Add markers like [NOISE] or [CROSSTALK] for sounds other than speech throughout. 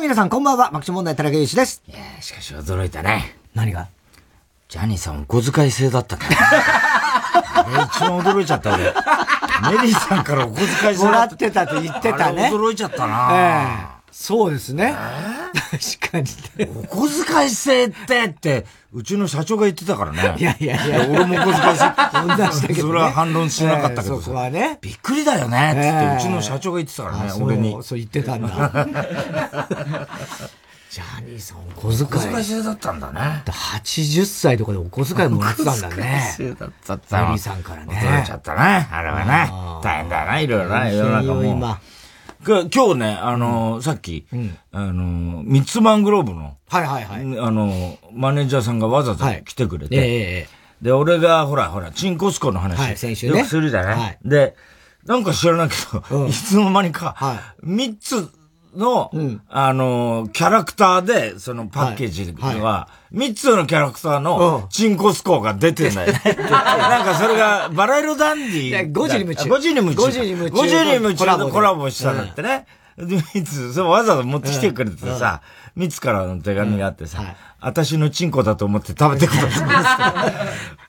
皆さんこんばんは。マクチ問題田中裕一です。いやーしかし驚いたね。何がジャニーさんお小遣い制だったんだ。あれ一番驚いちゃった俺。メリーさんからお小遣い制もらだってたと言ってたあれね。驚いちゃったえな、えそうですね。確かにね。お小遣い制ってって、うちの社長が言ってたからね。いやいやいや俺もお小遣い制同じだけどねそれは反論しなかったけえどえさそこはね。びっくりだよねっつって、ええうちの社長が言ってたからね、そう俺に。そう言ってたんだ。 [LAUGHS] ジャニーさん、お小お小遣い遣い。制だったんだね。 80歳とかでお小遣いもらってたんだね。制だったってメリーさんからね驚いちゃったね。あれはね。大変だな、いろいろな、世の中もう。今。が今日ね、あのーさっき、あのーミッツマングローブの、はいはいはい。あのーマネージャーさんがわざわはざい来てくれて、ええええで、俺が、ほら、ほら、チンコスコの話、はい先週ねよくするじゃない、はいで、なんか知らないけど、うんいつの間にか、はい三つの、んあのーキャラクターで、そのパッケージはいは、三、つのキャラクターうんの、チンコスコが出てんだよね。なんかそれが、バラ色ダンディいやー。五時に夢中5時に夢中。五時に夢中五時に夢中のココララボボでしたんだってね。で、三つ、それわざわざ持ってきてくれてさ、三つからの手紙があってさ、はい私のチンコだと思って食べてくだ [LAUGHS] さい。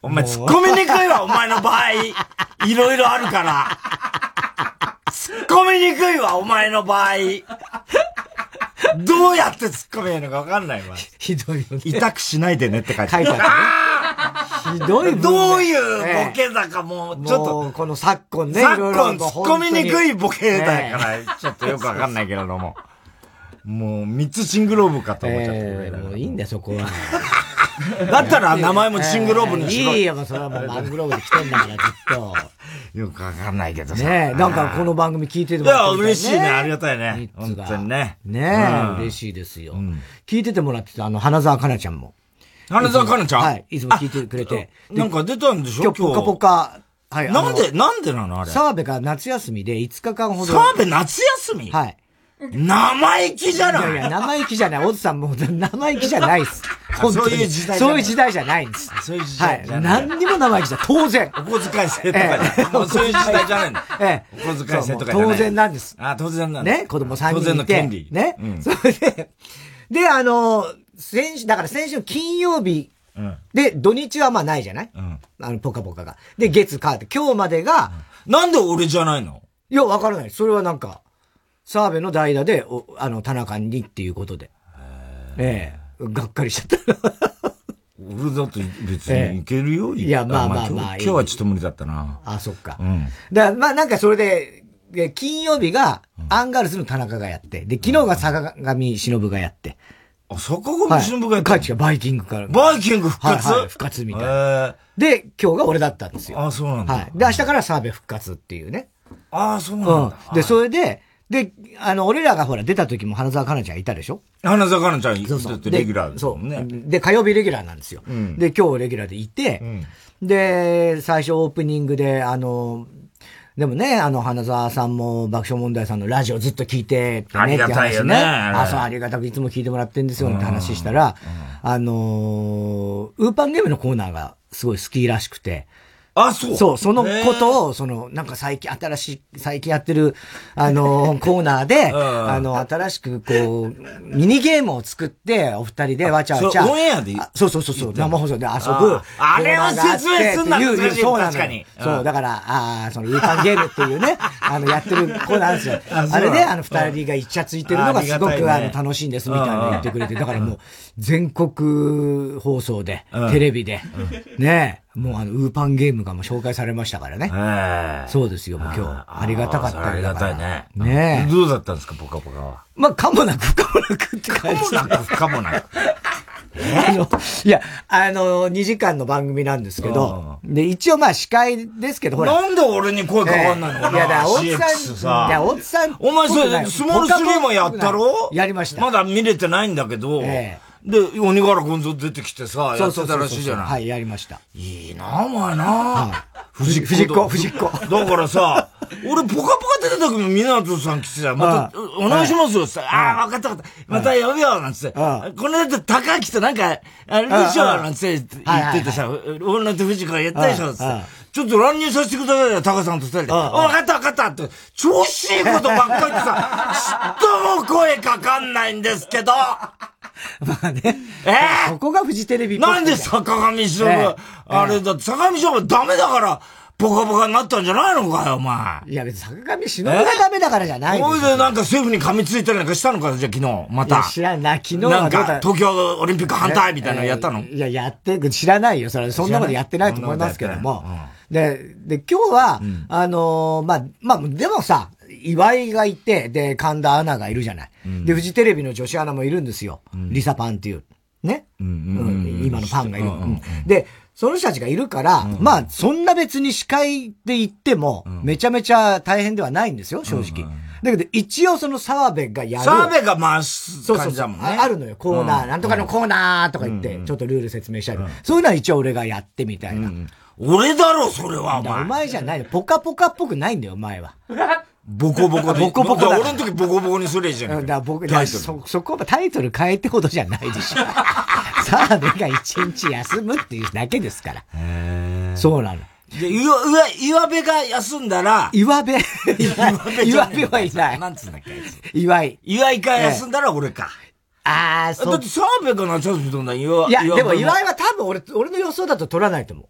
お前、突っ込みにくいわ、お前の場合。いろいろあるから。突っ込みにくいわ、お前の場合。どうやって突っ込めばいいのかわかんない [LAUGHS] わ。ひどいよね。痛くしないでねって書いて書あいるてあるね。ひどい文面どういうボえケだかもえう、ちょっとも、うこの昨今ね、昨いろいろ今突っ込みにくいボケだええから、ちょっとよくわかんないけれども。もう、三つシングローブかと思っちゃってくえれえたもういいんだよ、そこは。だったら名前もシングローブにしろ。いいよ、もうそれはもうマングローブで来てんだから、ず [LAUGHS] っよくわかんないけどと。さ。ねえ、なんかこの番組聞いてていもらや、ってるみた嬉しいね。ありがねたいね。三本つが当にね。ねえ、嬉しい。しいですよ。聞いててもらってた、あの、花澤香菜ちゃんも。花澤香菜ちゃんはい、いつも聞いてくれて。あなんか出たんでしょ今日、ぽかぽ。か、はい。あのなんで、なんでなのあれ。澤澤部が夏休みで5日間ほど。部夏休みはい。生意気じゃいやいなや、い生意気じゃない。オズさんも生意気じゃない [LAUGHS] です。本当そうにいう時代じゃないそういう時代じゃないんです。そういう時は代い。じゃない。何にも生意気じゃ、[LAUGHS] 当然。お小遣い制と [LAUGHS] かえじゃえもうそういう時代じゃないの。ええ。 [LAUGHS] お小遣い制とかじゃないそうもう当然なんです。あ、当然なんだ。ね、子供3人いて。当然の権利。ね。うんそれで、で、あの、先週、だから先週の金曜日うん。で、土日はまあないじゃないうん。あの、ぽかぽかが。で、月、火って、今日までが、なんで俺じゃないのいや、わからない。それはなんか、澤部の代打で、おあの、田中にっていうことで。ええがっかりしちゃった。俺だって別ええにいけるよ。いやまあま今あ日まあいい今日はちょっと無理だったな。あ、そっか。うん。だからまあなんかそれで、で金曜日が、アンガールズの田中がやって、で、昨日が坂上忍がやって。あ、坂上新聞がやったはい帰ってきたバイキングから。バイキング復活はいはい復活みたいなな。で、今日が俺だったんですえよ。ーあ、そうなんだ。はい。で、明日から澤部復活っていうね。あ、そうなんうんだ。。で、それで、で、あの、俺らがほら出た時も花澤香菜ちゃんいたでしょ花坂のちゃん、そうそう。だってでレギュラーですそもんね。う。で、火曜日レギュラーなんですよ。んで、今日レギュラーでいて、で、最初オープニングで、あの、でもね、あの、花沢さんも爆笑問題さんのラジオずっと聞いてってね、ありがたいよねって話あれあ、そう、ありがたくいつも聞いてもらってんですよって話したら、あの、ウーパンゲームのコーナーがすごい好きらしくて、あ、そう。そう、そのねことを、その、なんか最近、新しい、最近やってる、[LAUGHS] あの、コーナーで、んあの、新しく、こう、ミニゲームを作って、お二人でわちゃわちゃ。そうオンエアであそうそうそうそう、生放送で遊ぶあ。あれを説明すんなコーナーがあってっていう難しいそうなのよ確かにうんそう、だから、ああ、その、ウーパンゲームってい [LAUGHS] うね、あの、やってるコーナーあるんですよ。ああそうなのれで、あの、二人が一茶ついてるあのあがりすがごたいねく、あの、楽しいんです、みたいなの言ってくれて、だからもう、全国放送で、うんテレビで、ねえ、もうあの、ウーパンゲームがもう紹介されましたからね。ええ。そうですよ、もう今日。ありがたかったよありがたいね。ねえ。どうだったんですか、ぽかぽかは。まあ、かもなく、かもなくって感じかもなく、不可もなく。あの、いや、あの、2時間の番組なんですけど、で、一応まあ司会ですけど、ほら。なんで俺に声かええかんないのかいや、だかなら、大津 ?CX さん、いや、さ。大津さん。お前そぽくなれ、いスモールスリーもやったろやりました。まだ見れてないんだけど。えで、鬼柄ゴンゾ出てきてさ、やそうっそてたうそうそうらしいじゃない。はい、やりました。いいな、お前な。藤子藤子だ藤子だから [LAUGHS] さ、俺、ポカポカ出てた時も、港さん来てさ、また、うんお願いしますよ、つって、ああ、わかったわかった。また呼ぶよ、なんつって。うこの間、高木となんか、あれでしょ、うんうんなんつって言っててさ、俺のって藤子がやったでしうょ、んつってうん。ちょっと乱入させてくださいよ、タカさんと二人で。あわかったわかったって、調子いいことばっかりってさ、 [LAUGHS] ちっとも声かかんないんですけど。まあね。ええここがフジテレビっぽいなんで坂上翔ええが、あれだ、坂上翔がダメだから、ポカポカになったんじゃないのかよ、お前。いや別に坂上忍がダメだからじゃないですおいでなんか政府に噛みついたりなんかしたのか、じゃあ昨日、まいやた。知らんない。昨日なはんどうかだ、東京オリンピック反対みたいなのやったの、いや、やって、知らないよ。それそんなことやってないと思いますけどもそんなこ。で、で、今日は、あのーまあ、まあ、でもさ、岩井がいて、で、神田アナがいるじゃない。で、フジテレビの女子アナもいるんですよ。リサパンっていう。ね、うん今のパンがいる、うんで、その人たちがいるから、まあ、そんな別に司会で行っても、めちゃめちゃ大変ではないんですよ、正直。だけど、一応その澤部がやる。澤部が回すそうそ感うじそだう、もんね。あ。あるのよ。コーナー、なんとかのコーナーとか言って、ちょっとルール説明したり、そういうのは一応俺がやってみたいな。俺だろ、それは、おだから前。お前じゃないの。ポカポカっぽくないんだよ、お前は。ボコボコで。ボコボコだかだらから俺の時ボコボコにすればいいじだゃかん。ら僕、タイトル。そ、そこはタイトル変えってほどじゃないでし [LAUGHS] ょ。澤部が一日休むっていうだけですから。そうなの。で、いわ、いわ、岩部が休んだら、岩部、岩部はいなない。んつうんだっけ、あいつ。岩井。岩井が休んだら俺か。あー、だそっうて。澤部がなっちゃうみたいな、岩いや、でも部岩井は多分俺、俺の予想だと取らないと思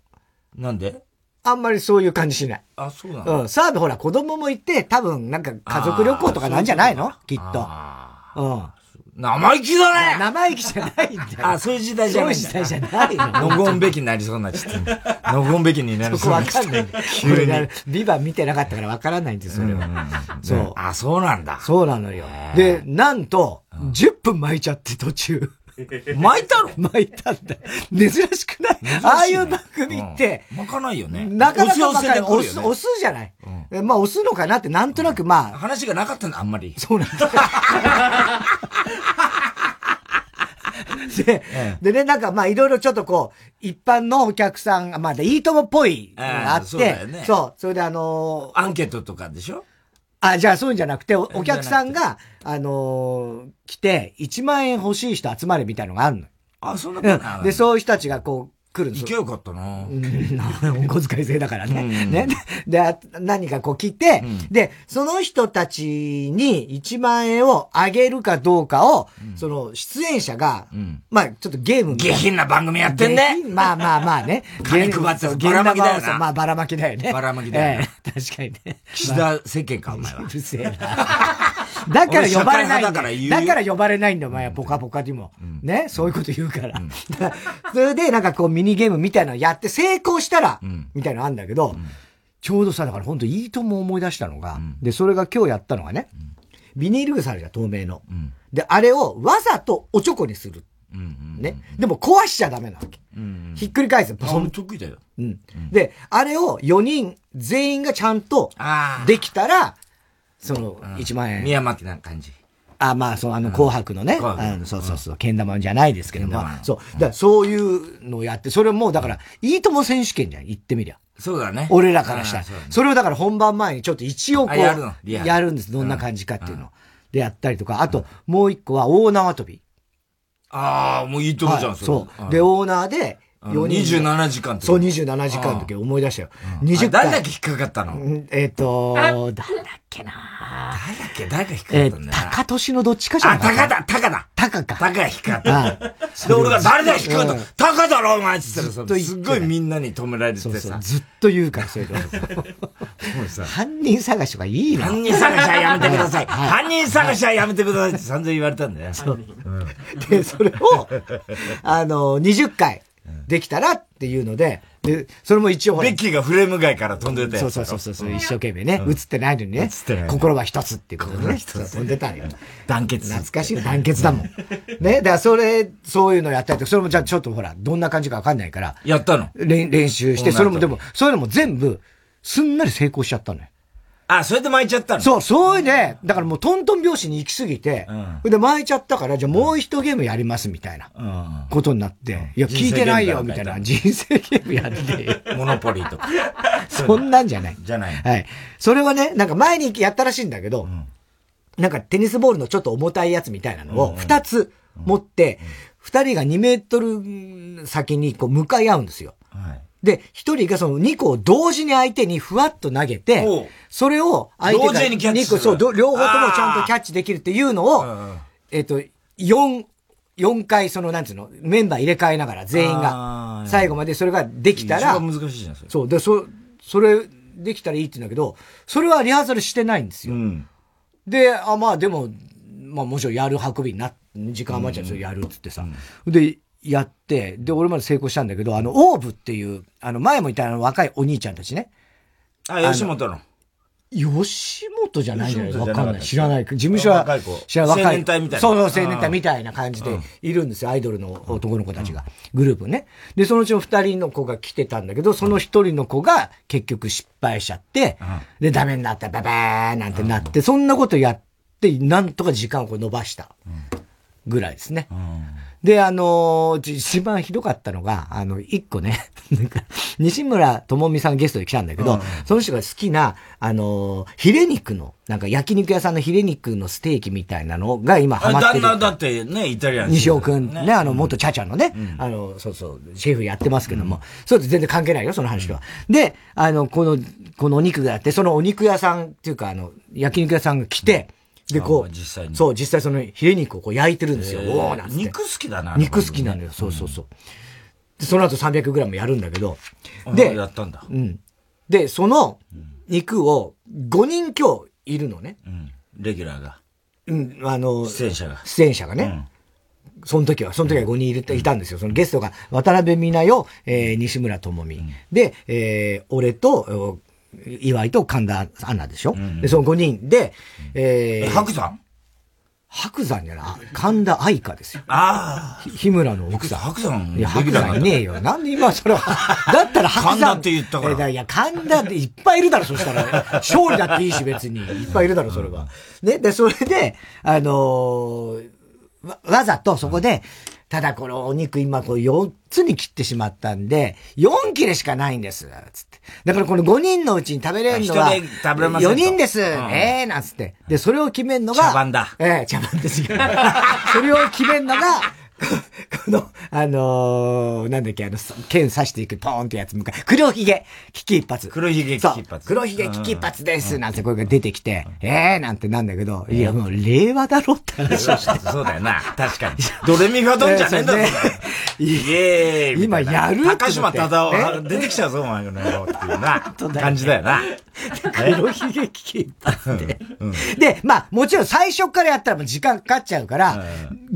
う。なんであんまりそういう感じしない。あ、そうなのうん。澤部ほら、子供もいて、多分、なんか、家族旅行とかなんじゃないのきっと。あうん。ー生意気だね生意気じゃないんだよ。あ、そういう時代じゃそうないいうん時だ代じゃないの。ノゴンべきになりそうになっ [LAUGHS] ちゃった。ノゴンべきになりそそうこになっわちゃかっんないんだよ急に。俺がビバン見てなかったからわからないんですよ、それは。た。そうねあ、そうなんだ。そうなのよ。で、なんと、10分巻いちゃって途中。 [LAUGHS] 巻いたろ巻いたんだ。珍しくないああいう番組って、うん巻かないよね。なかなかわかんない。押押すす、押押す。すじゃない。えまあ、押すのかなって、なんとなく、まあ、話がなかったんだ、あんまり。そうなんだ。で、えでね、なんかまあいろいろちょっとこう、一般のお客さんが、まあ、いいともっぽいのがあっええそて、うだよねそうそれであのーアンケートとかでしょあ、じゃあそういうんじゃなくて、おお客さんが、あのー来て、1万円欲しい人集まるみたいのがあるの。あ、そんなことなうんい。で、そういう人たちがこう、来るの行けよかったな。うんお [LAUGHS] 小遣い制だからね。ね。で、あ何かこう来て、で、その人たちに1万円をあげるかどうかを、その出演者が、んまあちょっとゲームみたい下な品な番組やってんね。下品まあまあまあね。 [LAUGHS] 金配ってそうばらまきだよな現場はそうまあばらまきだよね。ばらまきだよなええ確かにね。岸田政権か、お前はう。るせえな。 [LAUGHS] だから呼ばれないん俺社会派だだから言うよだから呼ばれないんだよ、お前はポカポカにも。ね、そういうこと言うから。 [LAUGHS] それで、なんかこうミニゲームみたいなのやって成功したら、みたいなのあるんだけど、ちょうどさ、だから本当いいとも思い出したのが、で、それが今日やったのがね、ビニール草あるじゃん、透明の。で、あれをわざとおちょこにする。ね。でも壊しちゃダメなわけ。ひっくり返す。あ、ポン俺得意だよ。うん。で、あれを4人全員がちゃんとあーできたら、その1万円。宮巻な感じ。あ、まあ、そのあの紅白のね、紅白あのそうそうそう、けん玉じゃないですけどけんも玉、そう。だからそういうのをやって、それもだから、いいとも選手権じゃん、言ってみりゃ。そうだね。俺らからしたら。あーそうだねそれをだから本番前にちょっと一応こあう、やるのリアルやるんです。どんな感じかっていうのを。で、やったりとか、あと、もう一個は大縄跳び。ああ、もういいと思うじゃはん、いそう。で、んオーナーで、あ4の人。 27時間ってそう、27時間の時思い出したよ。20あ誰だっ回け。引っかかったのうんえっ、と、誰だっけな誰だっけ誰が引っかえかったんー、だよな。高俊のどっちかじゃあ、なかっ高た。だ、高だ。高か。高が引っかかっあた。で、俺が誰だ引っかかうんった高だろ、お前っつったらとさ、言ってすっごいみんなに止められてそてうそうさ。ずっと言うから、それと。 [LAUGHS] もうさ犯人探しとかいいな。犯人探しはやめてください。犯人探しはやめてくださいって散々言われたんだよ。で、それを、あの、20回できたらっていうので、で、それも一応ほらベッキーがフレーム外から飛んでたそやうつ。そうそうそうそう、一生懸命ね、映ってないのにね映ってないの、に心は一つっていうことで心はね、一つそう飛んでたのよ。団結懐かしい団結だもん。ね、だからそれ、そういうのやったりとか、それもじゃあちょっとほら、どんな感じかわかんないから、やったの。練練習して、こそうれなるともでも、そういうのも全部、すんなり成功しちゃったのよ。あ、それで巻いちゃったの。そう、そういうね、だからもうトントン拍子に行き過ぎて、うで巻いちゃったから、じゃあもう一ゲームやりますみたいなうん。ことになって、いや、聞いてないよみたいな、人生ゲームやって、モノポリーとか。 [LAUGHS] そんなんじゃない。じゃないはい。それはね、なんか前にやったらしいんだけど、なんかテニスボールのちょっと重たいやつみたいなのを2つ持って、2人が2メートル先にこう向かい合うんですよ。はいで、一人がその2個を同時に相手にふわっと投げて、それを相手が2個、そう、両方ともちゃんとキャッチできるっていうのを、えっ、ー、と、4、4回その、なんつうの、メンバー入れ替えながら、全員が。最後までそれができたら。難しいじゃん、それ。そう。で、そ、それ、できたらいいって言うんだけど、それはリハーサルしてないんですよ。うん、で、あ、まあでも、まあもちろんやる運びにな、時間余っちゃうんですよ、やるっつってさ。うん、で、やって、で、俺まで成功したんだけど、あの、オーブっていう、あの、前もいたあの若いお兄ちゃんたちね。あ、吉本の。吉本じゃないじゃないわかんない。知らない。事務所は、若い知ら若い。青年隊みたいな。そうそう、青年隊みたいな感じでいるんですよ。アイドルの男の子たちが。グループね。で、そのうちの二人の子が来てたんだけど、その一人の子が結局失敗しちゃって、で、ダメになった、ババーなんてなって、そんなことやって、なんとか時間をこう伸ばした。ぐらいですね。で、あのー、一番ひどかったのが、あの、一個ね、 [LAUGHS] なんか、西村智美さんゲストで来たんだけど、うん、その人が好きな、あのー、ヒレ肉の、なんか焼肉屋さんのヒレ肉のステーキみたいなのが今ハマってる。旦那だってね、イタリアン、ね、西尾くんね、あの、元チャチャのね、うん、あの、そうそう、シェフやってますけども、うん、そうって全然関係ないよ、その話とは。で、あの、この、このお肉があって、そのお肉屋さんっていうか、あの、焼肉屋さんが来て、で、こう、実際にそう、実際そのヒレ肉をこう焼いてるんですよ。おおなんて。肉好きだな。肉好きなのよ。そうそうそう。で、その後 300g やるんだけど。で、やったんだ。うん。で、その肉を5人今日いるのね。うん。レギュラーが。うん、あの、出演者が。出演者がね。その時は、その時は5人いる、いたんですよ。そのゲストが、渡辺美奈代、えー、西村智美。で、えー、俺と、岩井と神田アンナでしょ、うんうん、で、その5人で、うん、えー、白山白山じゃない、神田愛花ですよ。ああ。日村の奥さん。白山いや、白山いねえよ。なんで [LAUGHS] 今それは、だったら白山。神田って言ったから。えー、いや、神田っていっぱいいるだろ、そしたら。勝利だっていいし、別に。いっぱいいるだろ、それは。ね、で、それで、あのー、わ、わざとそこで、ただこのお肉今こう4つに切ってしまったんで、4切れしかないんです。つって。だからこの5人のうちに食べれるのは、4人です。ええ、なんつって。で、それを決めるのが、茶番だ。ええ、茶番ですよ。 [LAUGHS] それを決めるのが、この、あのー、なんだっけ、あの、剣刺していく、ポーンってやつ、向かい、黒ひげ、危機一発。黒ひげ、危機一発。。黒ひげ、危機一発です、なんて声が出てきて、ええー、なんてなんだけど、いや、もう、令和だろって話をしてそうだよな、確 [LAUGHS] かに。ドレミファドンじゃねえんだぞ、イエーイ今やる高島忠夫、出てきちゃうぞ、お前の野郎っていうな、感じだよな。 [LAUGHS] 黒ひげ、危機一発で。で、まあ、もちろん最初からやったらもう時間かかっちゃうから、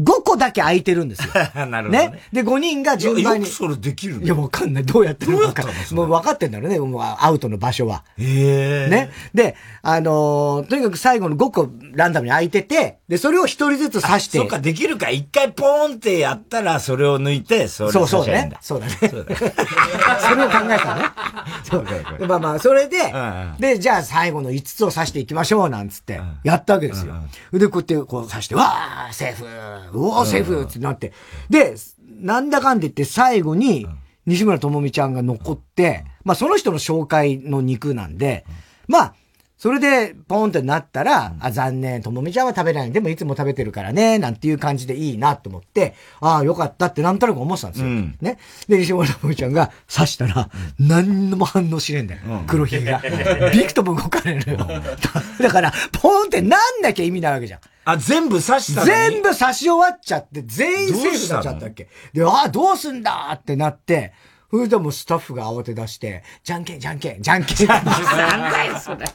5個だけ空いてるんですよ。 [LAUGHS] なるほどね。で、5人が順番に。よくそれできるいや、わかんない。どうやってるのか。もう分かってんだろうね。もうアウトの場所は。へね。で、あのとにかく最後の5個ランダムに空いてて、で、それを1人ずつ刺して。そっか、できるか。一回ポーンってやったら、それを抜いて、それそうそうね。そうだね。それを考 [LAUGHS] えたね。そうか。まあまあ、それで、で、じゃあ最後の5つを刺していきましょう、なんつって、やったわけですよ。で、こうやってこう刺して、わー、セーフうおー、セーフってなって。で、なんだかんで言って最後に、西村智美ちゃんが残って、まあその人の紹介の肉なんで、まあ、それで、ポンってなったら、あ、残念、ともみちゃんは食べない。でもいつも食べてるからね、なんていう感じでいいなと思って、ああ、よかったってなんとなく思ってたんですよ。うん、ね。で、西村ともみちゃんが刺したら、何も反応しねえんだよ。うん、黒ひげ [LAUGHS] が。びくとも動かねえのよ。だから、ポンってなんなきゃ意味ないわけじゃん。あ、全部刺した全部刺し終わっちゃって、全員セーフになっちゃったっけ。で、ああ、どうすんだってなって、それでもスタッフが慌て出して、じゃんけん、じゃんけん、じゃんけん。なんだよ、それ。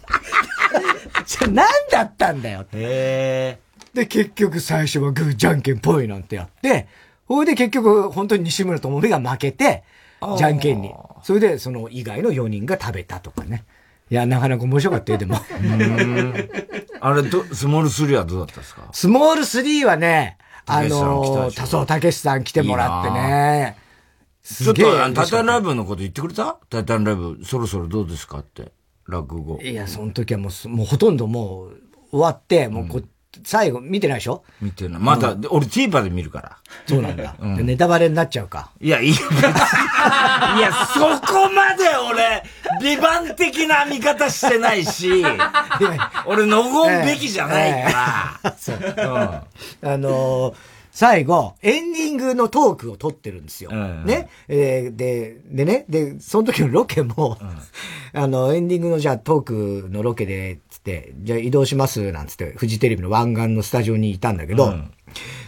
[LAUGHS] じゃ、なんだったんだよって。へで、結局最初はグー、じゃんけんぽいなんてやって、ほいで結局、本当に西村智美が負けて、じゃんけんに。それで、その以外の4人が食べたとかね。いや、なかなか面白かったよ、でも。あれ、ど、スモール3はどうだったんですかスモール3はね、あの、たそう、たけしさん来てもらってね。ちょっと、タタンライブのこと言ってくれたタタンライブ、そろそろどうですかって、落語。いや、その時はもう、もうほとんどもう、終わって、もうこ、うん、最後、見てないでしょ見てない。まだ、うん、俺 TVer で見るから。そうなんだ。うん、ネタバレになっちゃうか。いや、いや、 [LAUGHS] いや、そこまで俺、美版的な見方してない [LAUGHS] し、俺、のごんべきじゃないから。そう。うん、あのー最後、エンディングのトークを撮ってるんですよ。ね。えーで、でね、で、その時のロケも、あの、エンディングのじゃあトークのロケで、つって、じゃあ移動します、なんつって、フジテレビの湾岸のスタジオにいたんだけど、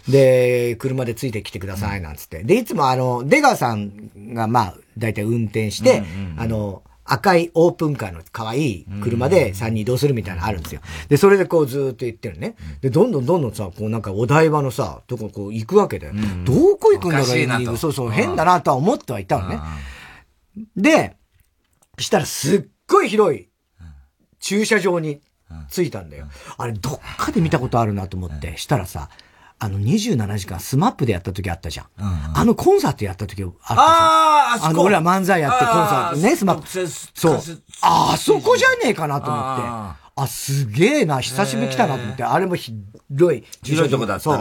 で、車でついてきてください、なんつって。で、いつもあの、出川さんが、まあ、大体運転して、あの、赤いオープンカーの可愛い車で3人移動するみたいなのあるんですよ。で、それでこうずーっと行ってるね。で、どんどんどんどんさ、こうなんかお台場のさ、とここう行くわけで、どこ行くんだおろかう、しいなとエンディングそうそう、変だなとは思ってはいたのね。で、したらすっごい広い駐車場に着いたんだよ。あれ、どっかで見たことあるなと思って、したらさ、あの27時間スマップでやった時あったじゃん。あのコンサートやった時あったじゃん。あーあそこあの、俺ら漫才やってコンサートあね、ースマップ。セスそうカセ。ああそこじゃねえかなと思って。ああすげえな、久しぶり来たなと思って、あれも広い。広いとこだったねそう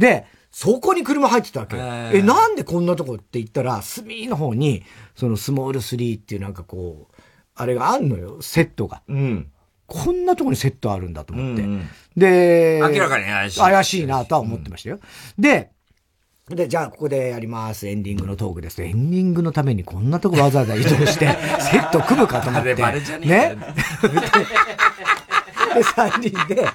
で、そこに車入ってたわけよ。へええ、なんでこんなとこって言ったら、隅の方に、そのスモール3っていうなんかこう、あれがあんのよ、セットが。うん。こんなとこにセットあるんだと思って。うんうんで、明らかに怪しい怪しいなとは思ってましたよ。で、で、じゃあ、ここでやります。エンディングのトークです。エンディングのためにこんなとこわざわざ移動して、 [LAUGHS] セット組むかと思って。あれバレじゃねえね。で、3人で、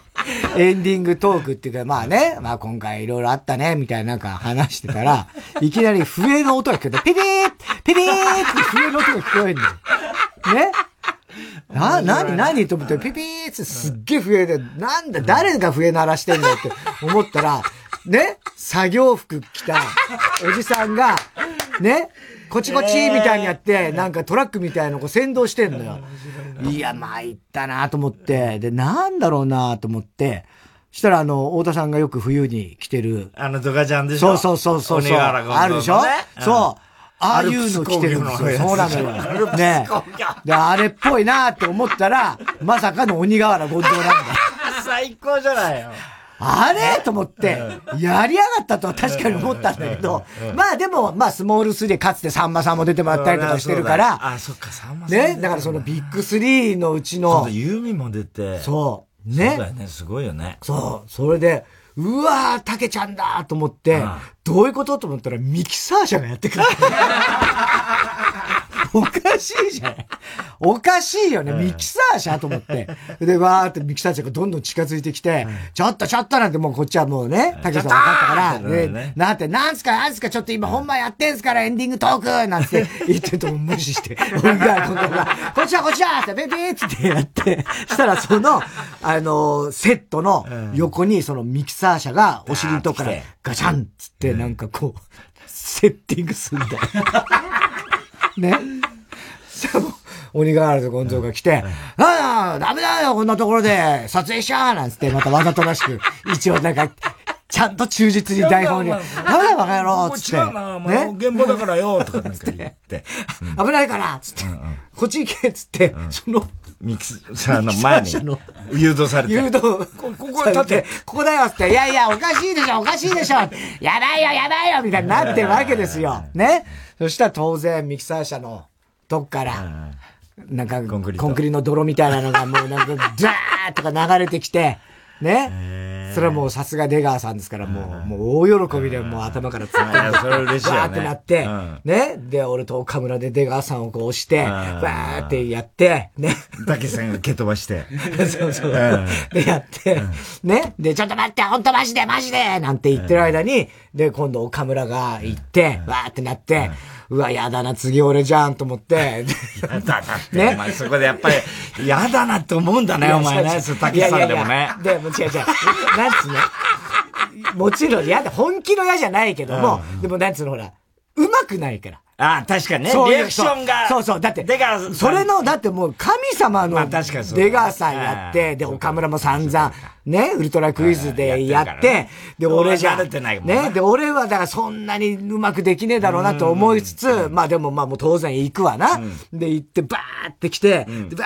エンディングトークっていうか、まあね、まあ今回いろいろあったね、みたいななんか話してたら、いきなり笛の音が聞こえて、ピピーピピーって笛の音が聞こえるのよ。ねな、なになにと思って、ピピーってすっげえ笛で、なんだ、誰が笛鳴らしてんだよって思った [LAUGHS] ら、ね、作業服着たおじさんが、ね、こちこちみたいにやって、なんかトラックみたいなのを先導してんのよ。いや、参ったなと思って、で、なんだろうなと思って、したらあの、太田さんがよく冬に着てる、あの、ドカちゃんでしそょうそうそうそうそう、鬼瓦あるでしょそう。ああいうの着てるんですよ。そうなのアルよ。プスね工業で、あれっぽいなって思ったら、まさかの鬼瓦権藤なんだ。最高じゃないよ。あれと思って、やりやがったとは確かに思ったんだけど、まあでも、まあスモール3でかつてさんまさんも出てもらったりとかしてるから、あ、そっか、さんまさん。ね、だからそのビッグ3のうち今の度、ユーミンも出て。そう、そうだよね、ね、すごいよね。そう、それで、うわー、たけちゃんだと思って、どういうことと思ったらミキサー車がやってくる。 [LAUGHS] おかしいじゃん。おかしいよね。ミキサー車と思って。で、わーってミキサー車がどんどん近づいてきて、ちょっとちょっとなんてもうこっちはもうね、竹さちょん分かったかっとーってなら、るねね、なんて、なんすか、なんすか、ちょっと今本番やってんすからエンディングトークなんて言ってるとも無視して、俺が、ここっちはこっちはって、ベビーっつってやって、したらその、あのー、セットの横にそのミキサー車がお尻のとこからガチャンっつってなんかこう、セッティングすんだよ。ね。さもう鬼瓦とゴンゾーが来て、ああ、ダメだよ、こんなところで、撮影しちゃーなんつって、またわざとらし [LAUGHS] く、一応なんか、ちゃんと忠実に台本に、ダメだよ、バカ野郎つってもう違うな、、もうね、現場だからよ、とかなんか言って。危ないから、つって、こっち行け、つって、その、ミキサーの前にミキサーの誘導されて。誘導、ここは立て、ここだよっつって、いやいや、おかしいでしょ、おかしいでしょ、やばいよ、やばいよ、みたいになってるわけですよ。ね。そしたら当然、ミキサー車の、どっから、なんか、ココンンククリリートの泥みたいなのがもうなんか、ザーとか流れてきて、ね。それはもうさすが出川さんですから、もう、もう大喜びでもう頭から突っ込んでいやそれ嬉しいよねわーってなって、うんね。で、俺と岡村で出川さんをこう押して、わーってやって、ね。たけしさんが蹴飛ばして。 [LAUGHS] そうそう。で、やって、ね。で、ちょっと待って、ほんとマジで、マジでなんて言ってる間に、で、今度岡村が行って、わーってなって、うわ、やだな、次俺じゃんと思 [LAUGHS] って、やだなって、ねお前そこでやっぱり、やだなって思うんだね、お前ね。そうたけしさんでもいやいねや。いやでも違う違う。なんつうのもちろん嫌だ、本気の嫌じゃないけども、でもなんつうのほら、うまくないから。ああ、確かにね。そういうリアクションが。そうそうそう、だって、出川さんそれの、だってもう神様まのあ確かにそうだ出川さんやっはて、いで、岡村も散々、ね、ウルトラクイズはいでややってるからっねて、で、俺じゃ、慣れてないもんねね、で、俺はだからそんなにうまくできねえだろうなと思いつつ、まあでもまあもう当然行くわな。で、行って、バーって来て、でバ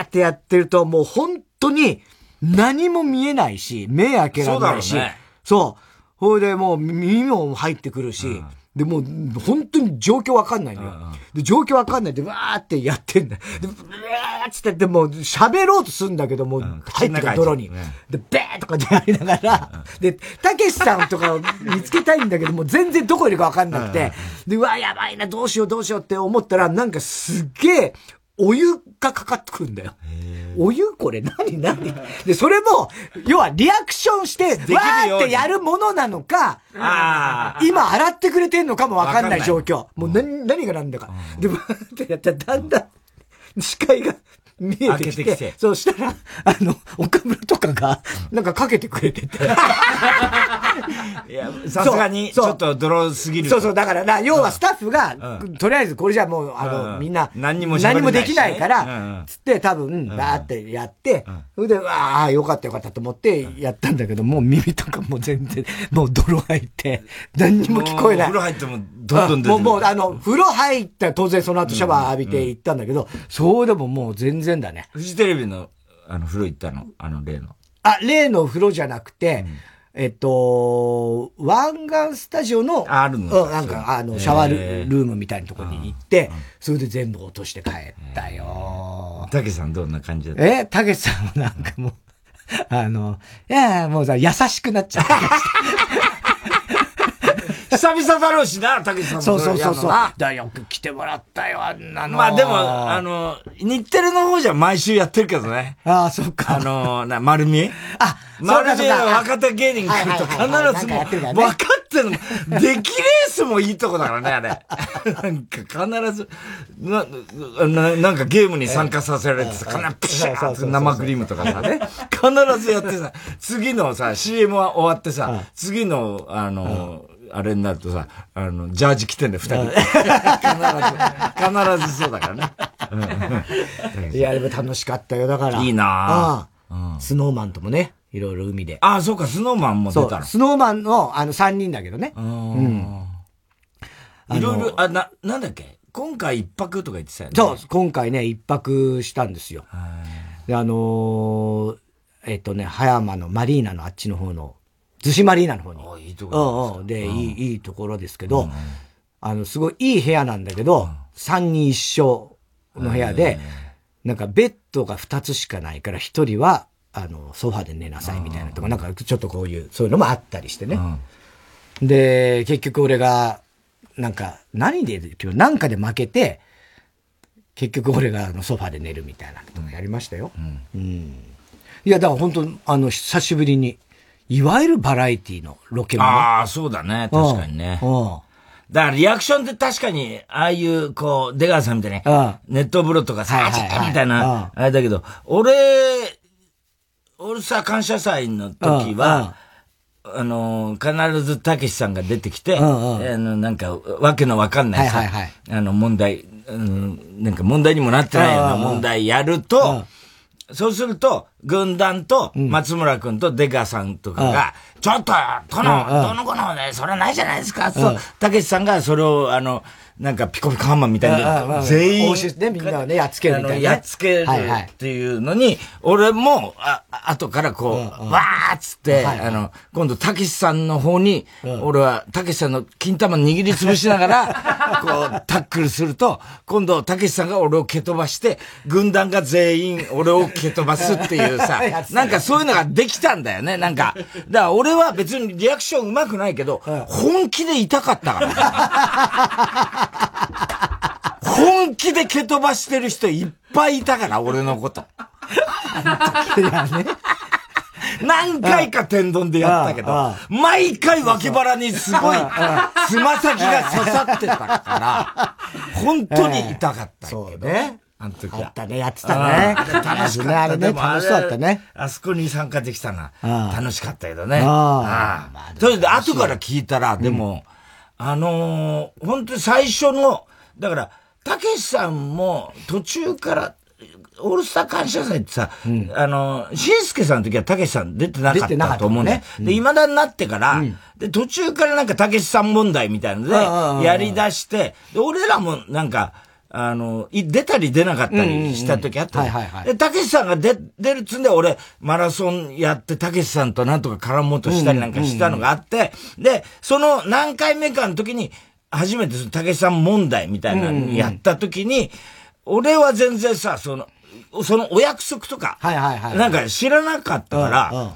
ーってやってると、もう本当に何も見えないし、目開けられないしそうだろうね、そう。ほいでもう耳も入ってくるし、で、もう、本当に状況わかんないのよ。で、状況わかんないで、わーってやってんだ。で、うわーっつって、でも、喋ろうとするんだけど、もう、入ってる泥に。で、べーとかでやりながら、で、たけしさんとかを見つけたいんだけど、もう全然どこいるかわかんなくて、で、うわーやばいな、どうしようどうしようって思ったら、なんかすっげえ、お湯がかかってくるんだよ。お湯これ何何で、それも、要はリアクションして、わーってやるものなのか、 [LAUGHS] 今洗ってくれてんのかもわかんない状況。もう何、何が何だか。で、わーってやったらだんだん視界が見えてきて、そうしたら、あの、岡村とかが、なんかかけてくれてて。いや、さすがに、ちょっと泥すぎる。そうそう、だからな、要はスタッフが、とりあえずこれじゃもう、あの、みんな、何にも何もできないから、つって多分、バーってやって、それで、わあ、よかったよかったと思ってやったんだけど、もう耳とかも全然、もう泥入って、何にも聞こえない。風呂入っても、どんどん出てもう、もう、あの、風呂入ったら当然その後シャワー浴びて行ったんだけど、そうでももう全然だね。フジテレビの、あの、風呂行ったのあの、例の。あ、例の風呂じゃなくて、えっと、湾岸スタジオの、あるのなんか、あの、シャワールームみたいなところに行って、それで全部落として帰ったよ。たけしさんどんな感じだったえたけしさんはなんかもう、 [LAUGHS] あの、いやもうさ、優しくなっちゃった。 [LAUGHS] 久々だろうしな、たけしさんも。そうそうそうそう。だよく来てもらったよ、あんなの。まあでも、あの、日テレの方じゃ毎週やってるけどね。ああ、そっか。あの、な、丸見えあ、丸見えの若手芸人来ると必ずもう、分かってるの。出来レースもいいとこだからね、 [LAUGHS] あれ。なんか必ず、な、ななんかゲームに参加させられてさ、必ずプシャーって生クリームとかさね。必ずやってさ、次のさ、CM は終わってさ、次の、あの、あれになるとさ、あの、ジャージ着てんだよ、 [LAUGHS] 二人。必ず、必ずそうだからね。いや、でも楽しかったよ、だから。いいなぁ。スノーマンともね、いろいろ海で。ああ、そうか、スノーマンも出たの。。スノーマンの、あの、三人だけどね。うんいろいろ、あ、な、なんだっけ今回一泊とか言ってたよね。そう、今回ね、一泊したんですよ。で、あのえっとね、葉山のマリーナのあっちの方の逗子マリーナの方に。あいいところでで、いい、いいところですけど、あの、すごいいい部屋なんだけど、三人一緒の部屋で、なんかベッドが二つしかないから一人は、あの、ソファで寝なさいみたいなとか、なんかちょっとこういう、そういうのもあったりしてね。で、結局俺が、なんか、何で、なんかで負けて、結局俺があのソファで寝るみたいなこともやりましたよ。うん。いや、だから本当あの、久しぶりに。いわゆるバラエティのロケも、ね、ああ、そうだね。確かにね。うん。だからリアクションって確かに、ああいう、こう、出川さんみたいに、ネット風呂とかさ、あちみたいな、あれだけど、俺、俺さ、感謝祭の時は、あの、必ずたけしさんが出てきて、あの、なんか、わけのわかんないさ、あの、問題、うん、なんか問題にもなってないような問題やると、そうすると、軍団と松村君と出川さんとかが、うん、ちょっと、この、うん、どの子のね、それないじゃないですか、と、うん、たけしさんがそれを、あの、なんかピコピコハンマーみたいな、全員、ね、みんなね、やっつけるみたいな、ね、やっつける [LAUGHS] っていうのに、はいはい、俺も、あ、後からこう、うんうん、わーっつって、はいはい、あの、今度たけしさんの方に、うん、俺はたけしさんの金玉握りつぶしながら、 [LAUGHS] こう、タックルすると、今度たけしさんが俺を蹴飛ばして、軍団が全員俺を蹴飛ばすっていう [LAUGHS] さ、なんかそういうのができたんだよね、なんか。だから俺は別にリアクション上手くないけど、うん、本気で痛かったから。本気で蹴飛ばしてる人いっぱいいたから、俺のこと。何回か天丼でやったけど、毎回脇腹にすごい、つま先が刺さってたから、本当に痛かったけど。えー、ね。あの時あったね、やってたね。楽しかった。あれね、楽しそうだったね。あそこに参加できたな。楽しかったけどね。ああ。それで、後から聞いたら、でも、あの、本当に最初の、だから、たけしさんも途中から、オールスター感謝祭ってさ、あの、しんすけさんの時はたけしさん出てなかったと思うね。で、今だになってから、で、途中からなんかたけしさん問題みたいので、やり出して、で、俺らもなんか、あの、い、出たり出なかったりした時あったで、たけしさんが出、出るっつんで、俺、マラソンやって、たけしさんとなんとか絡もうとしたりなんかしたのがあって、で、その何回目かの時に、初めて、たけしさん問題みたいなのやった時に、俺は全然さ、その、そのお約束とか、はいはいはいはいなんか知らなかったから、うんうん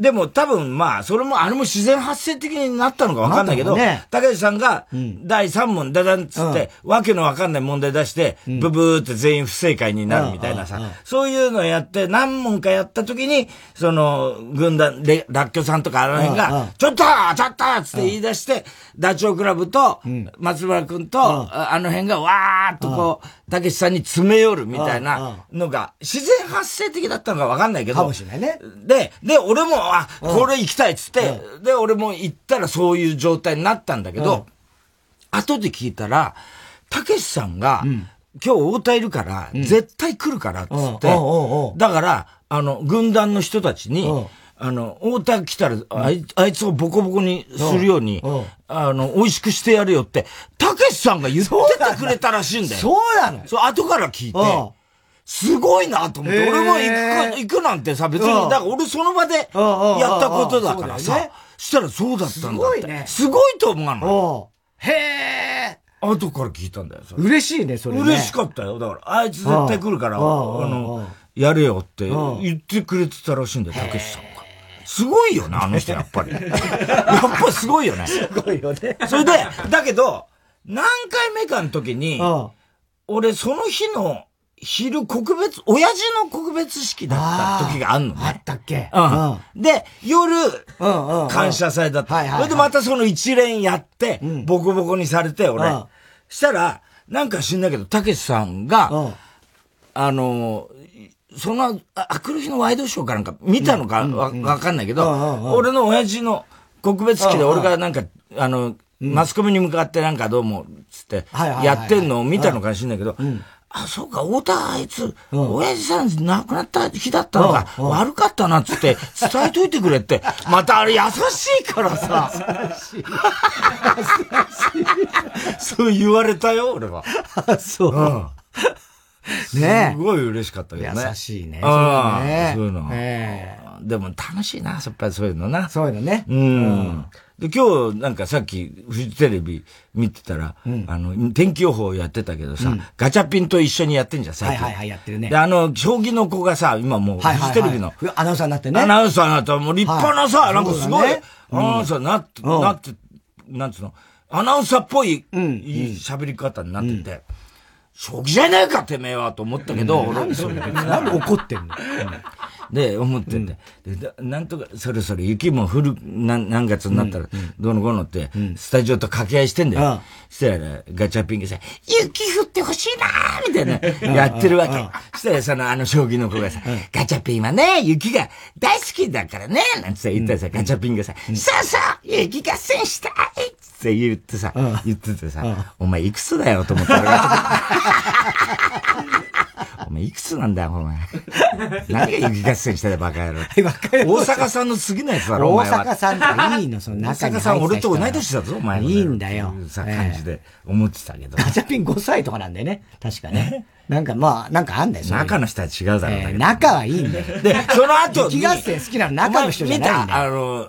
でも多分まあ、それも、あれも自然発生的になったのかわかんないけど、なったのかね高橋さんが、第3問、だだんっつって、わけのわかんない問題出して、ブブーって全員不正解になるみたいなさ、そういうのやって、何問かやった時に、その、軍団、で、らっきょさんとかあの辺うんうんが、ちょっとちょっとつって言い出して、ダチョウ倶楽部と、松村くんと、ああの辺がわーっとこう、たけしさんに詰め寄るみたいなのが、自然発生的だったのかわかんないけど、かもしれないね。で、で、俺も、あ、これ行きたいっつって、で、俺も行ったらそういう状態になったんだけど、後で聞いたら、たけしさんが、今日太田いるから、絶対来るからっつって、うんおうおうおうだから、あの、軍団の人たちに、うんあの、太田来たら、あいあいつをボコボコにするように、うんうんあの、美味しくしてやるよって、たけしさんが言っててくれたらしいんだよ。そうなのよそう、後から聞いてうん、すごいなと思って、へー俺も行く、行くなんてさ、別に、うんだから俺その場でやうんうんうんうんったことだからそうだよさね、したらそうだったんだすごいってね。すごいと思わないおうへえ。後から聞いたんだよ、それ嬉しいね、それね。嬉しかったよ。だから、あいつ絶対来るから、あうんうんうんうのん、やれよってん言ってくれてたらしいんだよ、たけしさんが。すごいよね、あの人やっぱ [LAUGHS] り。やっぱすごいよね。すごいよね。それで、だけど、何回目かの時に、うん。俺、その日の昼、告別、親父の告別式だった時があんのあっね。たっけうん。で、夜、うん。うん。うん。感。謝祭だった。はいはいはいそれでまたその一連やって、んボコボコにされて、俺。うんしたら、なんか知んないけど、たけしさんが、うん。あの、その、ああくる日のワイドショーかなんか見たのかわ、わかんないけど、うんうんうん俺の親父の告別式でうんうん俺がなんか、あの、マスコミに向かってなんかどうも、つってはいはいはい、はいやってんのを見たのかもしれないけど、あ、そうか、太田あいつ、ん親父さん亡くなった日だったのか、うんうん悪かったな、つって、伝えといてくれ [LAUGHS] って、またあれ優しいからさ、 [LAUGHS] そう言われたよ、俺は。あ、そうう。ん [LAUGHS] ねすごい嬉しかったけどね。優しいねああそそうういいううのの。ねえでも楽しいな、やっぱりそういうのな。そういうのね。うん。で、今日、なんかさっき、フジテレビ見てたら、あの、天気予報やってたけどさ、ガチャピンと一緒にやってんじゃん、最は近。いはいはい、やってるね。で、はあの、将棋の子がさ、今もう、いフはいジはいテレビの、アナウンサーになってね。アナウンサーになったら、もう立派なさ、はいなんかすごいそうだね、アナウンサーになって、うんなって、なんつうの、アナウンサーっぽい、いいん喋り方になってて、将棋じゃねえか、てめえは、と思ったけど、俺、それなんで怒ってんの [LAUGHS] で、思ってんだよ、でだなんとか、そろそろ雪も降る、なん何月になったら、どうのこうのって、スタジオと掛け合いしてんだよ。うんしたら、ガチャピンがさ、雪降ってほしいなーみたいな、やってるわけ。したら、その、あの、将棋の子がさ、ガチャピンはね、雪が大好きだからね、なんてさ、言ったらさ、ガチャピンがさ、そうそう雪合戦したいって言ってさ、言っててさ、お前いくつだよと思ったら、お前いくつなんだよ、お前。 [LAUGHS] 何が雪合戦してたよバカ野郎。バカ野大阪さんの次のやつだろ、お大前は。阪さんっていいの、その大中阪に入った人が。さん、俺と同い年だぞ、お前は。いいんだよっていうさ、ええ感じで思ってた [LAUGHS] けど。ガチャピン5歳とかなんだよね。確かね。なんかまあ、なんかあんだよ、そういう中の人は違うだろうだけえどー仲はいいんだよ。で、その後に。雪合戦好きなの中の人じゃないんだよお前見たあの、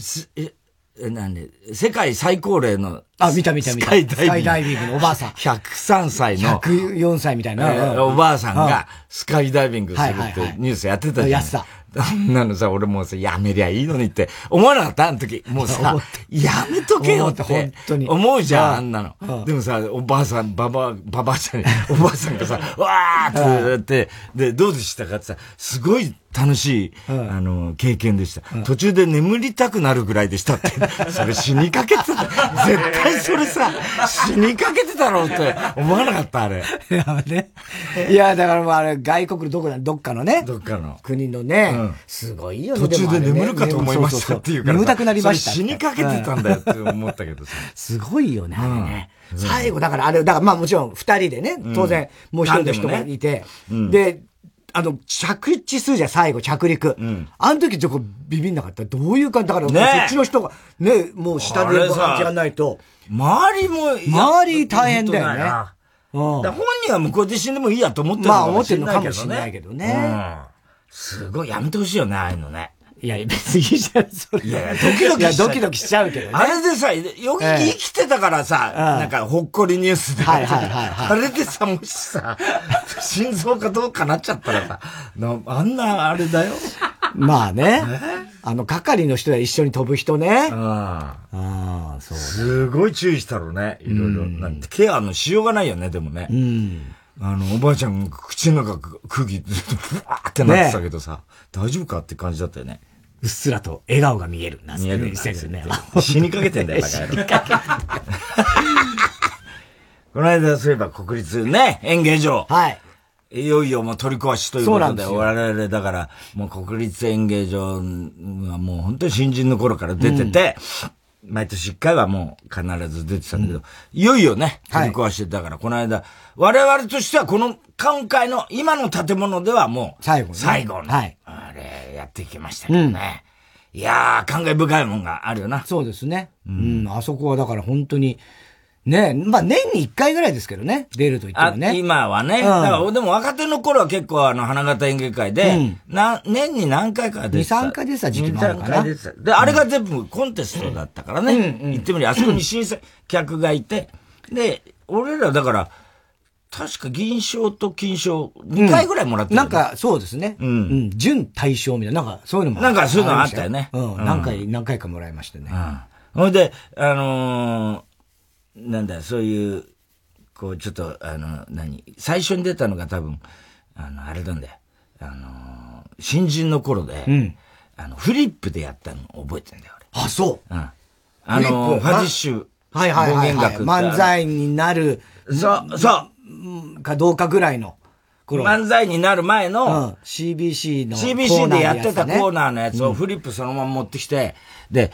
すえ、えなんで、世界最高齢の。あ、見た見た見た。スカイダイビングスカイダイビングのおばあさん。 103歳の、 104歳みたいえな。ーおばあさんがスカイダイビングするはいっはいはていニュースやってたじゃん。やってたあんなのさ、俺もうさ、やめりゃいいのにって思わなかったあの時。もうさ [LAUGHS] 思っ、やめとけよって思った本当に思うじゃん、うんあんなうの。んでもさ、おばあさん、ばばあ、ばばあちゃんに、 [LAUGHS] おばあさんがさ、わーってやって、で、どうでしたかってさ、すごい楽しい、んあの、経験でした。途中で眠りたくなるぐらいでしたって。 [LAUGHS] それ死にかけてた。絶対それさ、死にかけてたろうって思わなかった、あれ。いや [LAUGHS] ねいや、だからもうあれ、外国のどこだ、どっかのね。どっかの。国のね、うんすごいよね。途中で眠るかと思いましたっていうからさ。眠たくなりました。それ死にかけてたんだよって思ったけどさ。すごいよね、あれね。最後、だからあれ、だからまあもちろん二人でね、当然、もう一人の人がいて、で、あの、着地するじゃん、最後、着陸。あの時、ちょっとビビんなかった。どういう感じだから、ねえそっちの人が、ね、もう下であれバさーンってやんないと。周りも、周り大変だよねいやうん本当だよなだから本人はもうこれで死んでもいいやと思ってるまあ思ってるのかもしれないけどねうんすごい、やめてほしいよね、ああいうのね。いや、別にいいじゃん、それ。いや、ドキドキしちゃう。ドキドキしちゃうけどね。あれでさ、よぎ生きてたからさ、なんか、ほっこりニュースで。。はいはいはい、はいあれでさ、もしさ、 [LAUGHS] 心臓かどうかなっちゃったらさ、あんな、あれだよ。まあね。あの、係の人や一緒に飛ぶ人ね。ああ、そう。すごい注意したろうね。いろいろ。なんて、ケアのしようがないよね、でもね。うん。あの、おばあちゃん、 [LAUGHS] 口の中、空気、ブワーってなってたけどさ、大丈夫かって感じだったよね。うっすらと笑顔が見えるなんて見えるセンスね。死にかけてん [LAUGHS] だよ、バカ野郎。この間、そういえば国立ね、演芸場。はい。いよいよもう取り壊しということで、我々だから、もう国立演芸場はもう本当に新人の頃から出てて、毎年1回はもう必ず出てたんだけど、いよいよね、取り壊して、だからこの間、我々としてはこの今回の今の建物ではもう、最後、最後の、はい、あれやってきましたけどね。いやー、感慨深いもんがあるよな。そうですね。うん、あそこはだから本当に、ねまあ年に一回ぐらいですけどね、出ると言ってもね。今はね。だからでも若手の頃は結構あの、花形演芸会で、な、年に何回か出てた。2、3回出てた時期もあるかな。回出てた。で、あれが全部コンテストだったからね。言ってみりゃ、あそこに審査客がいて、で、俺らだから、確か銀賞と金賞、2回ぐらいもらってなんか、そうですね。うん。準大賞みたいな、なんかそういうのもなんかそういうのあったよね。うん。何回、何回かもらいましたね。うん。ほいで、あのなんだ、そういう、こう、ちょっと、あの、何、最初に出たのが多分、あの、あれなんだよ。あのー、新人の頃で、うん、あの、フリップでやったの覚えてんだよ、。俺。あ、そううん。あの、ファジッシュ、はいはいはい、はい、漫才になる、、そう、そうかどうかぐらいの。漫才になる前の、 CBC の CBC でやってたコーナーのやつをフリップそのまま持ってきて、で、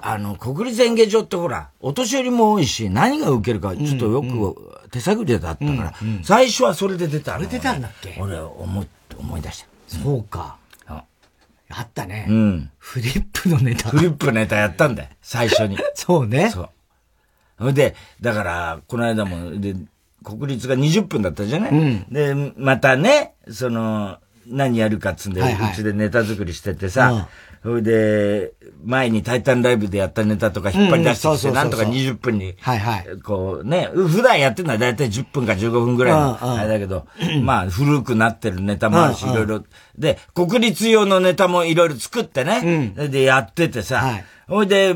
あの、国立演芸場ってほら、お年寄りも多いし、何が受けるか、ちょっとよく手探りだったから、最初はそれで出たの。それ出たんだっけ。俺、思い、思い出したそうか。あったね。うん。フリップのネタ。フリップネタやったんだよ、最初に。 [LAUGHS] そうね。そう。で、だから、この間も、で、国立が20分だったじゃない、で、またね、その、何やるかっつんで、うちでネタ作りしててさ、それで、前にタイタンライブでやったネタとか引っ張り出してきて、なんとか20分に、はいはい。こうね、普段やってるのはだいたい10分か15分ぐらいの、あれだけ [CLEARS THROAT] ど、まあ古くなってるネタもあるし、いろいろ。で、国立用のネタもいろいろ作ってね、で、やっててさ、ほいで、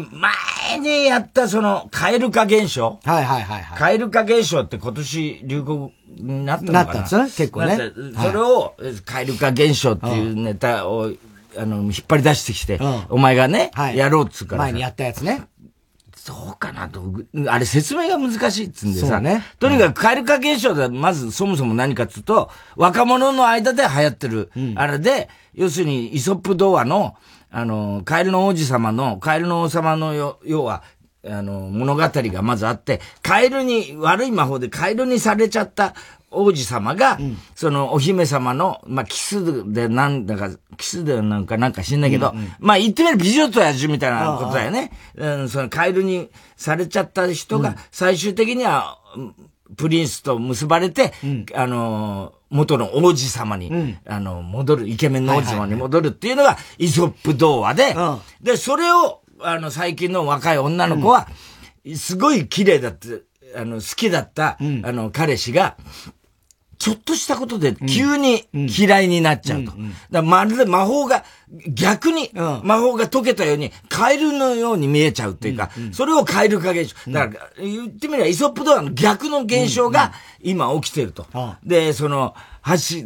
前にやったその、蛙化現象。はいはいはい。蛙化現象って今年流行になったのかななったんですね、結構ね。それを、蛙化現象っていうネタを、あの、引っ張り出してきて、お前がね、やろうっつうから。前にやったやつね。 [LAUGHS] そうかなと。あれ説明が難しいっつうんでさ。ね。とにかく蛙化現象でまずそもそも何かっつうと、若者の間で流行ってる、あれで、要するにイソップ童話の、あの、カエルの王子様の、カエルの王様のよ、要は、あの、物語がまずあって、カエルに、悪い魔法でカエルにされちゃった王子様が、うん、そのお姫様の、まあ、キスでなんだか、キスでなんかなんか知んないけど、うんうん、まあ、言ってみれば美女と野獣みたいなことだよね。うん、そのカエルにされちゃった人が、最終的には、プリンスと結ばれて、うん、あの、元の王子様に、うん、あの、戻る、イケメンの王子様に戻るっていうのが、イソップ童話で、で、それを、あの、最近の若い女の子は、すごい綺麗だって、あの、好きだった、あの、彼氏が、ちょっとしたことで急に嫌いになっちゃうと。だまるで魔法が、逆に魔法が解けたように、カエルのように見えちゃうっていうか、それをカエル化現象。だから、言ってみれば、イソップドアの逆の現象が今起きてると。で、その、箸、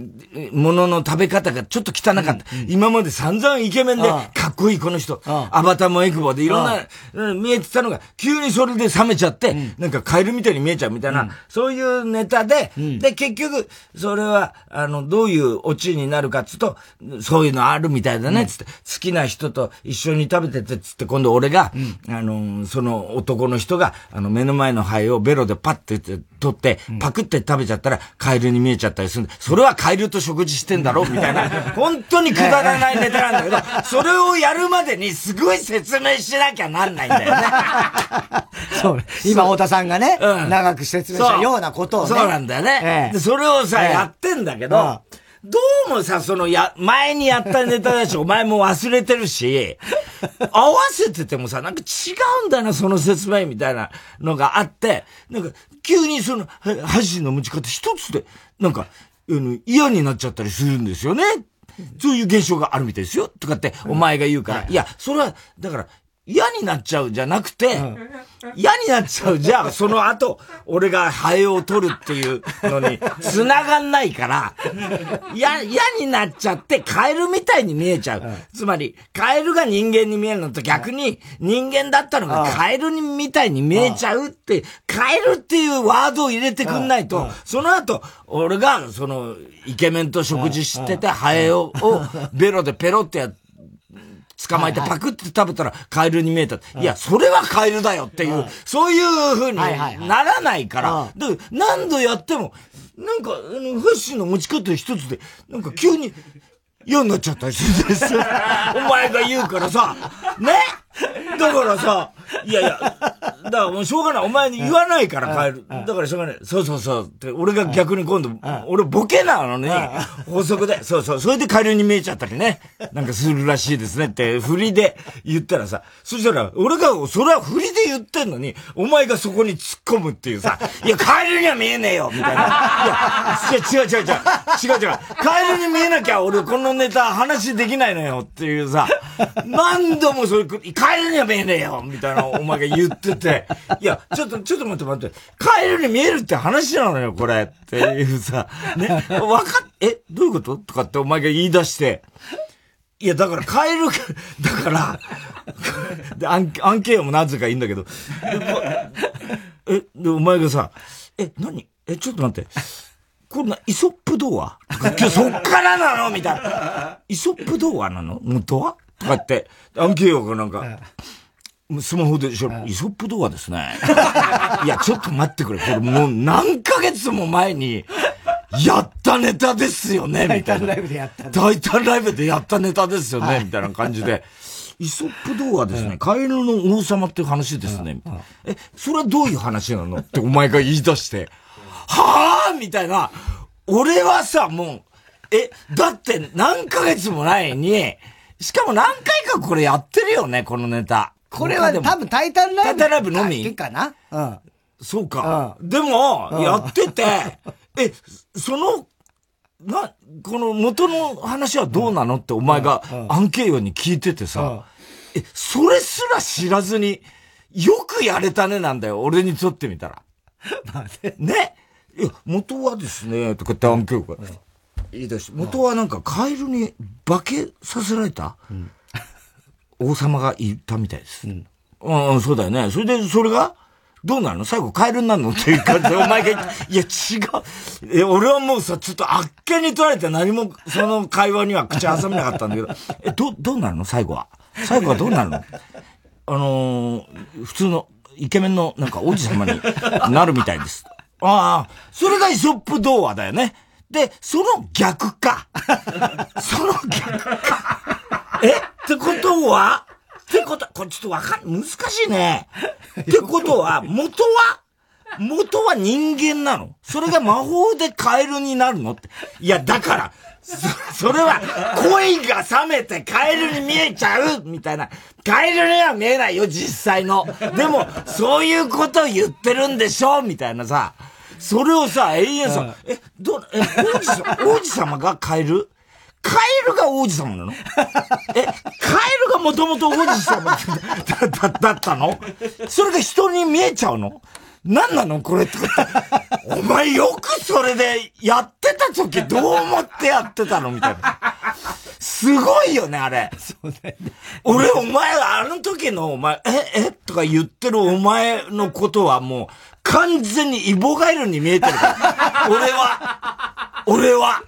物の食べ方がちょっと汚かった。今まで散々イケメンで、かっこいいこの人、アバターもエクボでいろんな、見えてたのが、急にそれで冷めちゃって、なんかカエルみたいに見えちゃうみたいな、そういうネタで、で、結局、それは、あの、どういうオチになるかっつうと、そういうのあるみたいだね、つって、好きな人と一緒に食べてて、つって今度俺が、あの、その男の人が、あの、目の前の灰をベロでパッて取って、パクって食べちゃったら、カエルに見えちゃったりするんで、それはカエルと食事してんだろみたいな、本当にくだらないネタなんだけど、それをやるまでにすごい説明しなきゃなんないんだよね。そう。今、太田さんがね、長く説明したようなことをね。そうなんだよね。で、それをさ、やってんだけど、どうもさ、そのや、前にやったネタ [LAUGHS] だし、お前も忘れてるし、合わせててもさ、なんか違うんだな、その説明みたいなのがあって、なんか、急にその、箸の持ち方一つで、なんか、あの、嫌になっちゃったりするんですよね。そういう現象があるみたいですよ。とかって、お前が言うから、うんはい、いや、それは、だから、嫌になっちゃうじゃなくて、うん、嫌になっちゃうじゃ、その後、俺がハエを取るっていうの [LAUGHS] に、繋がんないから、嫌、嫌になっちゃってカエルみたいに見えちゃう。うん、つまり、カエルが人間に見えるのと逆に、人間だったのがカエルにみたいに見えちゃうって、カエルっていうワードを入れてくんないと、その後、俺が、その、イケメンと食事してて、ハエを、をベロでペロってやって、捕まえてパクって食べたらカエルに見えた。いや、それはカエルだよっていう、そういう風にならないから、で何度やっても、なんか、あの、フッシーの持ち方一つで、なんか急に、嫌になっちゃったりするんです [LAUGHS] お前が言うからさ、ねだからさ、いやいや、だからもうしょうがない。お前に言わないから帰る。だからしょうがない。そうそうそう。って俺が逆に今度、俺ボケなのに、法則で、そうそう。それで下流に見えちゃったりね。なんかするらしいですねって、振りで言ったらさ、そしたら、俺が、それは振りで言ってんのに、お前がそこに突っ込むっていうさ、いや、カエルには見えねえよみたいな。いや、違う違う違う。違う違う。カエルに見えなきゃ俺このネタ話できないのよっていうさ、何度もそういう、カエルには見えねえよみたいなお前が言ってて、いや、ちょっと、ちょっと待って待って、カエルに見えるって話なのよ、これ。っていうさ、ね、わかっ、え、どういうこととかってお前が言い出して、いや、だからカエル、 [LAUGHS] だから、で、アン、アンケーもなぜかいいんだけど、え、で、お前がさ、え、何え、ちょっと待って。これな、イソップ童話そっからなのみたいな。イソップ童話なの元はとかって、アンケーがなんか、スマホでしょ、イソップ動画ですね。いや、ちょっと待ってくれ。これもう何ヶ月も前に、やったネタですよね、みたいな。タイタンライブでやったタイタンライブでやったネタですよね、はい、みたいな感じで。イソップ動画ですね。カエルの王様っていう話ですね。え、それはどういう話なのってお前が言い出して、 [LAUGHS] はぁみたいな。俺はさ、もう、え、だって何ヶ月も前に、しかも何回かこれやってるよね、このネタ。これは多分タイタンライブ。タイタンライブのみ。だけかな。うん。そうか。うん、でも、うん、やってて、え、その、な、この元の話はどうなのってお前がアンケートに聞いててさ、え、それすら知らずに、よくやれたねなんだよ、俺にとってみたら。まあね。ね。いや、元はですね、とかってアンケートが。言い出して、元はなんかカエルに化けさせられた、うん王様がいたみたいです。うん、うん、そうだよね。それで、それが、どうなの最後カエルになるのっていう感 [LAUGHS] じで、お前が言って、いや、違う。え、俺はもうさ、ちょっとあっけに取られて何も、その会話には口挟めなかったんだけど、え、ど、どうなるの最後は。最後はどうなるのあのー、普通の、イケメンの、なんか、王子様になるみたいです。ああ、それがイソップ童話だよね。で、その逆か。 [LAUGHS] その逆か。えってことはってことは、これちょっとわかん、難しいね。ってことは、元は元は人間なのそれが魔法でカエルになるのって。いや、だから、そ、それは、恋が冷めてカエルに見えちゃうみたいな。カエルには見えないよ、実際の。でも、そういうことを言ってるんでしょみたいなさ。それをさ、永遠さ、え、ど、え、王子様、王子様がカエルカエルが王子様なのえ、カエルがもともと王子様だだだったのそれが人に見えちゃうの何なのこれって。お前よくそれでやってた時どう思ってやってたのみたいな。すごいよね、あれ。 [LAUGHS] そうだよね。俺、お前、あの時のお前、え、えとか言ってるお前のことはもう完全にイボガエルに見えてる [LAUGHS] から。俺は。俺は、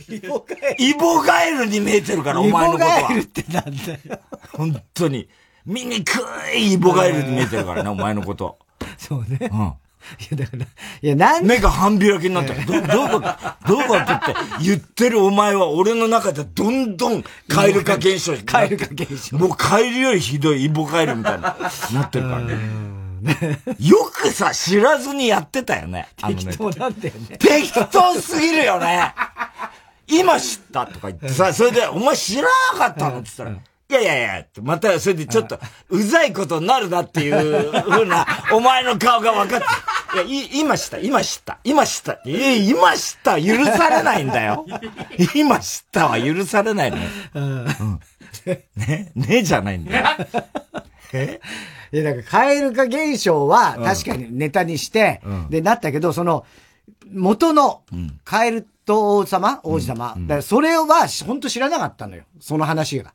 イボガエルに見えてるから、お前のことは。イボガエルってなんだよ。本当に。醜いイボガエルに見えてる [LAUGHS] からね、お前のこと。そうね。うん。いや、だから、いや、なん目が半開きになったど、どういうことどういうことって言ってるお前は俺の中でどんどんカエル化現象カエル化現象。もうカエルよりひどいイボガエルみたいな、なってるからね。よくさ、知らずにやってたよね。適当なんだよね。適当すぎるよね。い今知ったとか言ってさ、それで、お前知らなかったのって言ったら、いやいやいや、またそれでちょっと、うざいことになるなっていうふう [LAUGHS] な、お前の顔が分かって、いや、い、今知った、今知った、今知った、え、今知った、許されないんだよ。今知ったは許されないの、ね、うん。ね、ねえじゃないんだよ。 [LAUGHS] えいや、なんか、蛙化現象は、確かにネタにして、うん、で、なったけど、その、元の、蛙と王様、王子様、だからそれは、本当知らなかったのよ。その話が。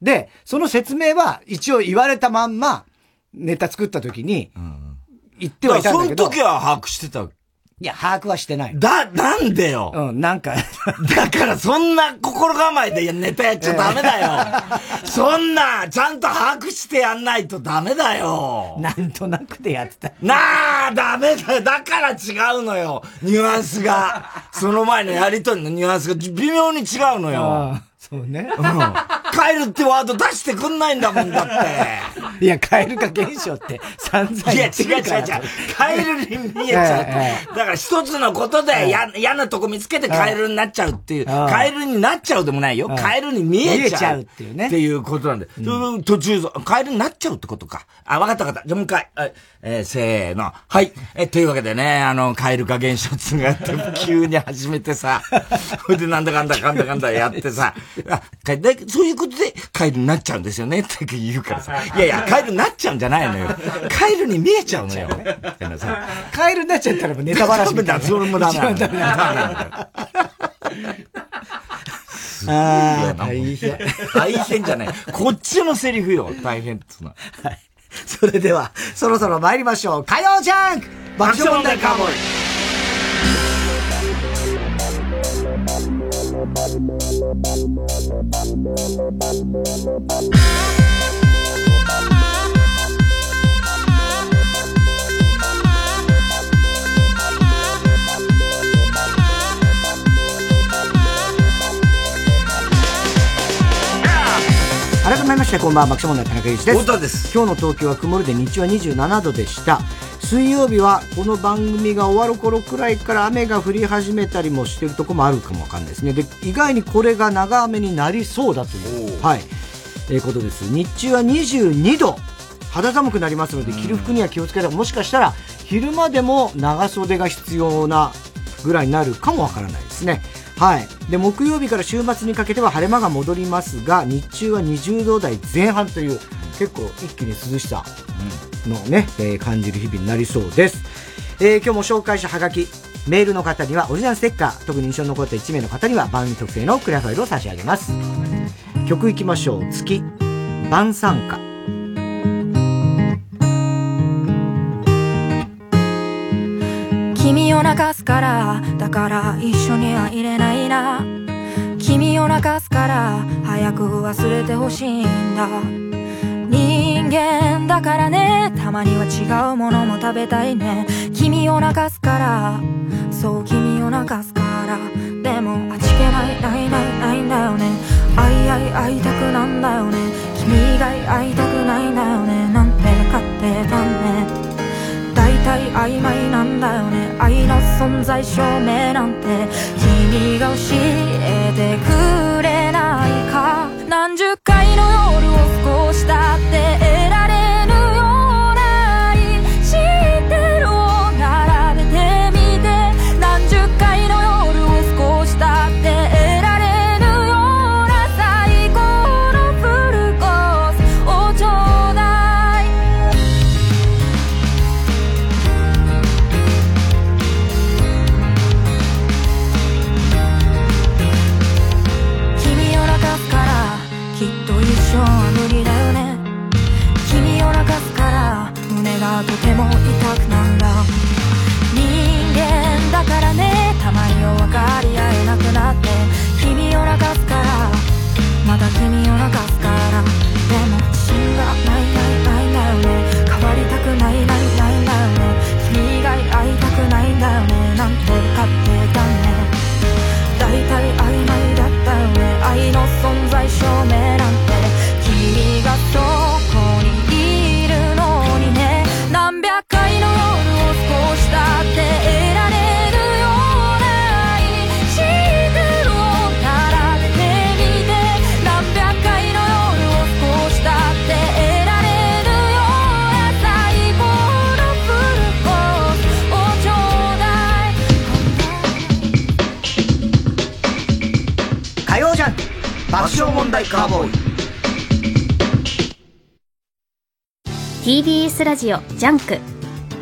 で、その説明は一応言われたまんま、ネタ作った時に、言ってはいたんだけど。うん、その時は把握してた。いや、把握はしてない。だ、なんでよ。うん、なんか [LAUGHS] だからそんな心構えでネタやっちゃダメだよ。えー、そんな、ちゃんと把握してやんないとダメだよ。なんとなくでやってた。なあ、ダメだよ。だから違うのよ。ニュアンスが。その前のやりとりのニュアンスが微妙に違うのよ。そうね。。うん。カエルってワード出してくんないんだもんだっていや、カエル化現象って散々いや、違う違う違う。カエルに見えちゃう。だから一つのことでや、嫌なとこ見つけてカエルになっちゃうっていう。カエルになっちゃうでもないよ。カエルに見えちゃう。っていうね。っていうことなんで。途中、カエルになっちゃうってことか。あ、わかったわかった。じゃあもう一回。えー、せーの。はい。え、というわけでね、あの、カエル化現象つがって [LAUGHS] 急に始めてさ。それでなんだかんだかんだかんだやってさ。あ、帰だそういうことで、カエルになっちゃうんですよねって言うからさ。いやいや、カエルになっちゃうんじゃないの [LAUGHS] よ。カエルに見えちゃうのよ。カエルになっちゃったらネタバラシみたいな。それもダメなんだよ。ダメなんだよ。ああ、大変。大変じゃない。こっちのセリフよ。大変っつうのは。はい。 [LAUGHS] それでは、そろそろ参りましょう。火曜ジャンク爆笑問題カーボーイ改めましてこんばんは爆笑問題田中裕二です太田です今日の東京は曇りで日中は27度でした水曜日はこの番組が終わる頃くらいから雨が降り始めたりもしてるとこもあるかもわかんないですねで意外にこれが長雨になりそうだというはいえー、ことです日中は22度肌寒くなりますので着る服には気をつけたもしかしたら昼間でも長袖が必要なぐらいになるかもわからないですねはい、で木曜日から週末にかけては晴れ間が戻りますが日中は20度台前半という結構一気に涼しさのね、うん、えー、感じる日々になりそうです、えー、今日も紹介したハガキメールの方にはオリジナルステッカー特に印象に残った1名の方には番組特製のクリアファイルを差し上げます曲いきましょう月晩餐歌君を泣かすからだから一緒にはいれないな君を泣かすから早く忘れてほしいんだ人間だからねたまには違うものも食べたいね君を泣かすからそう君を泣かすからでもあちけないないないないんだよね愛愛会いたくなんだよね君以外会いたくないんだよねなんて勝手だね大体曖昧なんだよね愛の存在証明なんて君が教えてくれないか何十回の夜を過ごしたって得られぬような愛知ってるを並べてみて何十回の夜を過ごしたって得られぬような最高のフルコースをちょうだい君を泣かすからきっと一生は無理だよね君を泣かすから胸がとても痛くなんだ人間だからねたまには分かり合えなくなって君を泣かすからまた君を泣かすからでも自信がないないないんだよね変わりたくないないないんだよね君以外会いたくないんだよねなんて勝手だね大体曖昧だったよね愛の存在証明なんて君がどこにいるのにね何百回の夜を過ごしたって得られるような愛火曜ジャンク爆笑問題カーボーイ TBS ラジオジャンク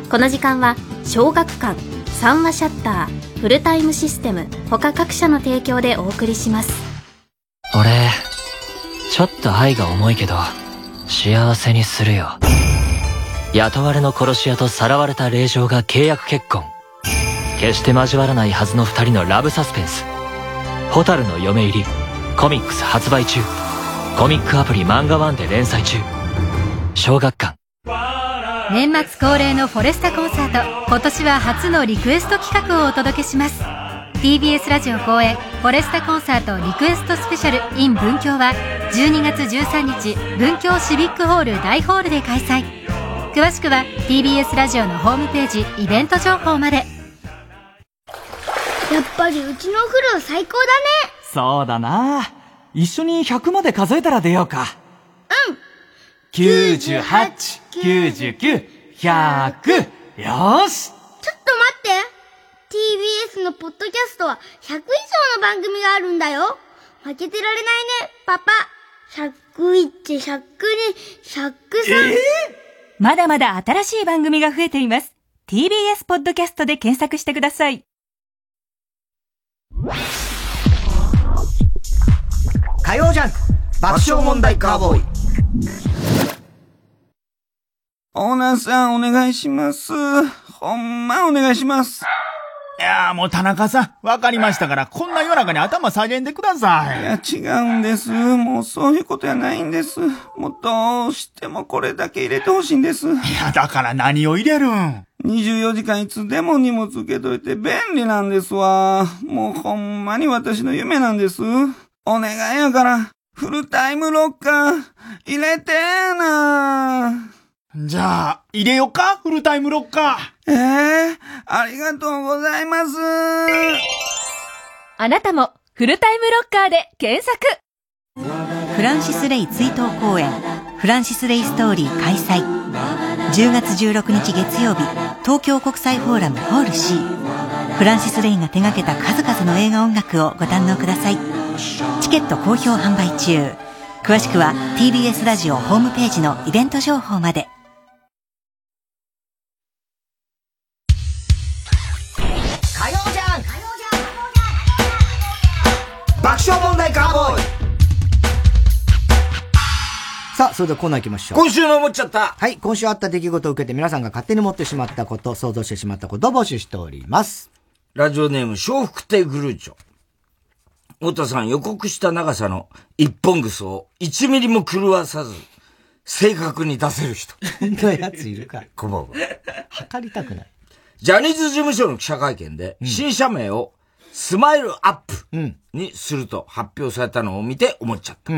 この時間は小学館三話シャッターフルタイムシステム他各社の提供でお送りします俺ちょっと愛が重いけど幸せにするよ雇われの殺し屋とさらわれた令嬢が契約結婚決して交わらないはずの2人のラブサスペンス「蛍の嫁入り」コミックス発売中コミックアプリ「漫画ワンで連載中小学館年末恒例のフォレスタコンサート今年は初のリクエスト企画をお届けします TBS ラジオ公演「フォレスタコンサートリクエストスペシャル in 文京」は12月13日文京シビックホール大ホールで開催詳しくは TBS ラジオのホームページイベント情報までやっぱりうちのお風呂最高だねそうだな一緒に100まで数えたら出ようかうん98,99,100よしちょっと待って !TBS のポッドキャストは100以上の番組があるんだよ負けてられないね、パパ !101、102、103! まだまだ新しい番組が増えています。TBS ポッドキャストで検索してください。火曜ジャンク爆笑問題カーボーイオーナーさん、お願いします。ほんま、お願いします。いやーもう田中さん、わかりましたから、こんな夜中に頭下げんでください。いや、違うんです。もうそういうことやないんです。もうどうしてもこれだけ入れてほしいんです。いや、だから何を入れるん ?24 時間いつでも荷物受けといて便利なんですわ。もうほんまに私の夢なんです。お願いやから、フルタイムロッカー、入れてーなじゃあ、入れよかフルタイムロッカー。ええありがとうございます。あなたもフルタイムロッカーで検索フランシス・レイ追悼公演フランシス・レイストーリー開催10月16日月曜日東京国際フォーラムホール C フランシス・レイが手掛けた数々の映画音楽をご堪能くださいチケット好評販売中詳しくは TBS ラジオホームページのイベント情報まで火曜ジャンク爆笑問題カーボーイさあ、それではコーナー行きましょう。今週の思っちゃったはい、今週あった出来事を受けて皆さんが勝手に持ってしまったこと、想像してしまったことを募集しております。ラジオネーム、笑福亭グルーチョ。太田さん予告した長さの一本草を1ミリも狂わさず、正確に出せる人。のやついるか。こんばんは。測りたくない。ジャニーズ事務所の記者会見で、新社名をスマイルアップにすると発表されたのを見て思っちゃった。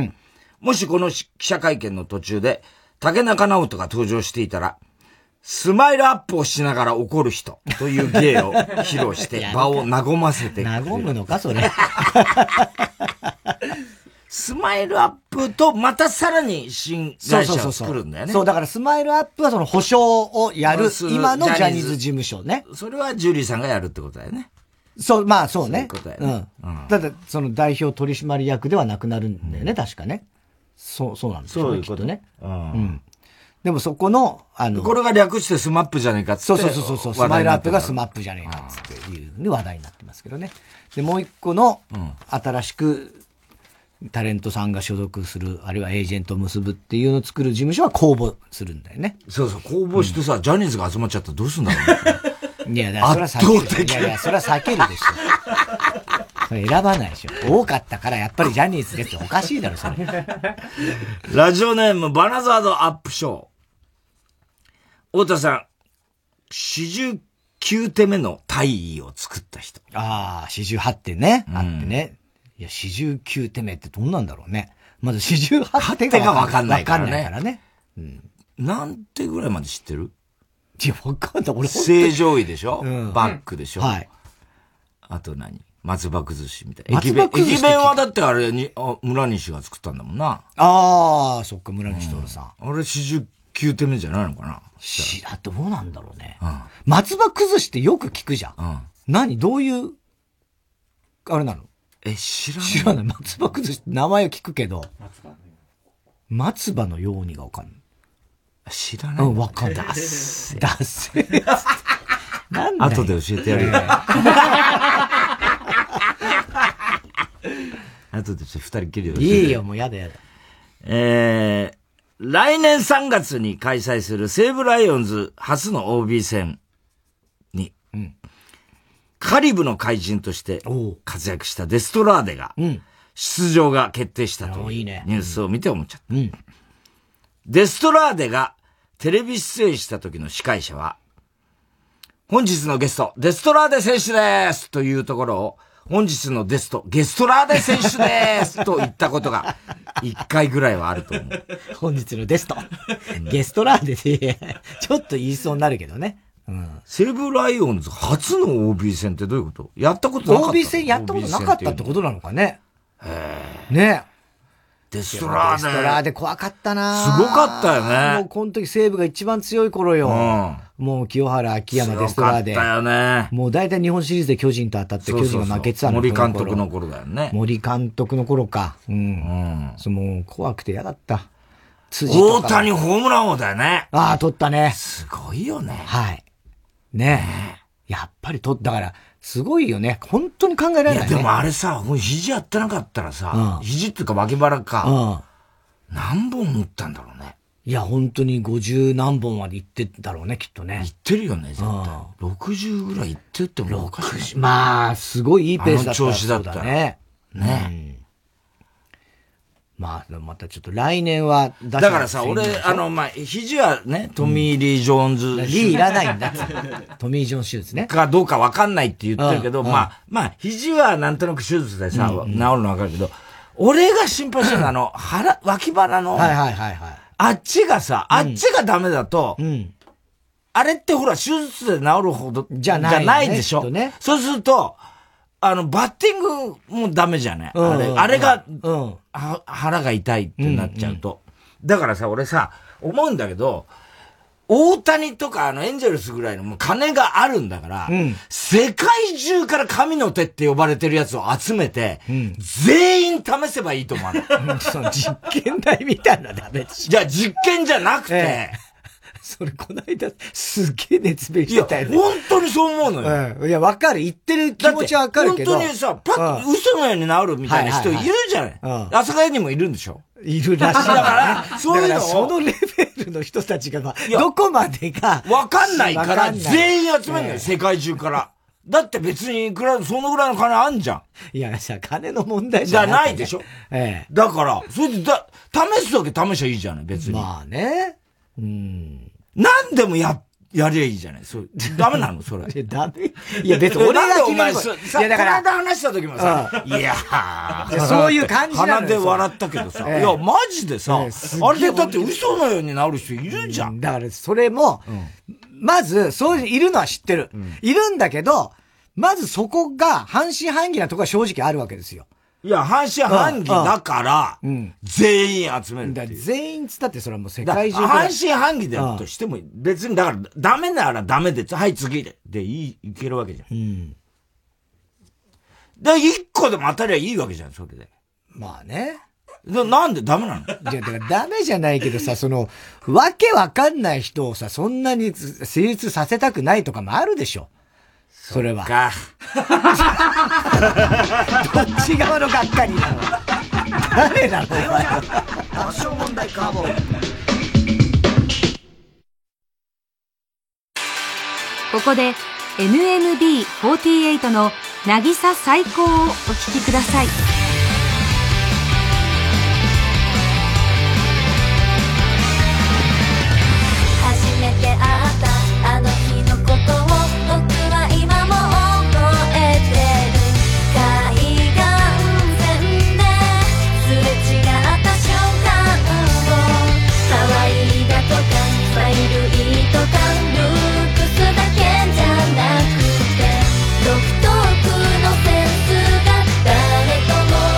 もしこの記者会見の途中で、竹中直人が登場していたら、スマイルアップをしながら怒る人という芸を披露して [LAUGHS] やるか場を和ませて和むのか、[LAUGHS] それ。スマイルアップとまたさらに新会社を作るんだよね。そう、だからスマイルアップはその保証をやるす、る今のジャニージャニーズズ事務所ね。それはジュリーさんがやるってことだよね。そう、まあそうね。そういうことだうんよね。うんただ、その代表取締役ではなくなるんだよね、確かね。そう、そうなんですよね、きっとね。うんうん。でもそこの、あの、これが略してスマップじゃねえかっつって。そうそうそうそう、スマイルアップがスマップじゃねえかかっつっていうで話題になってますけどね。で、もう一個の、新しく、タレントさんが所属する、あるいはエージェントを結ぶっていうのを作る事務所は公募するんだよね。そうそう、公募してさ、ジャニーズが集まっちゃったらどうすんだろうね。いや、だからそれは避ける。圧倒的いやいや、それは避けるでしょ。それ選ばないでしょ。多かったから、やっぱりジャニーズですっておかしいだ [LAUGHS] ろ、それ。 [LAUGHS] ラジオネーム、バナザードアップショー。太田さん、49手目の大位を作った人。ああ、四十八点ね。あってね。いや、四十九手目ってどんなんだろうね。まず四十八手手ががわかんないからねわかんないからね。何手ぐらいまで知ってるいや、わかんない。俺、正常位でしょ、うんバックでしょはい。あと何松葉崩しみたいな。松駅葉弁、崩し駅弁はだってあれに、あ村西が作ったんだもんな。ああ、そっか、村西徹さん。あれ49手目じゃないのかな知ら、どうなんだろうね。松葉崩しってよく聞くじゃん。何どういう、あれなのえ、知らない。知らない。松葉崩しって名前は聞くけど。松葉のようにがわかんない。知らない。うん、わ [LAUGHS] かんない。だっせ。だっせ。なんだ [LAUGHS] よ後で教えてやるよ。 [LAUGHS] 後でちょっと二人きりで教えてやるいいよ、もうやだやだ。えー、来年3月に開催する西武ライオンズ初の OB 戦に、カリブの怪人として活躍したデストラーデが、出場が決定したというニュースを見て思っちゃった。デストラーデがテレビ出演した時の司会者は、本日のゲスト、デストラーデ選手ですというところを、本日のデスト、ゲストラーデ選手ですと言ったことが、一回ぐらいはあると思う。本日のデスト。ゲストラーデで、ちょっと言いそうになるけどね。西武ライオンズ初の OB 戦ってどういうことやったことなかった OB 戦やったことなかったってことなのかね。ねデストラーデ。デストラーデ怖かったなすごかったよねもうこの時西武が一番強い頃よ。もう清原、秋山、デストラーデ。強かったよね。もう大体日本シリーズで巨人と当たって、そうそう巨そう人が負けてたの森こ監の頃督の頃だよね。森監督の頃か。うん。そうもう怖くて嫌だった。辻と大か谷ホームラン王だよね。ああ、取ったね。すごいよね。はい。ねえ。やっぱり取ったから、すごいよね。本当に考えられないいねや、。でもあれさ、もう肘やってなかったらさ、肘っていうか脇腹か、何本打ったんだろうね。いや、本当に50何本まで行ってたろうね、きっとね。行ってるよね、絶対。60ぐらい行ってってもおかしい。まあ、すごいいいペースだったらあの調子だったらそうね。ね、まあ、でもまたちょっと来年は出だからさ、俺、あの、まあ、肘はね、トミー・リー・ジョーンズ。リーいらないんだ。トミー・ジョン手術ね。かどうかわかんないって言ってるけど、うんまあ、まあ、肘はなんとなく手術でさ、うんうん治るのわかるけど、俺が心配してるのは、あの、腹、脇腹の、はいはいはいはい。あっちがさ、あっちがダメだと、あれってほら、手術で治るほど、じゃないよねでしきっとょ、ねそうすると、あの、バッティングもダメじゃない、うんあれ、うんあれが、うん。は腹が痛いってなっちゃうと。だからさ、俺さ、思うんだけど、大谷とかあのエンジェルスぐらいのもう金があるんだから、世界中から神の手って呼ばれてるやつを集めて、全員試せばいいと思わ [LAUGHS] ない。実験台みたいなダメでしじゃあ実験じゃなくて、えそれこの間、すげえ熱弁してたよね。いや本当にそう思うのよ。いや、わかる。言ってる気持ちはわかるけど。本当にさ、パッとうん嘘のように治るみたいな人いるじゃない。はいはいはいうん朝霞にもいるんでしょいるらしい、だからそういうのをだからそのレベルの人たちが、まあ、どこまでが。わかんないから、全員集めるのよ、ええ世界中から。だって別にいくら、そのぐらいの金あんじゃん。いや、さ、金の問題じじゃゃなくてねないでしょええ。だから、それでだ、試すだけ試しゃいいじゃない、別に。まあね。うん。何でもや、やりゃいいじゃない。そう、ダメなの、それ。ダメいや、別に [LAUGHS] 俺がなんで決おめ前、ればそいいさ、いやだからこの間話した時もさ、いやいーやそういう感じなのよ鼻で笑ったけどさ、ええいや、マジでさ、すあれでだって嘘のようになる人いるじゃん。だから、それも、まず、そういう、いるのは知ってる。いるんだけど、まずそこが半信半疑なとこが正直あるわけですよ。いや、半信半疑だから、全員集めるっていう。全員つったってそれはもう世だから界中から半信半疑であるとしても、別に、だから、ダメならダメで、はい、次で、で、いい、いけるわけじゃん。うん。で、一個でも当たりゃいいわけじゃん、それで。まあね。ななんでダメなのいや、だからダメじゃないけどさ、その、わけわかんない人をさ、そんなにつ成立させたくないとかもあるでしょ。それは。か。どっち側のがっかりなの誰なのお前爆笑問題カーボーイここで NMB48 の渚最高をお聴きください初めて会ったあの日のことを僕は今も覚えてる海岸線ですれ違った瞬間を可愛いだとかファイルいいとかルックスだけじゃなくて独特のセンスが誰とも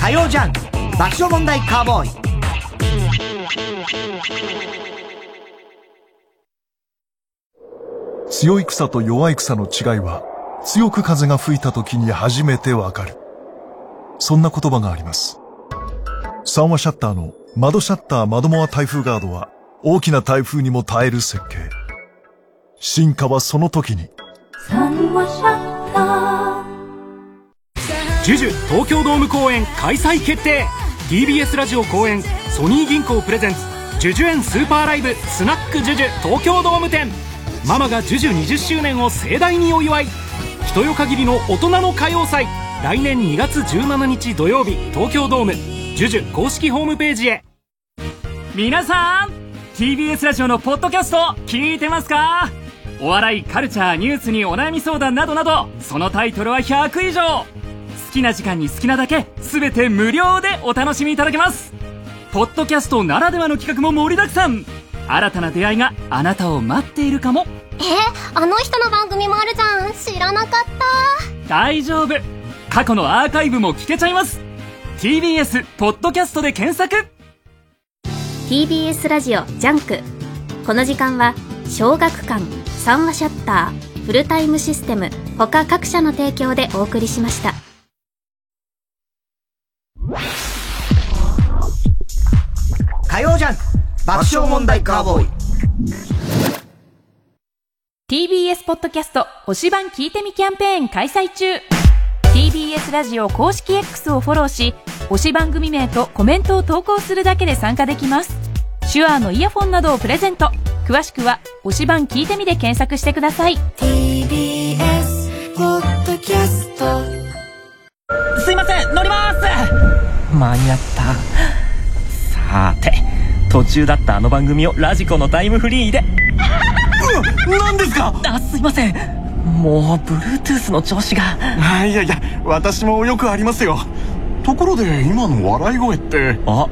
火曜ジャンク爆笑問題カーボーイ強い草と弱い草の違いは、強く風が吹いた時に初めてわかる。そんな言葉があります。三話シャッターの窓シャッター窓モア台風ガードは、大きな台風にも耐える設計。進化はその時に、ジュジュ東京ドーム公演開催決定 TBS ラジオ公演ソニー銀行プレゼンツジュジュ園スーパーライブスナックジュジュ東京ドーム店ママがジュジュ20周年を盛大にお祝い人よ限りの大人の歌謡祭来年2月17日土曜日東京ドームジュジュ公式ホームページへ皆さん TBS ラジオのポッドキャスト聞いてますかお笑いカルチャーニュースにお悩み相談などなどそのタイトルは100以上好きな時間に好きなだけ全て無料でお楽しみいただけますポッドキャストならではの企画も盛りだくさん新たな出会いがあなたを待っているかもえあの人の番組もあるじゃん知らなかった大丈夫過去のアーカイブも聞けちゃいます TBS ポッドキャストで検索 TBS ラジオジャンクこの時間は小学館三話シャッターフルタイムシステム他各社の提供でお送りしました火曜ジャンク爆笑問題カーボーイ TBS ポッドキャスト推し版聞いてみキャンペーン開催中 TBS ラジオ公式 X をフォローし推し番組名とコメントを投稿するだけで参加できます手話のイヤフォンなどをプレゼント詳しくは推し版聞いてみで検索してください TBS ポッドキャストすいません乗ります間に合ったさーて途中だったあの番組をラジコのタイムフリーでうわ何ですかあすいませんもう Bluetooth の調子があいやいや私もよくありますよところで今の笑い声ってあ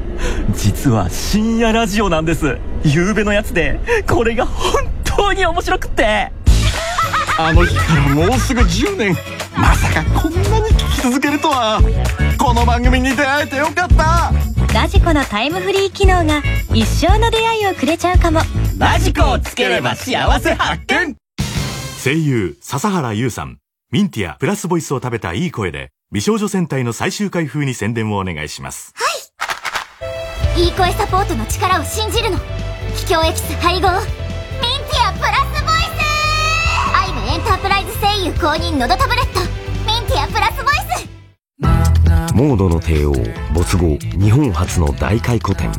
実は深夜ラジオなんです夕べのやつでこれが本当に面白くってあの日からもうすぐ10年まさかこんなに聞き続けるとはこの番組に出会えてよかったラジコのタイムフリー機能が一生の出会いをくれちゃうかもラジコをつければ幸せ発見声優、笹原優さん。ミンティア、プラスボイスを食べたいい声で、美少女戦隊の最終回風に宣伝をお願いします。いい声サポートの力を信じるの秘境エキス配合ミンティアプラスボイスアイムエンタープライズ声優公認のどタブレットミンティアプラスボイスモードの帝王没後日本初の大回顧展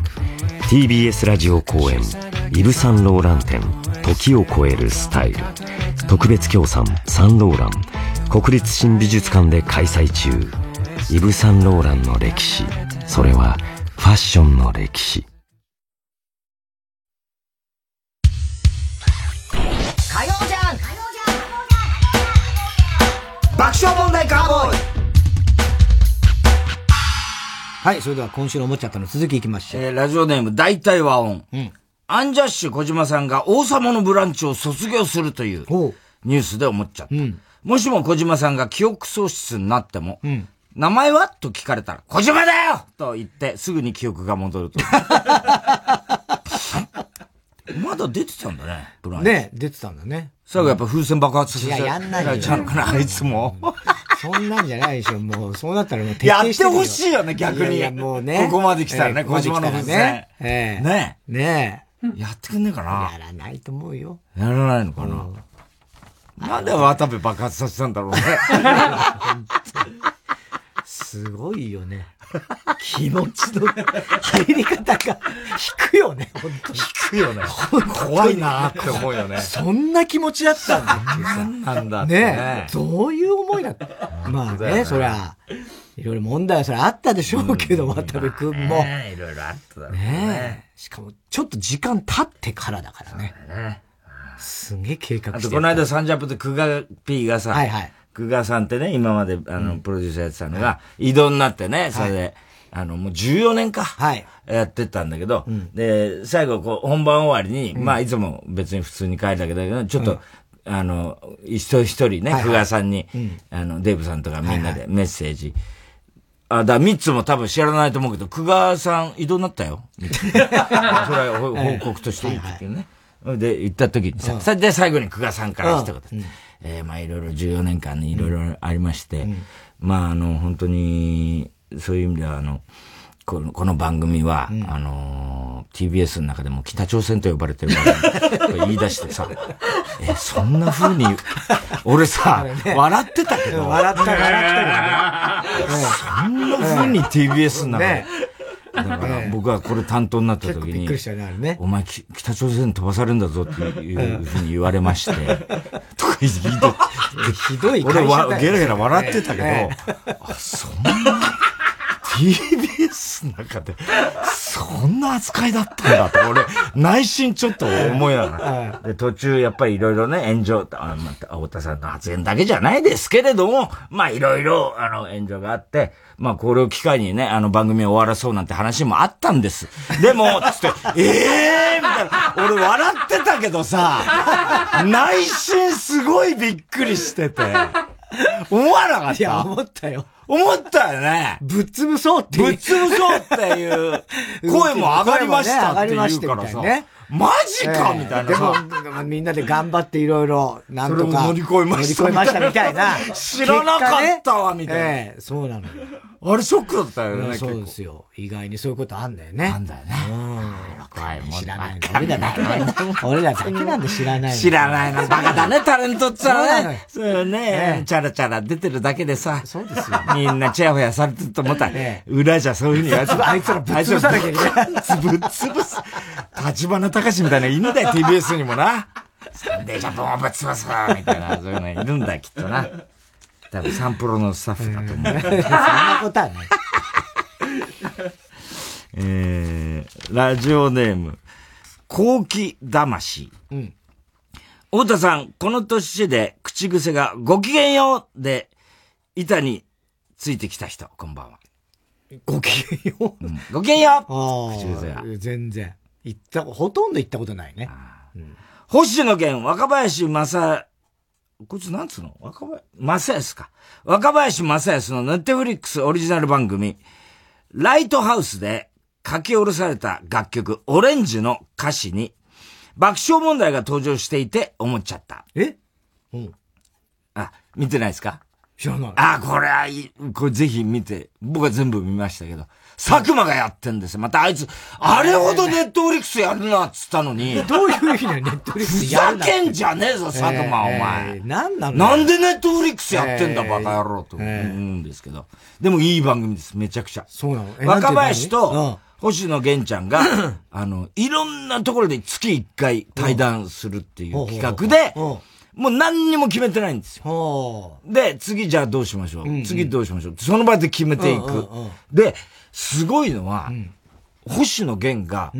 TBS ラジオ公演イヴ・サンローラン展時を超えるスタイル特別協賛サンローラン国立新美術館で開催中イヴ・サンローランの歴史それはファッションの歴史火曜ジャンク爆笑問題カーボーイはい、それでは今週の思っちゃったの続きいきましょう。えーラジオネーム、大体和音。アンジャッシュ小島さんが王様のブランチを卒業するというニュースで思っちゃった。もしも小島さんが記憶喪失になっても、名前はと聞かれたら、小島だよと言って、すぐに記憶が戻ると。 [LAUGHS] まだ出てたんだね、ブランチ。ね出てたんだね。最後やっぱ風船爆発させいややんないよられちゃうのかな、あいつも。そんなんじゃないでしょ。もう、そうなったらもう徹やっ底てしてるよほしいよね、逆に。いやいやもうね。ここまで来たらね、ええ小島のここま風で来た船らね。。ええねねやってくんねえかな。やらないと思うよ。やらないのかな。なんで渡部爆発させたんだろうね。すごいよね。気持ちの入り方が引くよね、本当に。引くよね。怖いなって思うよね。そんな気持ちだったんだってさ。なんだってねねえ、どういう思いだったまあね、そりゃ、いろいろ問題はそれあったでしょうけど、渡部くんも。ねえいろいろあっただろうねね。え。しかも、ちょっと時間経ってからだからね。ねすげえ計画あしと、てるこの間、サンジャポでクガピーがさ、はいはいクガさんってね、今まで、あの、プロデューサーやってたのが、異動になってね、それで、あの、もう14年か、やってたんだけど、で、最後、こう、本番終わりに、うんまあ、いつも別に普通に帰るだけだけど、ちょっと、あの、一人一人ね、はいはい久我さんに、うんあの、デーブさんとかみんなでメッセージ、あ、だ、三つも多分知らないと思うけど、久川さん、異動になっ [LAUGHS] たよ。みたいなそれはほ報告として言ってね。で、行った時にうさ、んそれで最後に久我さんから一言。うんえーまあいろいろ14年間ね、いろいろありまして、まああの、本当に、そういう意味では、あの、このこの番組は、あのー、TBS の中でも北朝鮮と呼ばれて [LAUGHS] るから、と言い出してさ、え、そんな風に、俺さ、笑ってたけど、笑った、笑ったけどね。そんな風に TBS の中でね。だから僕はこれ担当になった時に、お前き北朝鮮飛ばされるんだぞっていうふうに言われまして、とか言って、ひどい会社だ俺よはゲラゲラ笑ってたけど、えあそんな、TBS の中で、そんな扱いだったんだって、俺、内心ちょっと思いなが [LAUGHS] ら。で、途中、やっぱりいろいろね、炎上、あ、また、太田さんの発言だけじゃないですけれども、まあ、いろいろ、あの、炎上があって、まあ、これを機会にね、あの、番組を終わらそうなんて話もあったんです。でも、つって、ええー、みたいな、俺笑ってたけどさ、内心すごいびっくりしてて、思わなかったいや、思ったよ。思ったよね。ぶっ潰そうっていう。ぶっ潰そうっていう声も上がりましたって言うからさ上がりましたみたいねマジかみたいなさでもでも、みんなで頑張っていろいろ、なんとそか。れを乗り越えました。乗り越えましたみたいな知らなかったわみ結た果いなねええそうなのよ。あれショックだったよねうん結構そうですよ。意外にそういうことあんだよね。あんだよね。怖いもん知らないわの。かん俺ならいだけなんだ俺らだけなんで知らないの。知らないの。バカだね、タレントっつうのそうなのはよね。そうえねえ。チャラチャラ出てるだけでさ。そうですよ。 [LAUGHS] みんなチヤホヤされてると思ったらえ、裏じゃそういうふうに言われてあいつらぶっ潰さなきゃいけないあいつらぶっ潰す。立花隆みたいなのいるんだよ、TBS にもな。サンデージャポンをぶっ潰すみたいな、そういうのいるんだよ、きっとな。多分サンプロのスタッフだと思そんう。なことはない。えー、ラジオネーム、後期魂。うん。太田さん、この年で口癖がごきげんようで板についてきた人、こんばんは。ごきげんよう。ごきげんよう口癖あがあ。全然。行った、ほとんど行ったことないね。星野源、若林正、こいつなんつうの若林、正康か。若林正康のネットフリックスオリジナル番組、ライトハウスで書き下ろされた楽曲、オレンジの歌詞に、爆笑問題が登場していて思っちゃった。えうん。あ、見てないですか知らない。あ、これはいい。これぜひ見て。僕は全部見ましたけど。佐久間がやってんですよ。またあいつ、あれほどネットフリックス [LAUGHS] やるなっつったのに。どういう意味なのネットフリックスやるなふざけんじゃねえぞ、佐久間、ええお前。なんなのなんでネットフリックスやってんだ、ええバカ野郎と思うんですけど。でもいい番組です、めちゃくちゃ。そうなのえ若林なんていう番と、星野源ちゃん [CLEARS THROAT] が、あの、いろんなところで月1回対談するっていう企画で、もう何にも決めてないんですよ。で、次じゃあどうしましょうんうんう。次どうしましょうって。その場で決めていうんくうんうん。で、すごいのは、星野源が、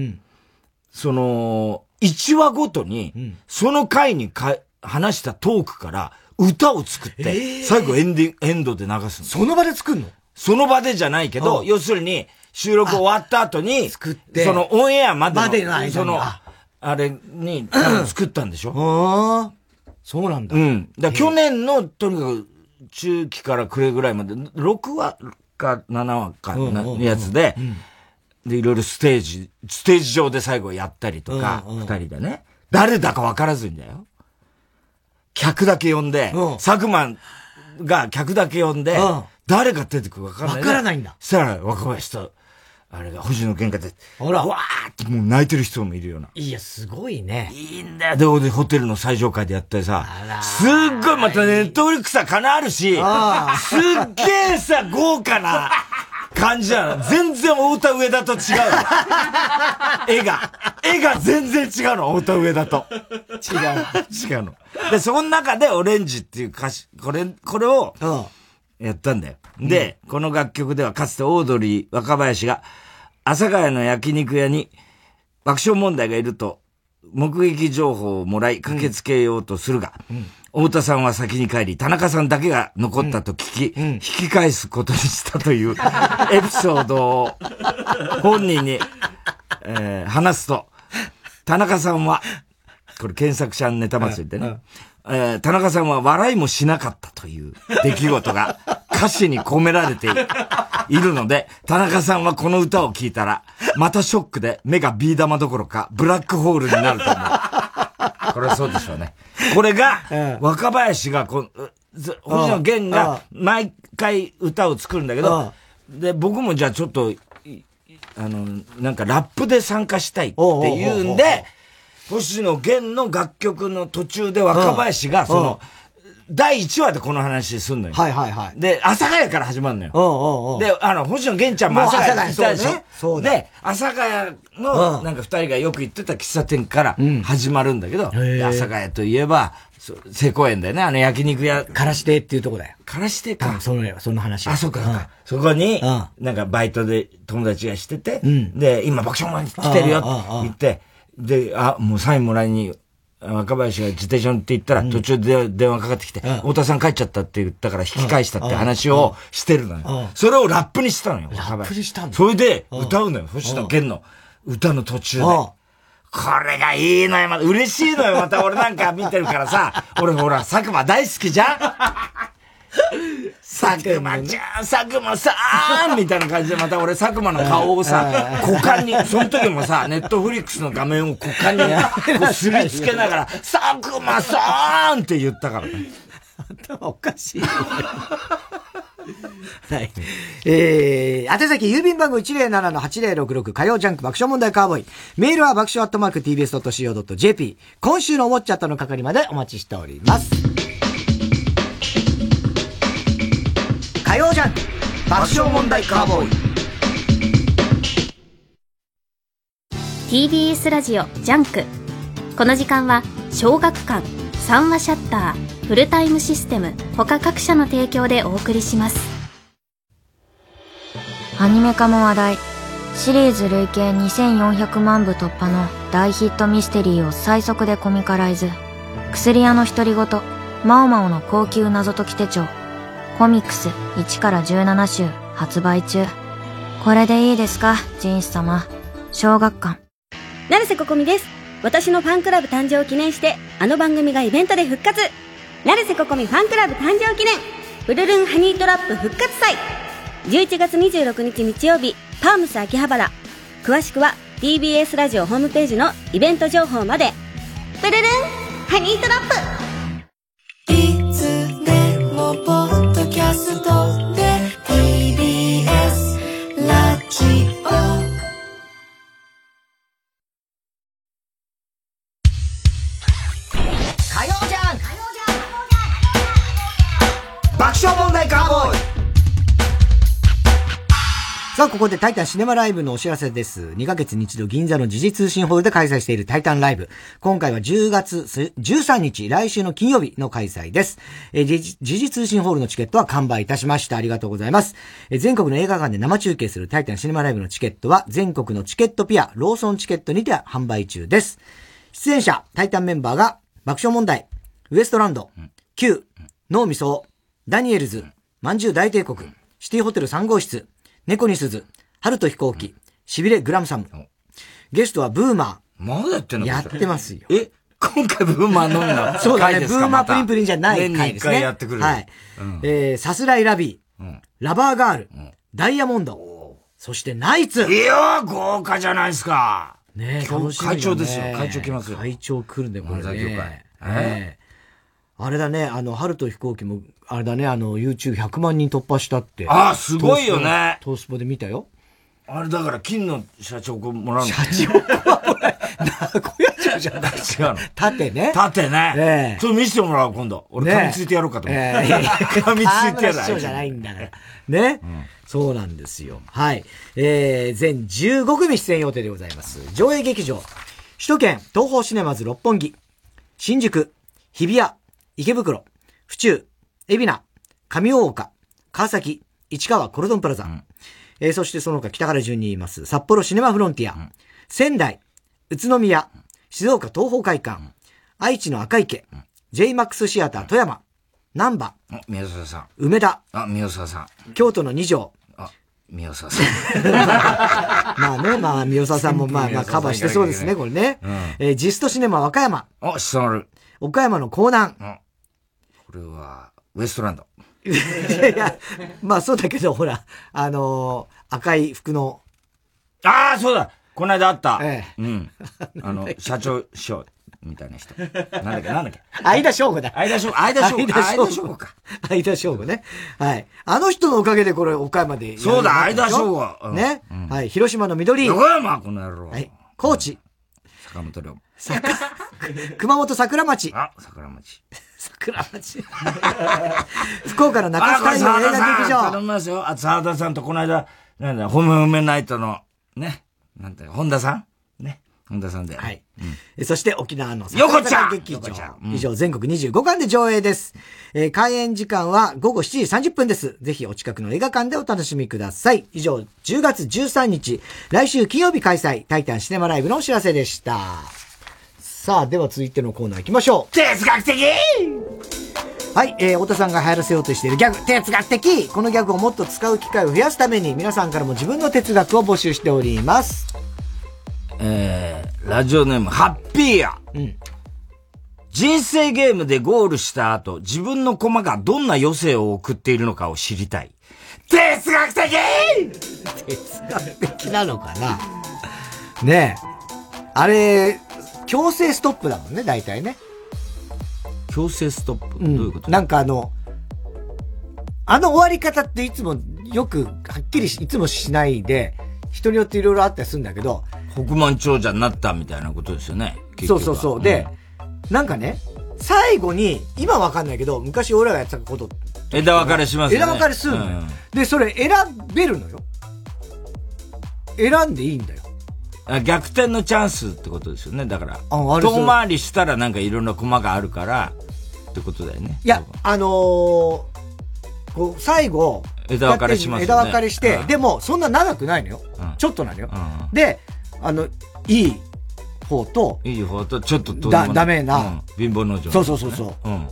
その、1話ごとに、その回にか話したトークから歌を作っえて、ー最後エンディング、エンドで流すの。その場で作るのその場でじゃないけうど、ん要するに、収録終わった後に、作ってそのオンエアまでの、までの間にその、ああれに多分作ったんでしょああ。そうなんだ。うん。だから去年の、とにかく、中期から暮れぐらいまで、6話か7話かうんなうんうんやつで、で、いろいろステージ、ステージ上で最後やったりとか、うんうん二人でね。誰だかわからずにだよ。客だけ呼んで、佐久間が客だけ呼んで、うん誰が出てくるかわからない、わからないんだ。そしたら若林と、あれが星野源が出て、ほら。わーってもう泣いてる人もいるような。いや、すごいね。いいんだで、俺ホテルの最上階でやってさ、すっごいまたネットフリックスは金あるし、すああっげえさ、豪華な感じなの。全然太田上田と違うの。絵が。絵が全然違うの、太田上田と。違う。違うの。で、その中でオレンジっていう歌詞、これ、これを、やったんだよ。で、この楽曲ではかつてオードリー若林が、阿佐ヶ谷の焼肉屋に爆笑問題がいると、目撃情報をもらい駆けつけようとするが、太田さんは先に帰り、田中さんだけが残ったと聞き、引き返すことにしたという [LAUGHS] エピソードを本人に、えー話すと、田中さんは、これ検索者ネ [LAUGHS] タ祭りでね、えー田中さんは笑いもしなかったという出来事が歌詞に込められているいるので、田中さんはこの歌を聴いたら、またショックで目がビー玉どころか、ブラックホールになると思う。これはそうでしょうね。これが、若林がこう、ず星野源が毎回歌を作るんだけど、で、僕もじゃあちょっと、いあの、なんかラップで参加したいっていうんで、星野源の楽曲の途中で若林が、その、第1話でこの話すんのよ。はいはいはい。で、阿佐ヶ谷から始まるのよ。で、あの、星野源ちゃんももう阿佐ヶ谷にいたでしそうょね。そうだで、阿佐ヶ谷うの、んなんか二人がよく行ってた喫茶店から始まるんだけど、へえで阿佐ヶ谷といえば、そ成功園だよね、あの焼肉屋。からしてっていうとこだよ。からしてか。その、その話。あ、そうかそうか。そこに、なんかバイトで友達がしてて、うんで、今爆笑マン来てるよってああああああ言って、で、あ、もうサインもらいに、若林が自転車乗って行ったら、途中で電話かかってきて、太田さん帰っちゃったって言ったから引き返したって話をしてるのうんうよん。それをラップにしたのよ、若林。ラップにしたんだそれで、歌うのよ、星野源の歌の途中で。これがいいのよ、また。嬉しいのよ、また俺なんか見てるから [LAUGHS] さ。俺ほら、佐久間大好きじゃん佐久間ちゃん、佐久間さーんみたいな感じで、また俺佐久間の顔をさ、股間に、その時もさ、ネットフリックスの画面を股間に [LAUGHS] こうすりつけながら、佐久間さーんって言ったからね。頭おかしい。はい。えー、宛先郵便番号107-8066火曜ジャンク爆笑問題カーボーイ。メールは爆笑アットマーク tbs.co.jp。今週のウォッチャットの係までお待ちしております。火曜ジャンク爆笑問題カーボーイ。 TBS ラジオジャンクこの時間は小学館三話シャッターフルタイムシステム他各社の提供でお送りしますアニメ化も話題シリーズ累計2400万部突破の大ヒットミステリーを最速でコミカライズ薬屋の独り言マオマオの高級謎解き手帳コミックス1から17集発売中これでいいですか人種様小学館成瀬ここみです。私のファンクラブ誕生を記念して、あの番組がイベントで復活成瀬ここみファンクラブ誕生記念ブルルンハニートラップ復活祭 !11 月26日日曜日、パームス秋葉原。詳しくは TBS ラジオホームページのイベント情報まで。ブルルンハニートラップいつでもポッドキャストで TBS ラジオ火曜ジャンク爆笑問題カーボーイさあ、ここでタイタンシネマライブのお知らせです。2ヶ月に一度銀座の時事通信ホールで開催しているタイタンライブ。今回は10月す13日、来週の金曜日の開催です。えー時事時事通信ホールのチケットは完売いたしました。ありがとうございます。えー全国の映画館で生中継するタイタンシネマライブのチケットは全国のチケットピア、ローソンチケットにて販売中です。出演者、タイタンメンバーが爆笑問題、ウエストランド、Q、脳みそ、ダニエルズ、まんじゅう大帝国、シティホテル3号室、猫に鈴、春と飛行機、しびれグラムサム。ゲストはブーマー。まだやってんのやってますよ。え今回ブーマー飲んだそうだ回ね。でブすかーマまープたリンプリンじゃない回です年にね。一回やってくれるはい。うんえー、さすらいラビー、ラバーガール、ダイヤモンド、そしてナイツ。いやー、豪華じゃないですか。ねえ今楽日しみよ会ね長ですよ。会長来ますよ。会長来るんで、これ漫才ね協会。ええあれだね、あの、春と飛行機も、あれだね、あの、YouTube100 万人突破したって。ああすごいよねトースポ。トースポで見たよ。あれだから、金の社長こもらうの。社長じゃない違うの。縦ね。縦ね。ちょっと見せてもらおう、今度。俺、ね噛みついてやろうかと思って。ええいやいや噛みついてや河村市ら長じゃないんだから。ね、そうなんですよ。はい。えー、全15組出演予定でございます。上映劇場、首都圏東方シネマズ六本木、新宿、日比谷、池袋、府中、海老名、上大岡、川崎、市川コルドンプラザ。えーそしてその他北から順に言います。札幌シネマフロンティア、仙台、宇都宮、静岡東方会館、愛知の赤池、JMAX シアター富山、南波、あ宮沢さん。梅田、あ、宮沢さん。京都の二条。宮沢さん。 [LAUGHS] まあね、まあ、宮沢さんもまあまあカバーしてそうですね、これね。うんえージストシネマ和歌山。あ、下がる。 [LAUGHS] 岡山の江こ南。れは、ウエストランド。いやいや、まあそうだけど、ほら、あのー赤い服の。ああ、そうだこの間あった。うん。あ [LAUGHS] の、社長師匠みたいな人。なんだっけ、なんだっけ。相田翔吾だ。相田翔吾相田翔吾相田相田翔翔吾吾か。相田翔吾ね。はい。あの人のおかげでこれ、岡山でやるよになったでしょそうだ相田翔吾ねう。んはい。広島の緑。横山この野郎はい。高知。坂本龍馬。さか熊本桜町。桜町。桜 [LAUGHS] 町。福岡の中あこれ津澤海洋映田画劇さん場。頼みますよ。あ、澤田さんとこの間、なんだ、ホメホメナイトの、ね、なんて、本田さんね、本田さんで。はい。そして沖縄の横ちゃん劇場横ちゃんうん以上、全国25巻で上映です。えー開演時間は午後7時30分です。ぜひお近くの映画館でお楽しみください。以上、10月13日、来週金曜日開催、タイタンシネマライブのお知らせでした。さあ、では続いてのコーナー行きましょう。哲学的はい、えー、太田さんが流行らせようとしているギャグ、哲学的このギャグをもっと使う機会を増やすために、皆さんからも自分の哲学を募集しております。えー、ラジオネーム、ハッピーや。人生ゲームでゴールした後、自分の駒がどんな余生を送っているのかを知りたい。哲学的哲学的なのかなねえ。あれ、強制ストップだもんね、大体ね。強制ストップ、どういうことなんかあの、あの終わり方っていつもよく、はっきりしいつもしないで、人によっていろいろあったりするんだけど、億万長者になったみたいなことですよね。結そう局そうはそう。で、、なんかね、最後に、今わかんないけど、昔俺らがやってたこと、うん枝分かれしますよね。枝分かれするのようんで、それ選べるのよ。選んでいいんだよ。あ逆転のチャンスってことですよね。だから。あれそう遠回りしたらなんかいろんな駒があるから、ってことだよね。いや、あのーこう、最後、枝分かれしますよね枝分かれして、うんでも、そんな長くないのよ。うんちょっとなのよ。で、あの、いい方と、いい方と、ちょっとどうだもダメなうん貧乏農場。。そうそうそうそううん。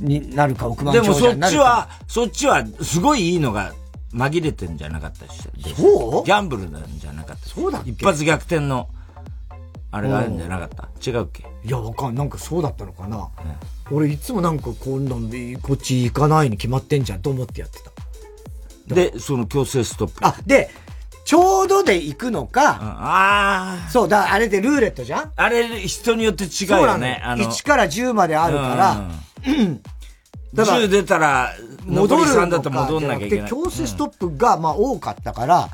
になるか億万で長もそ者っになちるかは、そっちは、すごいいいのが紛れてんじゃなかったでしょ。そうギャンブルなんじゃなかった。そうだっけ一発逆転の、あれがあるんじゃなかった。違うっけいやわかんなんかそうだったのかな、俺いつもなんかこんなんでこっち行かないに決まってんじゃんと思ってやってたで、その強制ストップ。あでちょうどで行くのか、ああそうだあれでルーレットじゃんあれ、人によって違うそうなよのよね。あの1から10まであるから、うんだから10出たら、戻戻るるのか3だと戻んなきゃいけない。じゃくて強制ストップがまあ多かったから、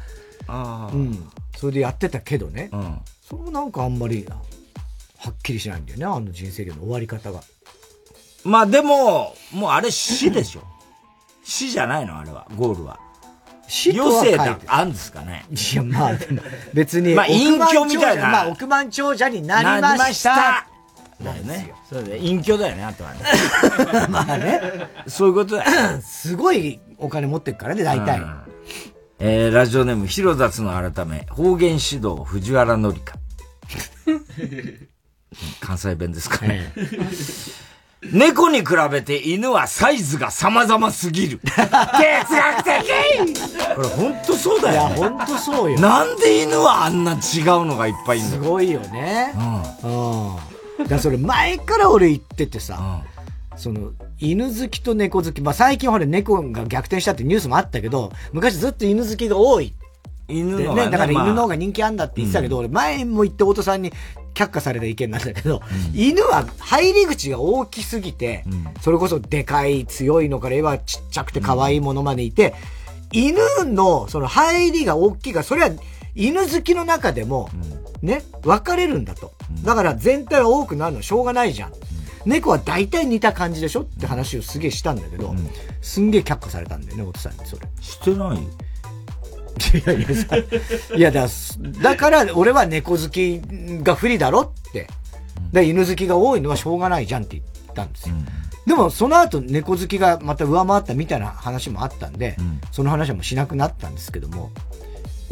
あうーんそれでやってたけどね、うんそれもなんかあんまりはっきりしないんだよねあの人生ゲームの終わり方がまあでも、もうあれ死でしょ。死じゃないのあれは、ゴールは。死とは余生書いだて、あんですかね。いや、まあ、 [LAUGHS] 別にまあ、隠居みたい億万長者まあな。億万長者になりましただよね。そうだよ。隠居だよね、あとはね。 [LAUGHS] まあねそういうことだよ。すごいお金持ってるからね大体、うんえー、ラジオネーム、広雑の改め、方言指導、藤原紀 [LAUGHS] 香。関西弁ですかね。 [LAUGHS] 猫に比べて犬はサイズが様々すぎる。 [LAUGHS] 哲学的これ本当そうだよ、ね。いや本当そうよなんで犬はあんな違うのがいっぱいいるんだすよごいよねううんだからそれ前から俺言っててさ、その犬好きと猫好き、まあ、最近ほら猫が逆転したってニュースもあったけど昔ずっと犬好きが多い犬ねのがねだからまあ犬の方が人気あんだって言ってたけど、俺前も言って太田さんに却下された意見なんだけど、犬は入り口が大きすぎて、それこそでかい強いのから言えばちっちゃくて可愛いものまでいて、犬のその入りが大きいがそれは犬好きの中でも、ね、分かれるんだと。だから全体は多くなるのはしょうがないじゃん。猫は大体似た感じでしょって話をすげえしたんだけど、すんげえ却下されたんだよね、太田さんにそれ。してないよ。いやいやさ、 [LAUGHS] いやだ、だから俺は猫好きが不利だろって。で、犬好きが多いのはしょうがないじゃんって言ったんですよ。でもその後猫好きがまた上回ったみたいな話もあったんで、その話はもうしなくなったんですけども。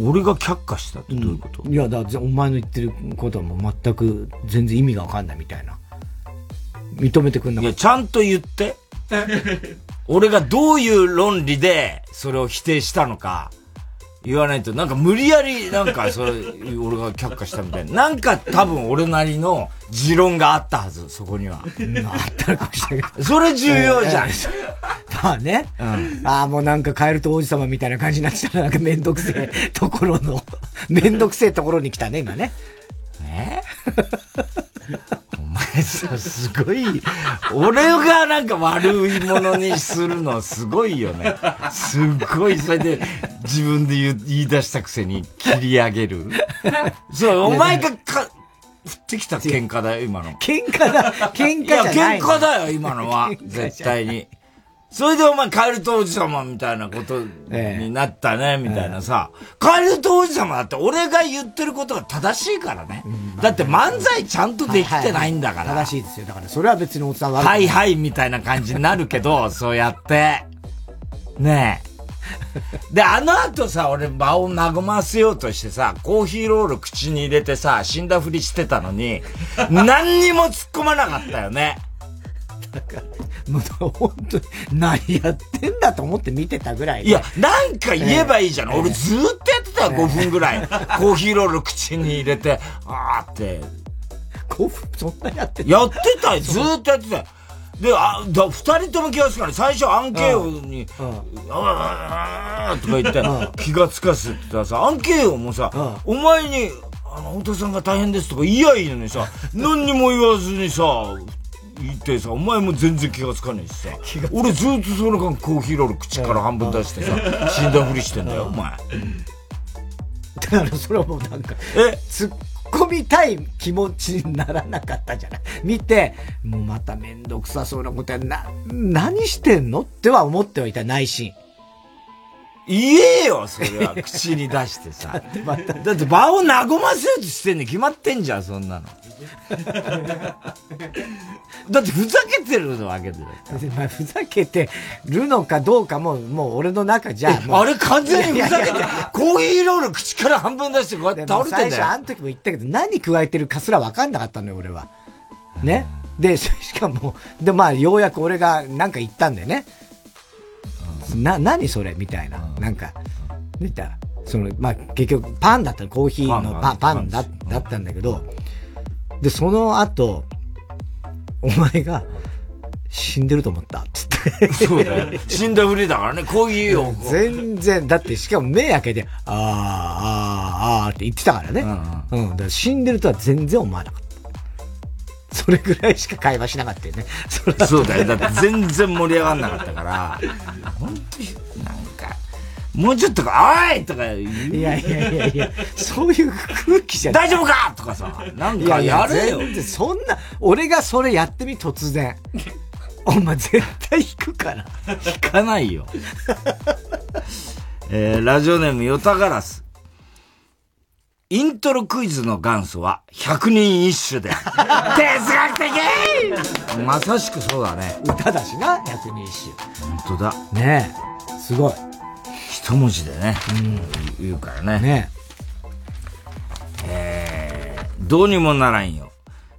俺が却下したってどういうこと、いや、だからお前の言ってることはもう全く全然意味がわかんないみたいな。認めてくんなかった。いや、ちゃんと言って。俺がどういう論理でそれを否定したのか言わないと、なんか無理やり、なんかそれ、俺が却下したみたいな。なんか多分俺なりの持論があったはず、そこには。あったかもしれないそれ重要じゃん。ええ [LAUGHS] まあね。ああ、もうなんかカエルと王子様みたいな感じになってたら、なんかめんどくせえところの、 [LAUGHS] めんどくせえところに来たね、今ね。さすごい、俺がなんか悪いものにするのはすごいよね。すごい、それで自分で言う言い出したくせに切り上げる。そう、お前がか、振ってきた喧嘩だよ、今の。喧 [LAUGHS] 嘩だ、喧嘩じゃない。いや、喧嘩だよ、今のは。絶対に。それでお前、カエルと王子様みたいなことになったね、みたいなさ。カエルと王子様だって俺が言ってることが正しいからね。だって漫才ちゃんとできてないんだから。正しいですよ。だからそれは別におっさん悪くはないはい、みたいな感じになるけど、そうやって。ねえ。で、あの後さ、俺場を和ませようとしてさ、コーヒーロール口に入れてさ、死んだふりしてたのに、何にも突っ込まなかったよね。もう本当に何やってんだと思って見てたぐらいでいや、なんか言えばいいじゃん。俺ずーっとやってたよ、ええ5分ぐらい。コーヒーロール口に入れて、あーって。 5分そんなやってたやってたよ、ずーっとやってたよ。で、あ、だ2人とも気がつかない。最初、アンケーヨに、あーとか言うって、気がつかせてたらさ、アンケーヨもさ、お前に、あの、太田さんが大変ですとか言いやいいのにさ、何にも言わずにさ、言ってさ、お前も全然気がつかないしさ、俺ずーっとその間コーヒーロール口から半分出してさう、ん死んだふりしてんだよ、お前。だからそれはもうなんか、突っ込みたい気持ちにならなかったじゃない。見て、もうまためんどくさそうなことやな、何してんのっては思ってはいた、内心。言えよ、それは。口に出してさ。 [LAUGHS] だって場を和ませようとしてんに決まってんじゃん、そん [LAUGHS] なの。だってふざけてるわけだよ。まあ、ふざけてるのかどうかも、もう俺の中じゃ、えもうあれ完全にふざけていやいやいやコーヒーロール口から半分出してこうやって倒れてんだよでも最初あの時も言ったけど、何加えてるかすら分かんなかったのよ、俺は。ね。で、 [LAUGHS] しかも、で、まあ、ようやく俺がなんか言ったんだよね。な、何それみたいな。なんか、見たらその、まあ、結局、パンだったのコーヒーのパン、パンだだったんだけど、で、その後、お前が、死んでると思った、つって。そうだよ。死んだふりだからね、コーヒーを。全然、だってしかも目開けて、あー、あー、あーって言ってたからね。うん、だから死んでるとは全然思わなかった。それぐらいしか会話しなかったよね。それそうだよ。だって全然盛り上がんなかったから。本当になんか、もうちょっとか、おいとか言う。いやいやいやいや、そういう空気じゃない大丈夫かとかさ、なんいかやいれよ。全然そんな、俺がそれやってみ、突然。お前絶対引くから。引かないよ。えーラジオネーム、ヨタガラス。イントロクイズの元祖は100人一首であ哲学的る。まさしくそうだね。歌だしな、百人一本当だ。ねえ。すごい。一文字でね。言うからね。ねえーどうにもならんよ。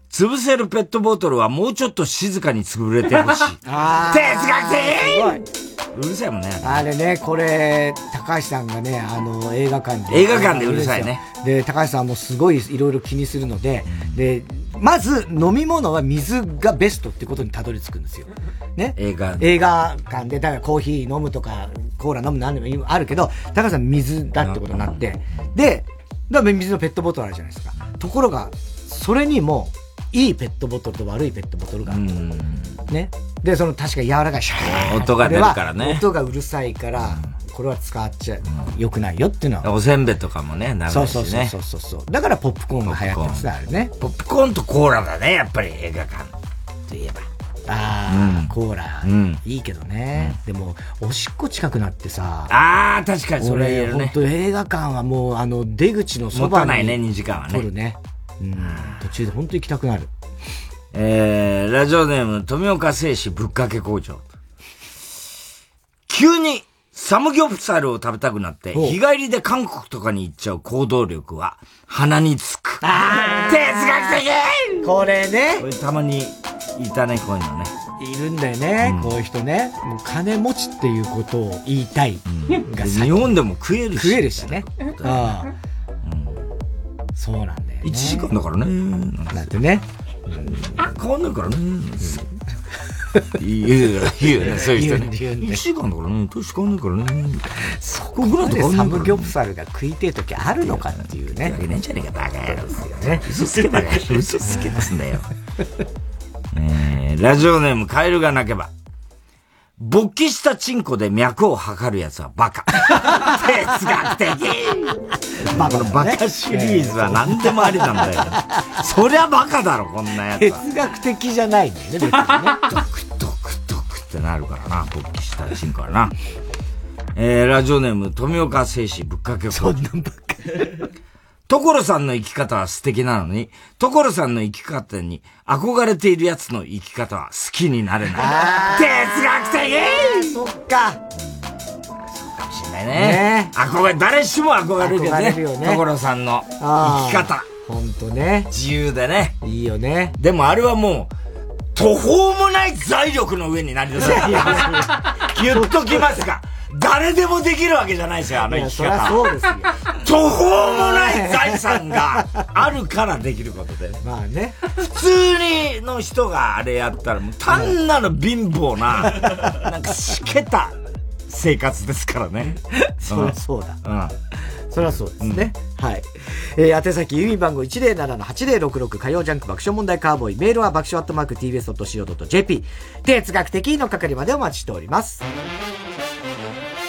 潰せるペットボトルはもうちょっと静かに潰れてほしい。 [LAUGHS] あ哲学的うるさいもんね。あれね、これ、高橋さんがね、あの、映画館で。映画館でうるさいね。で、高橋さんもすごいいろいろ気にするので、で、まず飲み物は水がベストってことにたどり着くんですよ。ね。映画。映画館で、だからコーヒー飲むとか、コーラ飲むなんでもあるけど、高橋さん水だってことになって、で、だから水のペットボトルあるじゃないですか。ところが、それにも、いいペットボトルと悪いペットボトルがあると。ね。で、その確か柔らかいシャー音が出るからねこれは音がうるさいから、これは使っちゃ良くないよっていうのは。おせんべいとかもね、長いしね。そうそうそうそうそう。だからポップコーンが流行ってますね、あれね。ポップコーンとコーラだね、やっぱり映画館といえば。ああ、うんコーラ、うんいいけどね、でも、おしっこ近くなってさ。あー確かにそれは言えるね俺本当映画館はもう、あの、出口のそばに。持たないね二時間はね取るね。うん。途中で本当行きたくなる。えー、ラジオネーム、富岡製紙ぶっかけ工場。急に、サムギョプサルを食べたくなって、ほう日帰りで韓国とかに行っちゃう行動力は、鼻につく。哲学的これね。これたまに、いたね、こういうのね。いるんだよね、こういう人ね。もう金持ちっていうことを言いたい。で日本でも食えるし。食えるしね。ああ。そうなんだよね。 1時間だからね。だってね。変わんないからね。いやいや、いいよね、そういう人ね。言うんだよね1時間だからね、年変わんないからね。そこぐらいなんとで変わんないかサらムギョプサルが食いてえ時あるのかっていうね。いないんじゃねえか、バカ野郎ですよね。嘘つけば [LAUGHS] かり、嘘つけますんだよ。えーラジオネーム、カエルが鳴けば。勃起したチンコで脈を測るやつはバ [LAUGHS] カ。哲学的バカ、このバカシリーズは何でもありなんだよ。そりゃバカだろ、こんなやつは。哲学的じゃないんだよ [LAUGHS] ね、別にね。ってなるからな、勃起したチンコはな。えー、ラジオネーム、富岡製紙ぶっかけそんなばっか。所さんの生き方は素敵なのに、所さんの生き方に憧れている奴の生き方は好きになれない。哲学的そっか。かもしれないね。ね憧れ、誰しも憧れるよ憧ね。れるよね所さんの生き方。ほんとね。自由でね。いいよね。でもあれはもう、途方もない財力の上になり [LAUGHS] だす。言っときますが、誰でもできるわけじゃないですよ、あの生きいや方。そりゃそうですよ途方もない財産があるからできることで。まあね。普通にの人があれやったら、もう単なる貧乏 [LAUGHS] な、なんかしけた生活ですからね。そりゃそうだ。うん。そりゃそうですね。はい。えー、宛先、郵便番号107-8066火曜ジャンク爆笑問題カーボーイ。メールは爆笑アットマーク tbs.co.jp。哲学的の係までお待ちしております。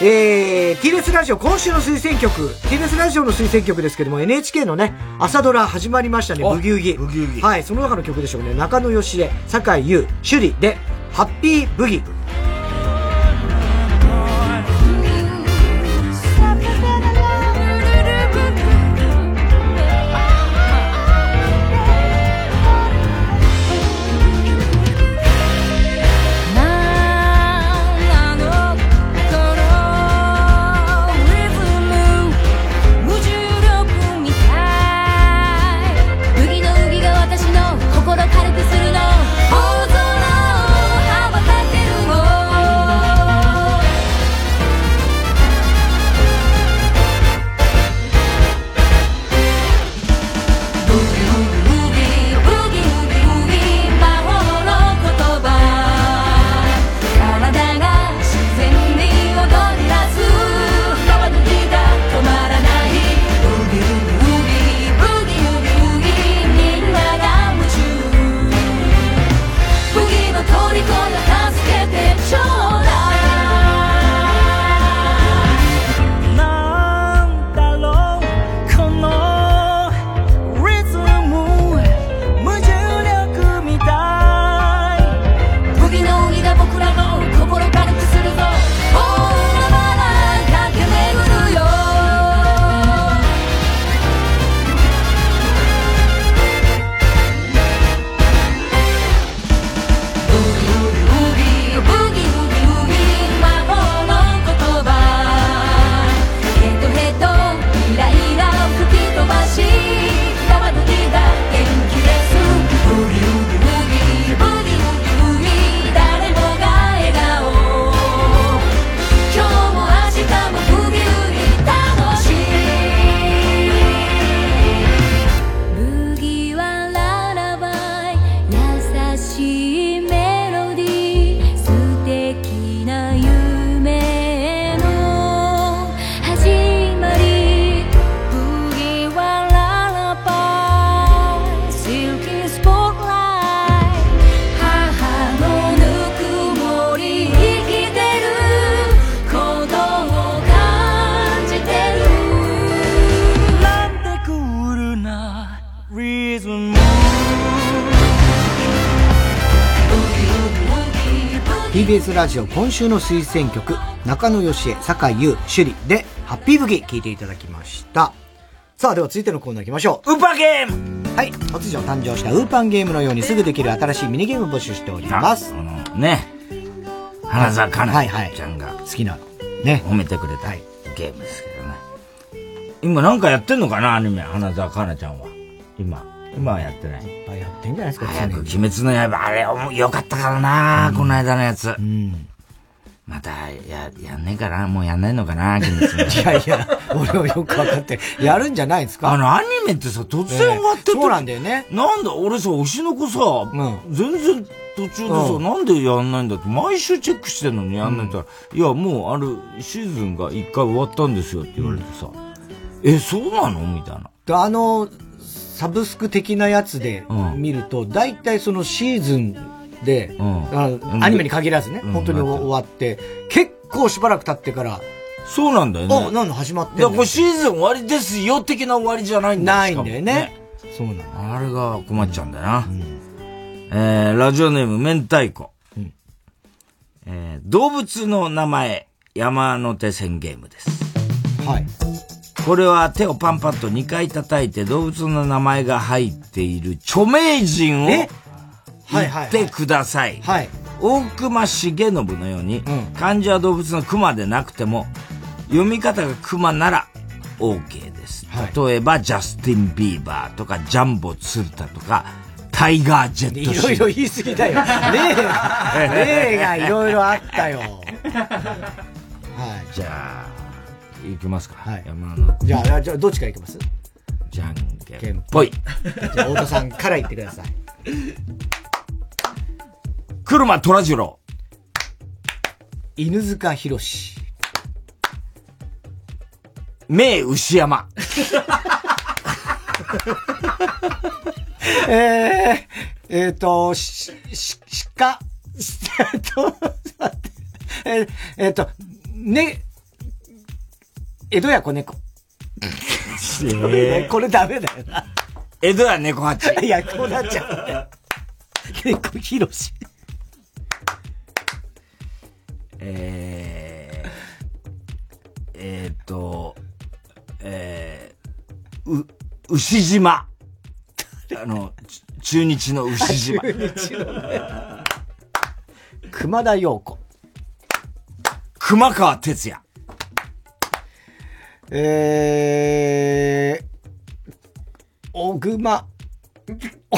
えー、TBS ラジオ、今週の推薦曲、TBS ラジオの推薦曲ですけども、NHK のね、朝ドラ始まりましたね、ブギウギ。はい、その中の曲でしょうね、中野義恵、酒井優、趣里で、ハッピーブギ。あの頃リズム無重力みたい麦の麦が私の心軽くするの大空を羽ばたけるのブギブギブギ魔法の言葉体が自然に踊り出す川の日が止まらないウギウギウギウギウギウギみんなが夢中ブギの虜よ助けてちょうだいなんだろうこのリズム無重力みたいブギの鬼が僕らの心軽くするぞ大海原駆け巡るよブギブギブギブギ魔法の言葉ヘトヘトイライラを吹き飛ばし川の日が元気ですブギブギブギブギブギ誰もが笑顔今日も明日もブギウギ楽しいブギはララバイ優しいメロディー素敵な夢の始まりブギはララバイシルキースポットライト母のぬくもり生きてることを感じてるなんてクールなリズム TBS ラジオ今週の推薦曲中野義恵酒井優趣里で「ハッピーブギ」聴いていただきましたさあでは続いてのコーナー行きましょうウーパーゲームはい突如誕生したウーパンゲームのようにすぐできる新しいミニゲームを募集しておりますね。花澤香はい菜はいちゃんが、好きな、ね。褒めてくれたゲームですけどね。今なんかやってんのかなアニメ、花澤香菜ちゃんは。今。今はやってない。いっぱいやってんじゃないですか早く鬼滅の刃、あれ、おもよかったからな、この間のやつ。うん。また、や、やんねえかなもうやんないのかな現実 [LAUGHS] いやいや、俺はよくわかってる。やるんじゃないですかあの、アニメってさ、突然終わってて、そうなんだよね。なんだ、俺さ、推しの子さ、全然途中でさ、うんなんでやんないんだって、毎週チェックしてんのにやんないって言ったら、いや、もうあれ、シーズンが一回終わったんですよって言われてさ、え、そうなのみたいな。であの、サブスク的なやつで見ると、大体そのシーズンで、あのアニメに限らずね、うん本当に終わって、結構しばらく経ってから、そうなんだよねお、なんだ始まってんだからだこれシーズン終わりですよ的な終わりじゃないんだないんだよね。そうなの。あれが困っちゃうんだよな。えー、ラジオネーム、明太子。えー、動物の名前、山手線ゲームです。はい。これは手をパンパンと2回叩いて動物の名前が入っている著名人を言ってください。大隈重信のように、漢字は動物の熊でなくても、読み方が熊なら OK です。例えば、ジャスティン・ビーバーとか、ジャンボ・鶴田とか、タイガー・ジェット・いろいろ言い過ぎ [LAUGHS] だよ。例が、例がいろいろあったよ。じゃあ、いきますか。はい。山じゃあ、じゃあ、どっちからいきますじゃんけんぽぽいい。じゃあ、太田さんから言ってください。車虎次郎。犬塚博士。名牛山。えー、えーと、し、し、しか、えっと、待って [LAUGHS] えー、えーと、ね、江戸や子猫。これダメだよな。江戸や猫八。いや、こうなっちゃう。猫ひろし。えー、えーっと、えー、う、牛島。あの、ち中日の牛島。中日の熊田陽子。熊川哲也。えー、おぐま。 [LAUGHS] お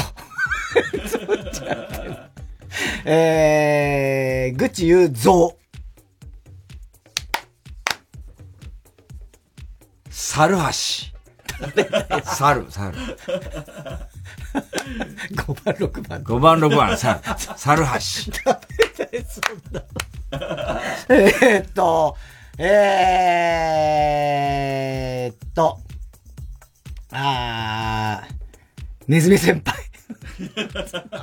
えー、ぐちゆうぞ猿橋。猿、猿。 5番、6番。 5番、6番、猿。猿橋。えーっと、えーっと、あー、ネズミ先輩。 [LAUGHS]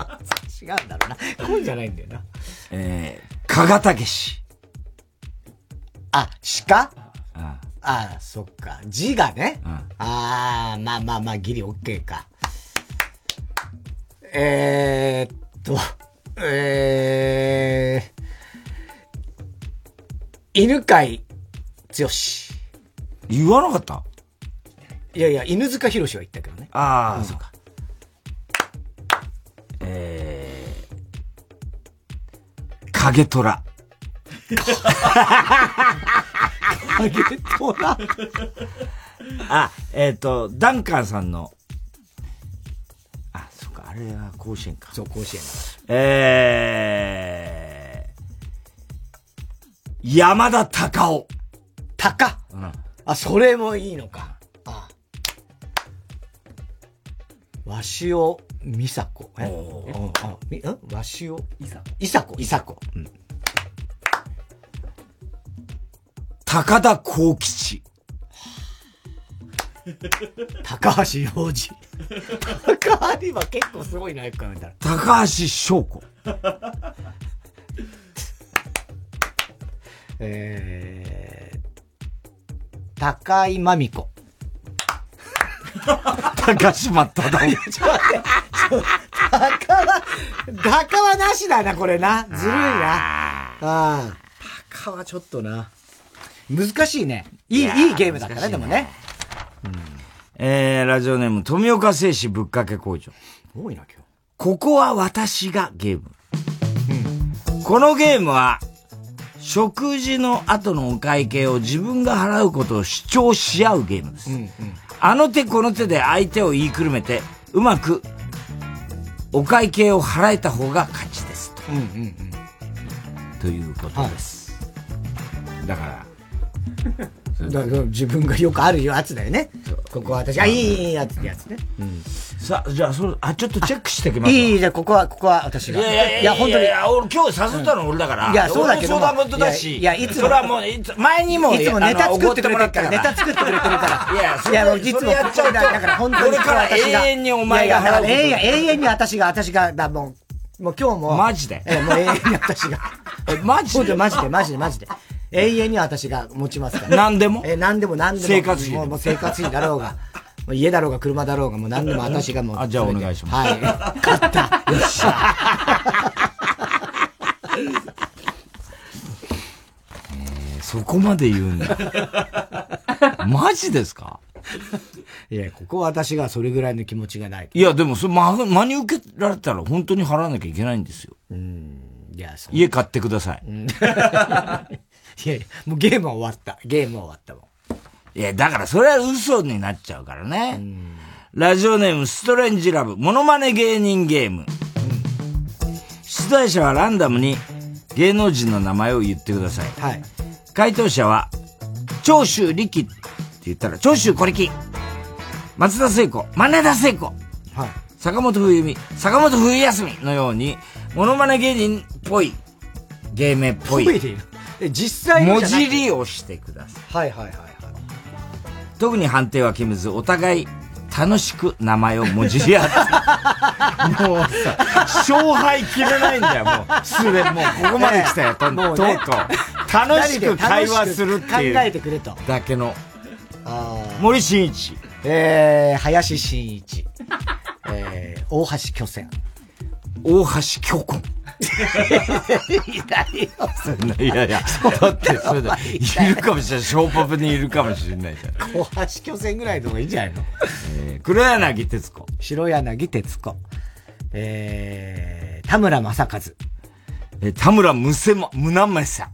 違うんだろうな。こうじゃないんだよな。えー、加賀武史。あ、鹿あー、そっか。字がね。あー、まあまあまあ、ギリオッケーか。えーっと、えー、犬飼剛。言わなかったいやいや、犬塚博士は言ったけどね。ああ、そうか。えー、影虎。影虎 [LAUGHS] あ、えっ、と、ダンカンさんの、あ、そっか、あれは甲子園か。そう、甲子園えー、山田隆夫。鷹うん。あ、それもいいのか。あわしおみさこ。えうんあみんわしおいさこ。いさこ、いさこ。高田幸吉。高橋洋二。高橋は結構すごいな、よく考えたら。高橋翔子。えー、高井真美子。高島忠夫。ちょっと待って。ちょっと鷹は、鷹はなしだな、これな。ずるいな。ああ。鷹はちょっとな。難しいね。いい、いいゲームだったね、でもね。えー、ラジオネーム、富岡製紙ぶっかけ工場。多いな、今日。ここは私がゲーム。このゲームは、食事の後のお会計を自分が払うことを主張し合うゲームです。あの手この手で相手を言いくるめて、うまくお会計を払えた方が勝ちですと。ということです。だから、だから自分がよくあるやつだよね。ここは私、あ、いい、いいやつってやつね。うん。さあ、じゃあ、それ、あ、ちょっとチェックしてきますわ。いい、じゃあここは、ここは私いが。やいやいや、いや、本当に。や俺今日誘ったの俺だから。いやそうだけど俺も相談事だし。いやいやいつもそれはもう、いつ前にも、いつもあのネタ作ってくれてるから奢たネタ作ってくれてるからいや、そいやもれ、ういつもそれやっちゃうと、だから本当にこれから永遠にお前が払うこといやいや、永遠に私が、私が、だもう、もう今日も。マジでええもう永遠に私が。マジでマジで、マジで、マジで。永遠に私が持ちますから。何でもええ、何でも何でも。生活費もうもう生活費だろうが。もう家だろうが車だろうが、もう何でも私がもう。あ、じゃあお願いします。はい。そこまで言うんだ。 [LAUGHS] マジですかいや、ここは私がそれぐらいの気持ちがない。いや、でも、それ、ま、真に受けられたら本当に払わなきゃいけないんですよ。いや、そ家買ってください。いやいや、もうゲームは終わった。ゲームは終わったもん。いや、だからそれは嘘になっちゃうからね。ラジオネームストレンジラブ、モノマネ芸人ゲーム。出題者はランダムに芸能人の名前を言ってください。回答者は、長州力って言ったら、長州小力、松田聖子、真似田聖子、坂本冬美、坂本冬休みのように、モノマネ芸人っぽい、芸名っぽい、ぽいでえ実際文のじゃな字い利用してください。はいはいはいはい。特に判定は決めず、お互い楽しく名前をもじり合って。 [LAUGHS] もうさ、勝敗決めないんだよ、もう。すでもうここまで来たよ、とんもうねとうとう。楽しく会話するっていう。考えてくれと。だけの。森進一。えー、林真一。えー、大橋巨泉。大橋巨根。いないよ、そんな。いやいや、だってそれで、いるかもしれない。ショーパブにいるかもしれないじゃん。大橋巨泉ぐらいの方がいいんじゃないのえー黒柳徹子。白柳徹子。えー、田村正和。えー田村むせま、むなめさ。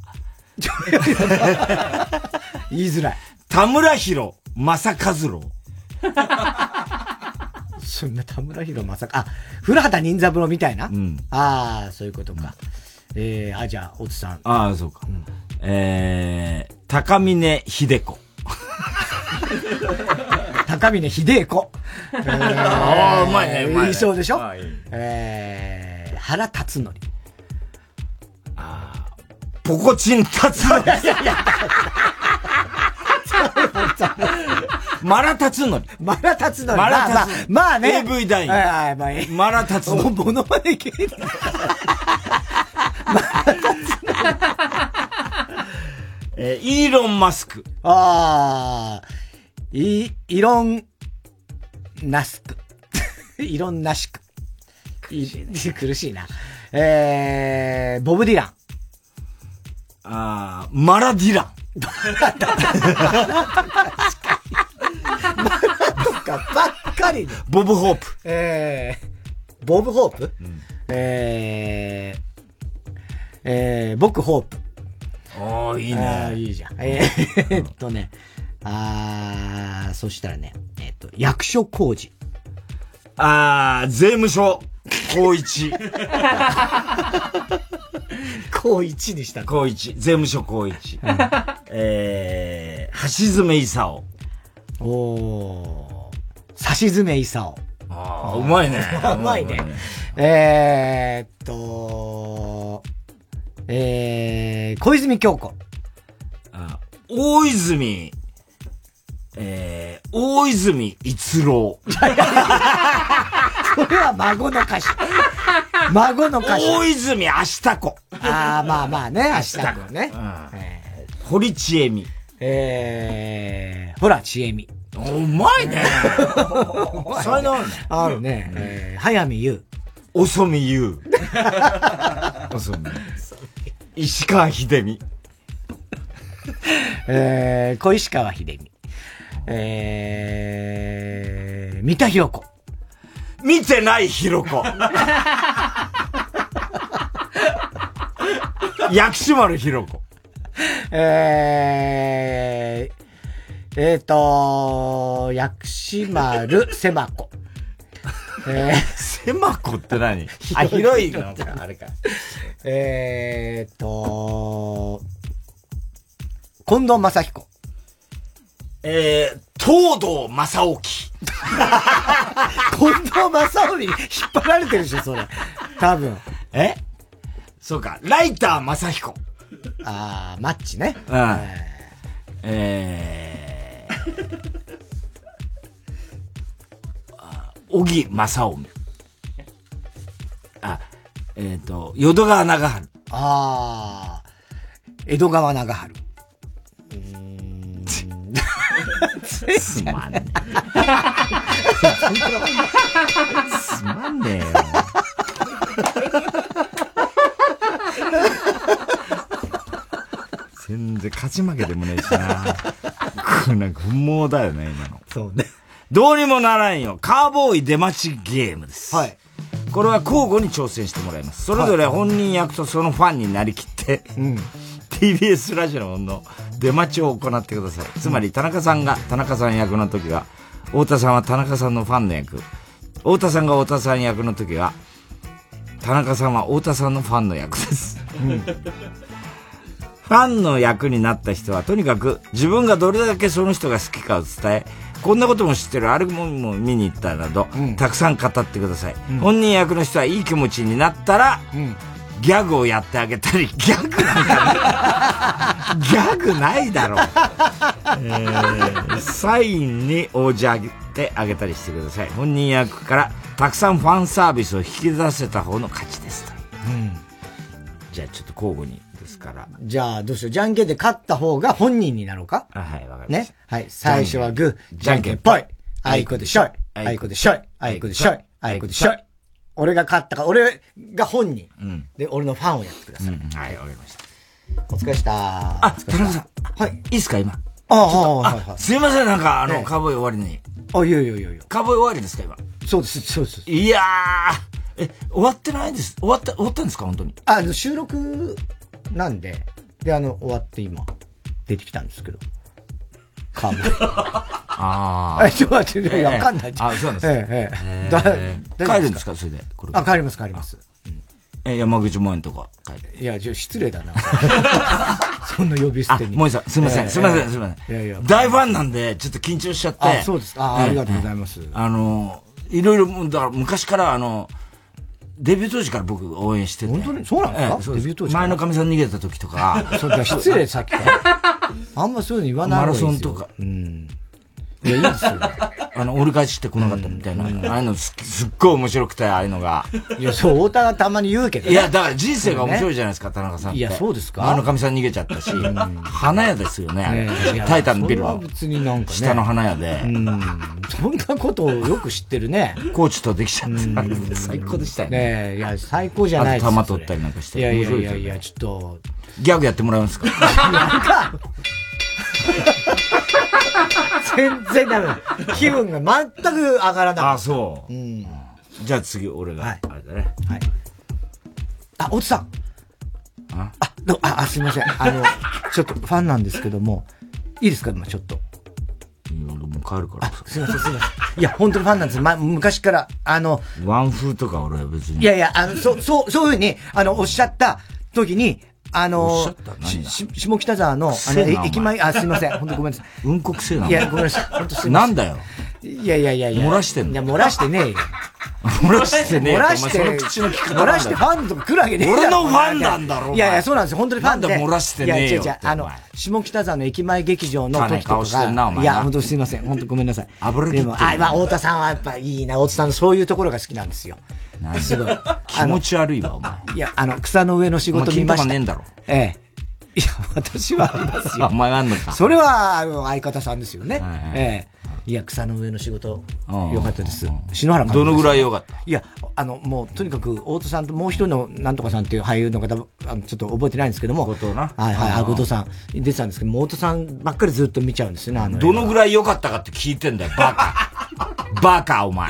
言いづらい。田村博正和郎。そんな田村博正和。あ、古畑任三郎みたいな。ああ、そういうことか。えー、あ、じゃあ、おつさん。ああ、そうか。えー、高峰秀子。高峰秀子。えー [LAUGHS] あーうまいねうまいね言いそうでしょあーいいえー、原辰徳。ポコチン達則。 [LAUGHS] マラタツノリ。マラタツノリ。マラまあタまあツまあね AV 団はいはい員。マラタツノリ。ものまね系 [LAUGHS] えーイーロン・マスク。ああ、い、いろん、なすく。 [LAUGHS] いろんなしく。苦しい [LAUGHS] な。苦しいな。えー、ボブ・ディラン。あーマラディラン。とかばっかりボブ・ホープ。えー、ボブ・ホープ、えー、えー、僕・ホープ。おー、いいあーね。いいじゃん。えー、えっとね、あー、そしたらね、えっと、役所工事。あー、税務署。高一。高一にした。高一。税務署高一。えー、橋爪功。おー、差し爪功。。あー、うまいねうまいね。えーっと、えー、小泉京子。大泉、えー、大泉逸郎。これは孫の歌手。 [LAUGHS] 孫の歌手。大泉明日子。ああ、まあまあね、明日子ね。堀ちえみ。えー、ほら、ちえみ。うまいね。才能あるね。あるね。えー、早見優。遅見 [LAUGHS] 優。遅見。石川秀美。えー、小石川秀美。えー、三田ひろ子。見てないひろ [LAUGHS] こ。薬師丸ひろこ。えー、えーと、薬師丸せまこ。えせまこって何ーあ、広いのか。あれか。えーと、近藤正彦。えー、東堂正興。近藤正興に引っ張られてるでしょ、それ。多分。えそうか、ライター正彦。あー、マッチね。うん。えー、あ小木正臣。あ、えっ、と、淀川長春。あー、江戸川長春。つまんねえつまん [LAUGHS] ねえよ。全然勝ち負けでもねえしな。こんなんか不毛だよね、今の。そうね。どうにもならんよ。カーボーイ出待ちゲームです。はい。これは交互に挑戦してもらいます。それぞれ本人役とそのファンになりきって、TBS ラジオの出待ちを行ってください。つまり田中さんが田中さん役の時は、太田さんは田中さんのファンの役、太田さんが太田さん役の時は、田中さんは太田さんのファンの役です。ファンの役になった人は、とにかく自分がどれだけその人が好きかを伝え、こんなことも知ってる、あれももう見に行ったなど、たくさん語ってください、うん本人役の人はいい気持ちになったら、うん。ギャグをやってあげたり、ギャグなんかねギャグないだろう。えーサインに応じてあげたりしてください。本人役からたくさんファンサービスを引き出せた方の勝ちですと。じゃあちょっと交互にですから。じゃあ、どうしよう。じゃんけんで勝った方が本人になろうか。あはい、わかりましねた。。はい。最初はグー、じゃんけんぽい。あいこでしょい。あいこでしょい。あいこでしょい。あいこでしょい。俺が勝ったから、俺が本人。うん。で、俺のファンをやってください。はい、わかりました。お疲れした。あ、田中さん。はい。いいっすか、今。ああ、はいはい。すいません、なんか、あえの、えカーボーイ終わりに。あ、いやいやいやいや。カーボーイ終わりですか、今。そうです、そうです。いやー、え、終わってないです。終わった、終わったんですか、本当に。あの、収録なんで、で、あの、終わって今、出てきたんですけど。カ [LAUGHS] ーボーイ。あえちょっと待っていやわかんないあ、そうなんですか。ええええだええ大丈帰る夫ですかんですか、それで。これあ、帰ります、帰ります。え、山口萌えんとか帰る。いや、じゃあ失礼だ [LAUGHS] な。そんな呼び捨あ、てに。萌えさん、すいませええん、すいません、すいませいやいやん。大ファンなんで、ちょっと緊張しちゃって。あそうですかあええありがとうございますええあの、いろいろ、だから昔から、あの、デビュー当時から僕応援してて。本当にそうなんですか。デビュー当時前のかみさん逃げた時とか [LAUGHS] そうだ失礼さっ [LAUGHS] きから。あんまそういうの言わないマラ方がいいですよソンとか。うん。いや、いいですよ。 [LAUGHS] あの、折り返ししてこなかったみたいな。ああいうのすすっごい面白くて、ああいうのが。いや、そう、太田がたまに言うけどね。いや、だから人生が面白いじゃゃないですか、田中さんって。いやそうですか前の神さん逃げちゃったし、花屋ですよね、あれねえいやタイタンのビルそれのは別になんかね下の花屋で。そんなことをよく知ってるね。コーチとできちゃって、最高でしたよね。ねえ、いや、最高じゃないあでとす玉取ったりなんかしいて。やいや面白いでやすいよや、ねちょっと、ギャグやってもらえますかなんか、全然ダメだ。気分が全く上がらない。あ、そう。うん。じゃあ次、俺が、あれだね。はい。あ、おつさん。あどあ、あ、すいません。[LAUGHS] あの、ちょっとファンなんですけども、いいですか今ちょっと。うん俺もう帰るから。すいません、すいません。いや、本当にファンなんです。ま、昔から、あの、ワン風とか俺は別に。いやいや、あの、そう、そう、そういうふうに、あの、おっしゃった時に、あおっしゃのっ、しし下北沢の、あせえなおの、前駅前、あ、すいません、本当ごめんなさい。うんこくせえな。いやごめんなさい本当すいまなせんんだよ。いやいやいやいや。漏らしてんのいや、漏らしてねえよ。漏らしてねえ漏らして、お前その口の利き方なんだよ漏らしてファンとか来るわけねえだろ俺のファンなんだろお前いやいや、そうなんですよ。本当にファンで。なんで漏らしてねえよいや、違う違っう。あの、下北沢の駅前劇場の時と汚い顔かしてんなお前ないや、本当すいません。本当ごめんなさい。油切でってるも、あ、まあ、太田さんはやっぱいいな。太田さんのそういうところが好きなんですよ。なんすごい。気持ち悪いわ、お前。いや、あの、草の上の仕事見ました。お前金玉ねえんだろ。ええ。いや、私はありますよ。お前があんのか。それは、あの、相方さんですよね。はいはいええ。いや、草の上の仕事、うんよかったです。篠原監督どのぐらい良かったいや、あの、もう、とにかく、太田さんともう一人のなんとかさんっていう俳優の方、あのちょっと覚えてないんですけども。後藤なはいはい、うあん後藤さん。出てたんですけども、太田さんばっかりずっと見ちゃうんですよね、あの映画。どのぐらい良かったかって聞いてんだよ、バ [LAUGHS] カ。バカ、お前。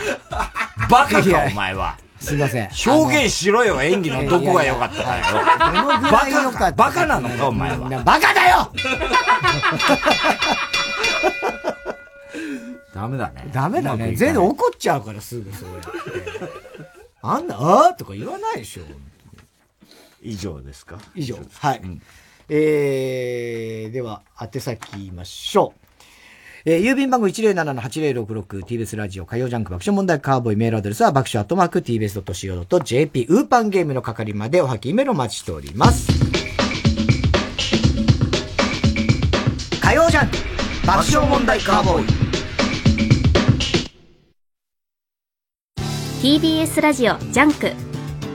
バカいやか、お前は。すいません。表現しろよ、演技のどこが良かったかよ。どのぐらい良かったバカなのか、お前は。バカだよダメだね。ダメだうまくね。いかな全い然怒っちゃうから、すぐそれ。あんな、あーとか言わないでしょ。以上ですか以上。はい。えー、では、宛先言いましょう。えー郵便番号 107-8066TBS ラジオ火曜ジャンク爆笑問題カーボーイメールアドレスは爆笑アットマーク TBS.CO.JP ウーパンゲームの係までおはきメールお待ちしております。火曜ジャンク爆笑問題カーボーイ TBS ラジオジャンク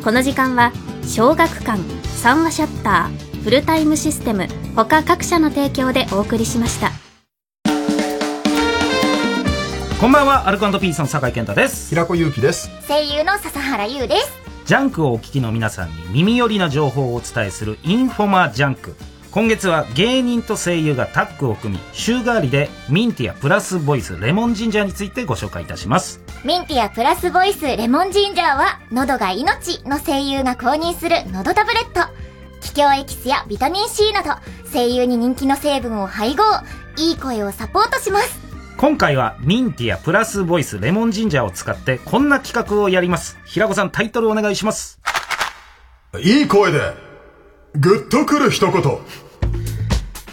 この時間は小学館三話シャッターフルタイムシステム他各社の提供でお送りしましたこんばんは、アルコピースの酒井健太です。平子祐希です。声優の笹原優ですジャンクをお聞きの皆さんに耳寄りな情報をお伝えするインフォマジャンク。今月は芸人と声優がタッグを組み、週替わりでミンティアプラスボイスレモンジンジャーについてご紹介いたします。ミンティアプラスボイスレモンジンジャーは、喉が命の声優が公認する喉タブレット。気境エキスやビタミン C など、声優に人気の成分を配合、いい声をサポートします。今回はミンティアプラスボイスレモンジンジャーを使ってこんな企画をやります。平子さんタイトルお願いします。いい声で、グッとくる一言。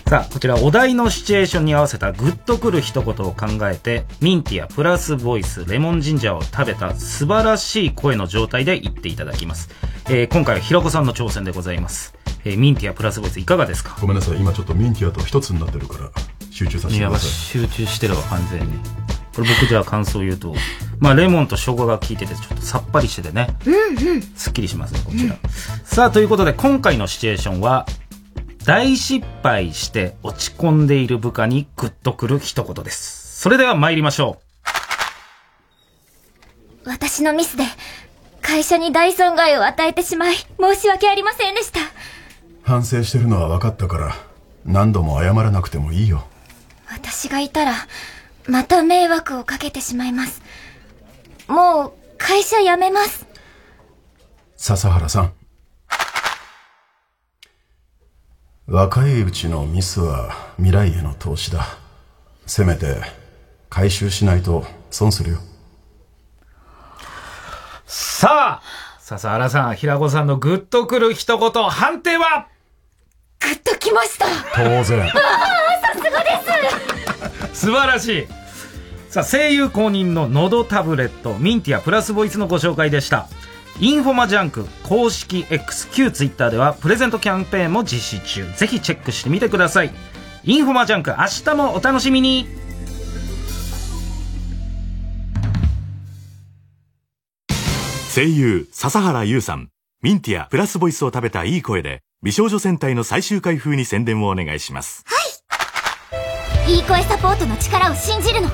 さあ、こちらお題のシチュエーションに合わせたグッとくる一言を考えて、ミンティアプラスボイスレモンジンジャーを食べた素晴らしい声の状態で言っていただきます。えー今回はひろこさんの挑戦でございます。えーミンティアプラスボイスいかがですかごめんなさい、今ちょっとミンティアと一つになってるから、集中させてやくばだいさ集中してるわ、完全に。これ僕じゃあ感想を言うと、まあレモンと生姜が効いててちょっとさっぱりしててね、い。うんすっきりしますね、こちら。さあ、ということで今回のシチュエーションは、大失敗して落ち込んでいる部下にグッとくる一言です。それでは参りましょ私のミスで、会社に大損害を与えてしまい、申し訳ありませんでした。反省してるのは分かったから、何度も謝らなくてもいいよ。私がいたら、また迷惑をかけてしまいます。もう、会社辞めます。笹原さん。若いうちのミスは未来への投資だ。せめて、回収しないと損するよ。う。さあ、笹原さん、平子さんのグッとくる一言、判定はグッときました当然ああ、さすがです素晴らしいさあ声優公認の喉タブレットミンティアプラスボイスのご紹介でしたインフォマジャンク公式 X 旧 Twitter ではプレゼントキャンペーンも実施中ぜひチェックしてみてくださいインフォマジャンク明日もお楽しみに声優、笹原優さん、ミンティア、プラスボイスを食べたいい声で、美少女戦隊の最終回風に宣伝をお願いします。いい声サポートの力を信じるの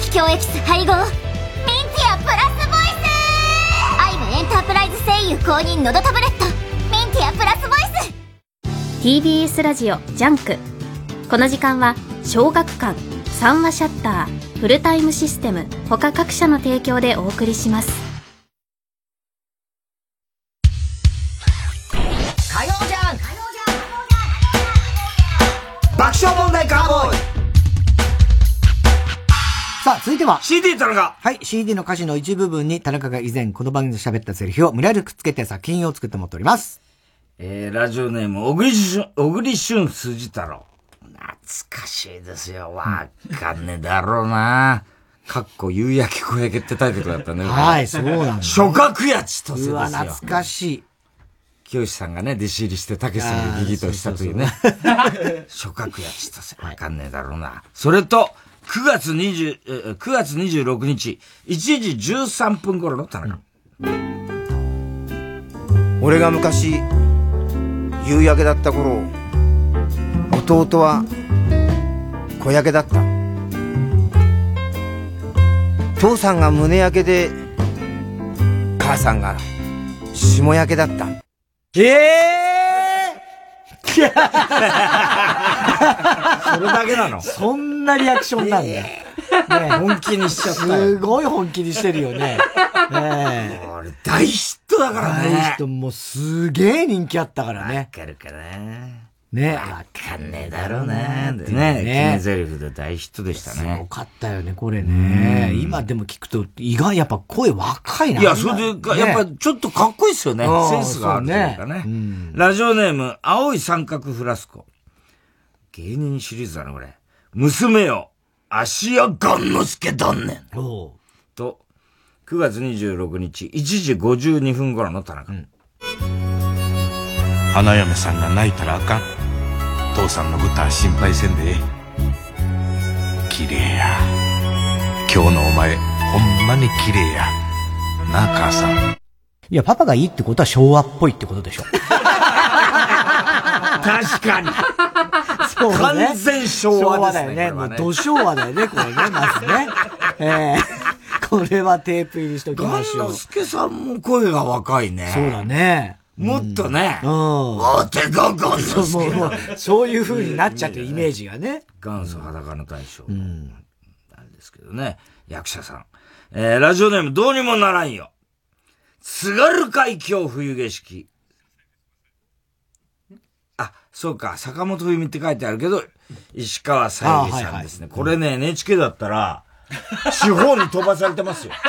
気境エキス配合ミンティアプラスボイスアイムエンタープライズ声優公認のどタブレットミンティアプラスボイス TBS ラジオジャンクこの時間は小学館三話シャッターフルタイムシステム他各社の提供でお送りします火曜じゃん爆笑問題カーボーイさあ、続いては。 CD 田中はい、CD の歌詞の一部分に田中が以前この番組で喋ったセリフを無理やりくっつけて作品を作って持っております。えー、ラジオネーム、小栗旬、小栗旬辻太郎。懐かしいですよ。わかんねえだろうな。かっこ、夕焼け小焼けってタイトルだったね。はい、そうなんだ。諸角やちとせですうよ。わ、懐かしい。清さんがね、弟子入りして、たけしさんにギギとしたというね。諸角やちとせ、わかんねえだろうな。それと、9月20、えー9月26日、1時13分頃の田中。俺が昔夕焼けだった頃弟は小焼けだった父さんが胸焼けで母さんが下焼けだったええそれだけなのそんなリアクションなんだ。ねえ本気にしちゃった。すごい本気にしてる [LAUGHS] よね。ねえ大ヒットだからね大ヒット、もうすげえ人気あったからね。わかるかなね。わかんねえだろうなーってね。ねね決め台詞で大ヒットでしたね。よかったよね、これね。今でも聞くと、意外やっぱ声若いな。いや、それでか、ねやっぱちょっとかっこいいっすよね。うんセンスがあるというかね。ラジオネーム、青い三角フラスコ。芸人シリーズだね、これ。娘よ、足屋ガンの助だんねん。と、9月26日、1時52分頃の田中。花嫁さんが泣いたらあかん父さんのことは心配せんでええ綺麗や今日のお前ほんまに綺麗やなあ母さんいや、パパがいいってことは昭和っぽいってことでしょ。確かに。そうね完全昭和ですね。昭和だよね。こもれはう、土昭和だよね、これね、まず [LAUGHS] ね。ええこれはテープ入りしときましょう。ガンノスケさんも声が若いね。そうだね。もっとね。うん。お手がガンそノうスもケうもうそういう風になっちゃってるイメージがね。元祖裸の大将。なんですけどね。役者さん。えー、ラジオネームどうにもならんよ。津軽海峡冬景色。あ、そうか、坂本冬美って書いてあるけど、石川さゆりさんですね。これね、NHK だったら、地方に飛ばされてますよ。 [LAUGHS]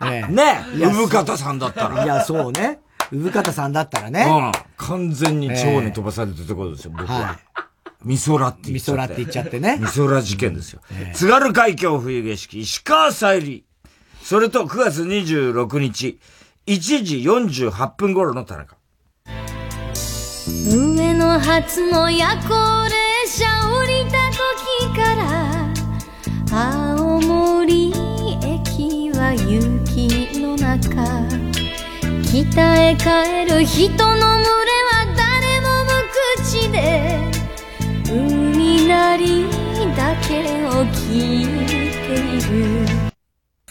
ねねいや産方さんだったら。いや、そうね。産方さんだったらね。うん。完全に地方に飛ばされてるってことですよ、僕は。ミソラって言っちゃって。美空って言っちゃってねミソラ事件ですよ。津軽海峡冬景色、石川さゆり。それと9月26日、1時48分頃の田中。上野発の夜行列車降りた時から青森駅は雪の中北へ帰る人の群れは誰も無口で海なりだけを聞いている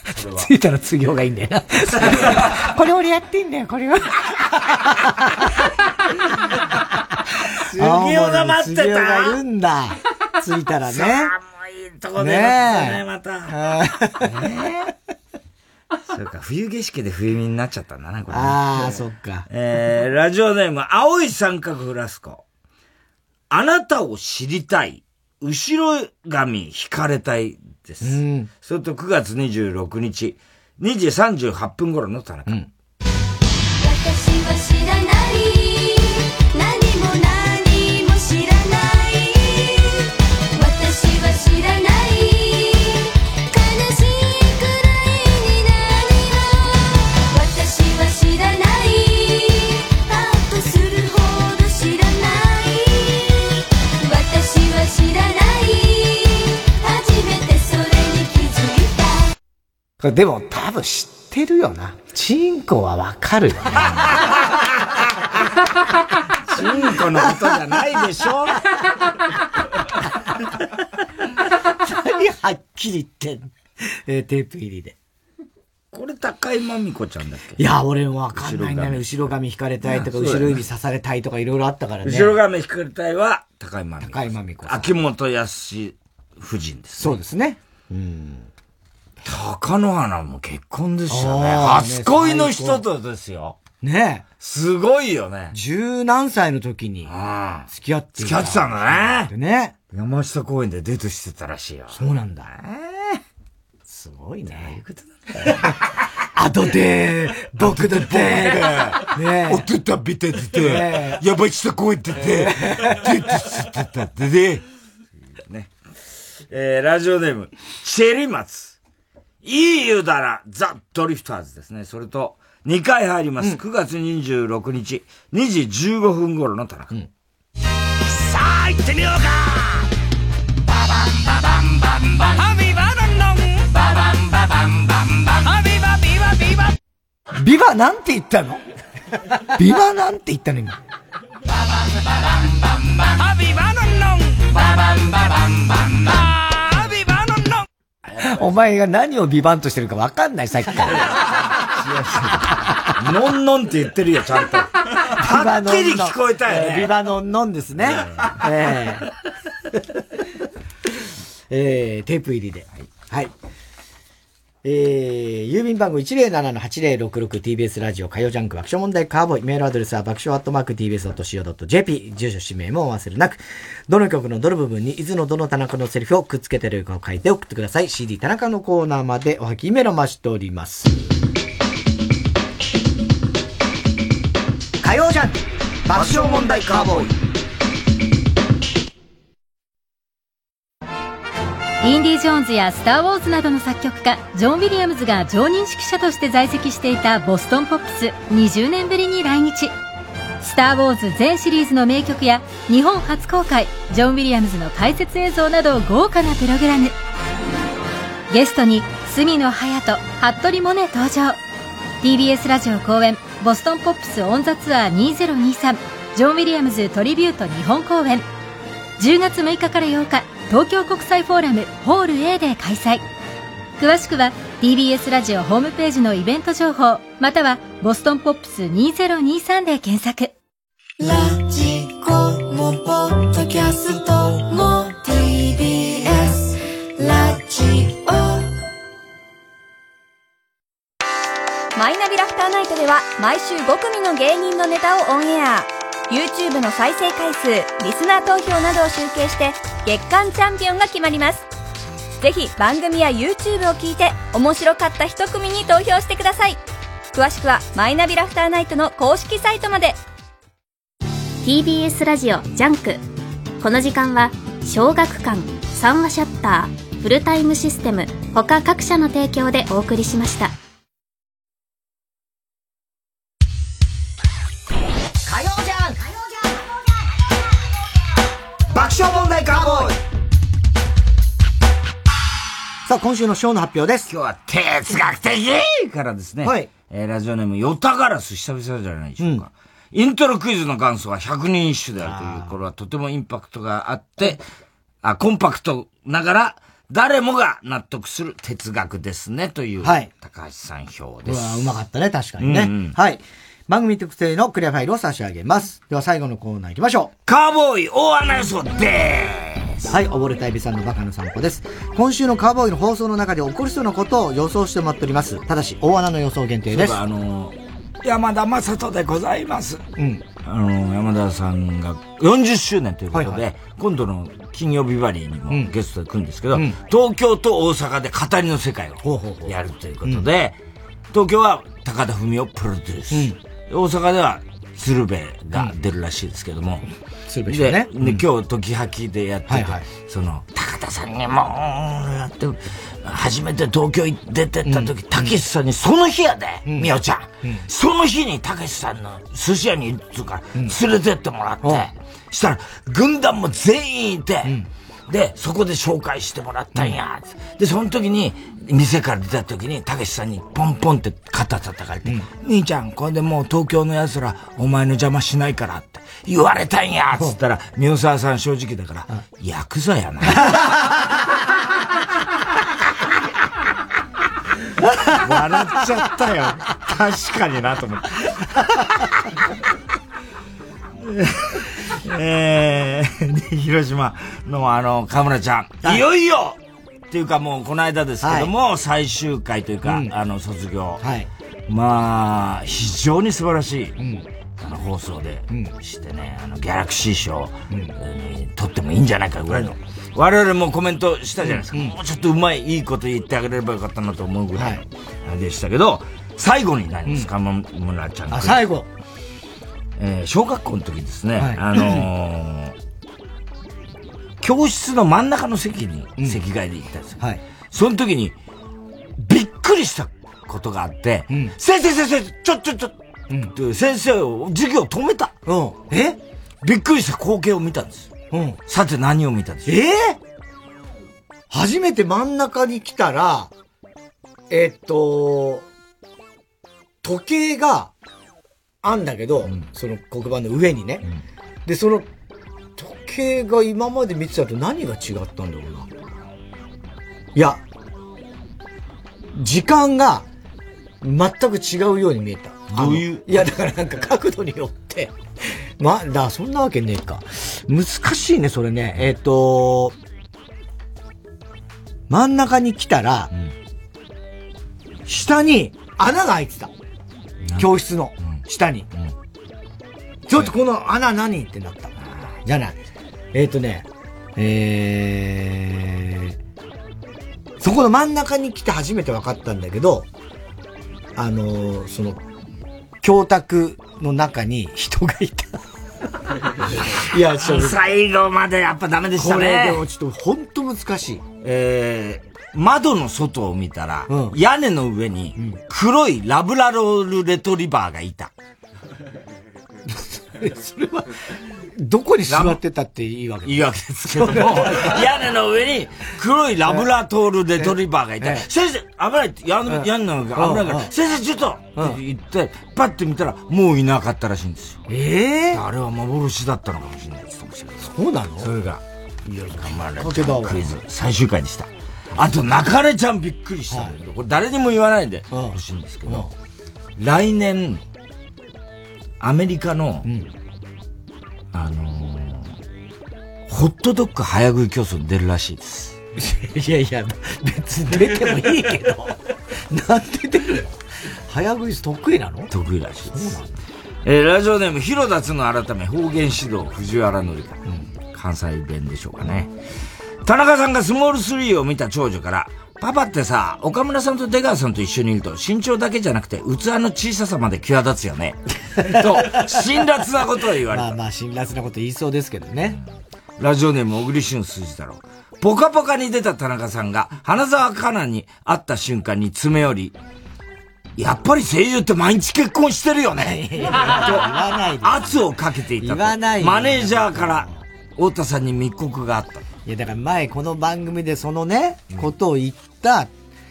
[LAUGHS] ついたらつ行がいいんだよな。これ俺やってんだよ、これは。杉尾が待ってた杉尾がいるんだ。ついたらね。とこでねえまたね、また。そうか、冬景色で冬見になっちゃったんだな、これ、ああ、そっか。えー、ラジオネーム、青い三角フラスコ。あなたを知りたい。後ろ髪引かれたいです。それと9月26日、2時38分頃の田中。私は知らない何も何も知らない私は知らない悲しいくらいに何も私は知らないアップするほど知らない私は知らない初めてそれに気づいたこれでも多分知ってるよな。チンコはわかるよね。チンコのことじゃないでしょ何はっきり言ってんのえーテープ入りで。これ高井まみこちゃんだっけいや、俺もわかんないんだね。後後ろ髪引かれたいとか、うんそうだ後よねろ指刺されたいとか、いろいろあったからね。後ろ髪引かれたいは高井まみこ。高井まみこさん。秋元康夫人です、そうですね。高野花も結婚でしたね。あー初恋の人とですよ。ねえ。すごいよね。十何歳の時に、付き合って付き合ってたんだね。ね。山下公園でデートしてたらしいよ。そうなんだ。すごいね。あとで、僕 [LAUGHS] だって。ねえ。おてたびててねて、やばいした公園出て、デートしてたってね。えー、ラジオネーム、チェリマツ。いい湯だら、ザ・ドリフターズですね。それと、2回入ります。9月26日、2時15分頃の田中。さあ行ってみようかババンババンバンバンハビバロンロンババンババンバンバンハビバビバビバビバなんて言ったのビバなんて言ったの今。ハビバロンロンババンババンバンバンハビバロンロンお前が何をビバンとしてるかわかんない、さっきから。のんのんって言ってるよ、[LAUGHS] ちゃんと。はっきり聞こえたよね。ビバノンノンですね。えええーテープ入りで。はい。えー、郵便番号 107-8066TBS ラジオ火曜ジャンク爆笑問題カーボーイメールアドレスは爆笑アットマーク TBS.CO.JP 住所氏名もお忘れなくどの曲のどの部分にいつのどの田中のセリフをくっつけてるかを書いて送ってください CD 田中のコーナーまでおはきメロましております火曜ジャンク爆笑問題カーボーイインディ・ジョーンズや「スター・ウォーズ」などの作曲家ジョン・ウィリアムズが常任指揮者として在籍していたボストン・ポップス20年ぶりに来日「スター・ウォーズ」全シリーズの名曲や日本初公開ジョン・ウィリアムズの解説映像など豪華なプログラムゲストに角野隼人服部モネ登場 TBS ラジオ公演「ボストン・ポップス・オン・ザ・ツアー2023」ジョン・ウィリアムズトリビュート日本公演10月6日から8日東京国際フォーラムホール A で開催詳しくは TBS ラジオホームページのイベント情報または「ボストンポップス2023」で検索ラジコもポッドキャストも TBS ラジオマイナビラフターナイトでは毎週5組の芸人のネタをオンエア YouTube の再生回数リスナー投票などを集計して月間チャンピオンが決まりますぜひ番組や YouTube を聞いて面白かった一組に投票してください詳しくは「マイナビラフターナイト」の公式サイトまで TBS ラジオジャンクこの時間は小学館三話シャッターフルタイムシステム他各社の提供でお送りしました火曜ジャン爆笑問題カーボーイさあ、今週のショーの発表です。今日は哲学的からですね。はいえーラジオネーム、ヨタガラス、久々じゃないでしょうか。イントロクイズの元祖は100人一首であるという、これはとてもインパクトがあって、あ、コンパクトながら、誰もが納得する哲学ですね、という、はい高橋さん票うでわす。うまかったね、確かにね。うんうんはい。番組特製のクリアファイルを差し上げます。では最後のコーナー行きましょう。カーボーイ、大穴予想でーす。はい、溺れたエビさんのバカの散歩です。今週のカーボーイの放送の中で起こりそうなことを予想してもらっております。ただし、大穴の予想限定です。そうだあの山田正人でございます。うん。あの、山田さんが40周年ということで、はいはい今度の金曜日バリーにもゲストで来るんですけど、うん東京と大阪で語りの世界をやるということで、東京は高田文夫プロデュース、大阪では鶴瓶が出るらしいですけども、鶴で瓶師匠ねでうん今日時はきでやってて、はいはいその、高田さんにもう、やって、初めて東京出てった時、たけしさんにその日やで、みおちゃん。その日にたけしさんの寿司屋に、つうか、連れてってもらって、したら、軍団も全員いて、で、そこで紹介してもらったんや。で、その時に、店から出た時に、たけしさんにポンポンって肩叩かれて、兄ちゃん、これでもう東京の奴ら、お前の邪魔しないからって言われたんやつったら、宮沢さん正直だから、ヤクザやな。笑っちゃったよ。確かになと思って。 [LAUGHS] えー、で広島のあの、河村ちゃん、はいいよいよっていうかもうこの間ですけども、最終回というか、あの、卒業。まあ、非常に素晴らしい、あの、放送でしてね、あの、ギャラクシー賞、取ってもいいんじゃないかぐらいの。我々もコメントしたじゃないですか。もうちょっとうまい、いいこと言ってあげればよかったなと思うぐらいあれでしたけど、最後になりますか、河村ちゃん。あ、最。後。えー小学校の時ですね、はいあのー教室の真ん中の席に、席替えで行ったんですよ。その時に、びっくりしたことがあって、先生先生、ちょちょちょ、って先生を、授業を止めた。えびっくりした光景を見たんですよ。さて何を見たでしょうえ初めて真ん中に来たら、えっと、時計があんだけど、その黒板の上にね、で、その時計が今まで見てたと何が違ったんだろうな。いや、時間が全く違うように見えた。どういうあのいや、だからなんか角度によって、ま、だ、そんなわけねえか。難しいね、それね。えっ、と、真ん中に来たら、下に穴が開いてた。教室の下に。ちょっとこの穴何ってなった。じゃない。えっ、とね、えー、そこの真ん中に来て初めて分かったんだけど、あのーその、教託の中に人がい [LAUGHS] た。いや、ちょっと。最後までやっぱダメでしたこねれ。でもちょっと本当難しい。えー、窓の外を見たら、屋根の上に黒いラブラロールレトリバーがいた。それは、どこに座ってたっていいわけいいわけですけども、屋根の上に黒いラブラトールレトリバーがいええた。先生、危ないって、屋根ええ屋根の上が危ないからうんうん、先生ちょっとって言って、パッて見たら、もういなかったらしいんですよ。ええあれは幻だったのかもしれないです。そうなのそれが、いや、頑張れ。だけどクイズ、最終回でした。あと、中根ちゃんびっくりしたんだけど、これ誰にも言わないでほしいんですけど、来年、アメリカの、あのーホットドッグ早食い競争に出るらしいです。いやいや、別に出てもいいけど、なんで出るの早食い得意なの得意らしいです。えーラジオネーム、広田つの改め、方言指導、藤原紀香。関西弁でしょうかね。田中さんがスモール3を見た長女から、パパってさ、岡村さんと出川さんと一緒にいると身長だけじゃなくて器の小ささまで際立つよね。と、辛辣なことを言われた。まあまあ、辛辣なこと言いそうですけどね。ラジオネーム、小栗旬筋太郎。ポカポカに出た田中さんが、花沢香菜に会った瞬間に詰め寄り、やっぱり声優って毎日結婚してるよね。 [LAUGHS] と、圧をかけていたと。言わないよマネージャーから、太田さんに密告があった。いや、だから前この番組でそのね、ことを言った、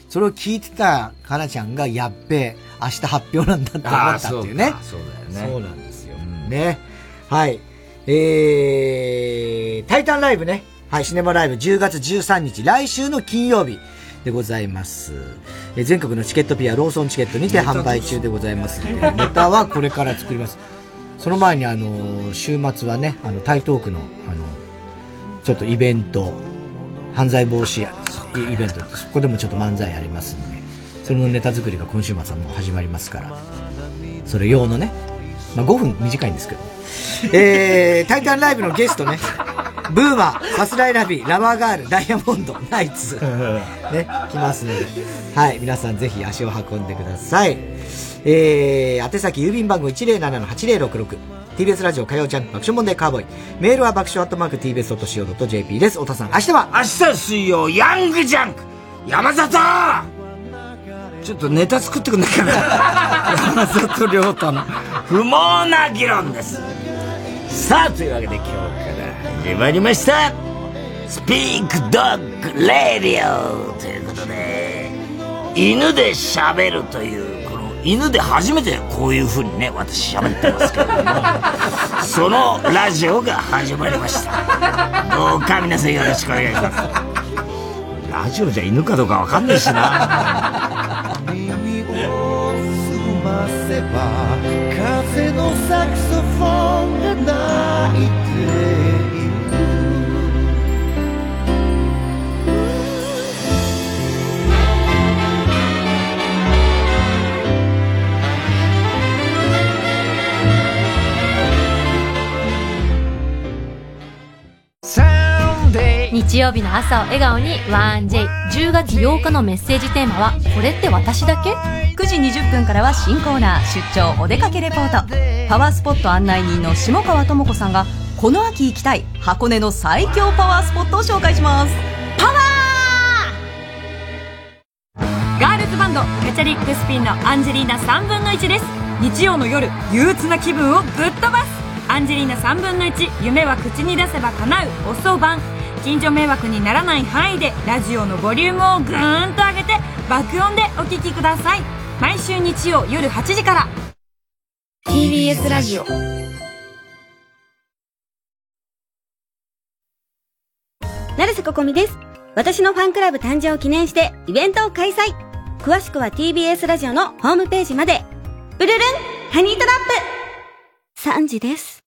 それを聞いてたかなちゃんが、やっべえ、明日発表なんだって思ったっていうね。あーそうかそうだよね。そうなんですよ。ね。はい。えー、タイタンライブね。はい、シネマライブ10月13日、来週の金曜日でございます。えー全国のチケットピア、ローソンチケットにて販売中でございますので、ネタはこれから作ります。その前に、あのー、週末はね、あの、台東区の、あの、ちょっとイベント、犯罪防止イベント、そこでもちょっと漫才やりますんで、それのネタ作りが今週末はもう始まりますから、それ用のね、まあ、5分短いんですけど。えー、タイタンライブのゲストね、ブーマー、さすらいラビー、ラバーガール、ダイヤモンド、ナイツ、ね、来ますので、はい、皆さんぜひ足を運んでください。えー、宛先郵便番号 107-8066TBS ラジオ火曜ジャンク爆笑問題カーボーイメールは爆笑アットマーク TBS.CO.JP です太田さん明日は明日水曜、ヤングジャンク山里ちょっとネタ作ってくんないかな山里亮太の不毛な議論です。さあ、というわけで今日から始まりました。スピークドッグレディオということで、犬で喋るという、この犬で初めてこういう風にね、私喋ってますけれども、そのラジオが始まりました。どうか皆さんよろしくお願いします。ラジオじゃ犬かどうかわかんないしな。耳を澄ませば風のサクソフォンが鳴いている日曜日の朝を笑顔に 1J10 月8日のメッセージテーマは「これって私だけ?」9時20分からは新コーナー「出張お出かけレポート」パワースポット案内人の下川智子さんがこの秋行きたい箱根の最強パワースポットを紹介しますパワガールズバンドメチャリックスピンのアンジェリーナ3分の1です日曜の夜憂鬱な気分をぶっ飛ばすアンジェリーナ3分の1夢は口に出せば叶うおそばん近所迷惑にならない範囲でラジオのボリュームをぐーんと上げて爆音でお聴きください毎週日曜夜8時から TBS ラジオ成瀬ここみです。私のファンクラブ誕生を記念してイベントを開催。詳しくは TBS ラジオのホームページまで。ブルルンハニートラップ !3 時です。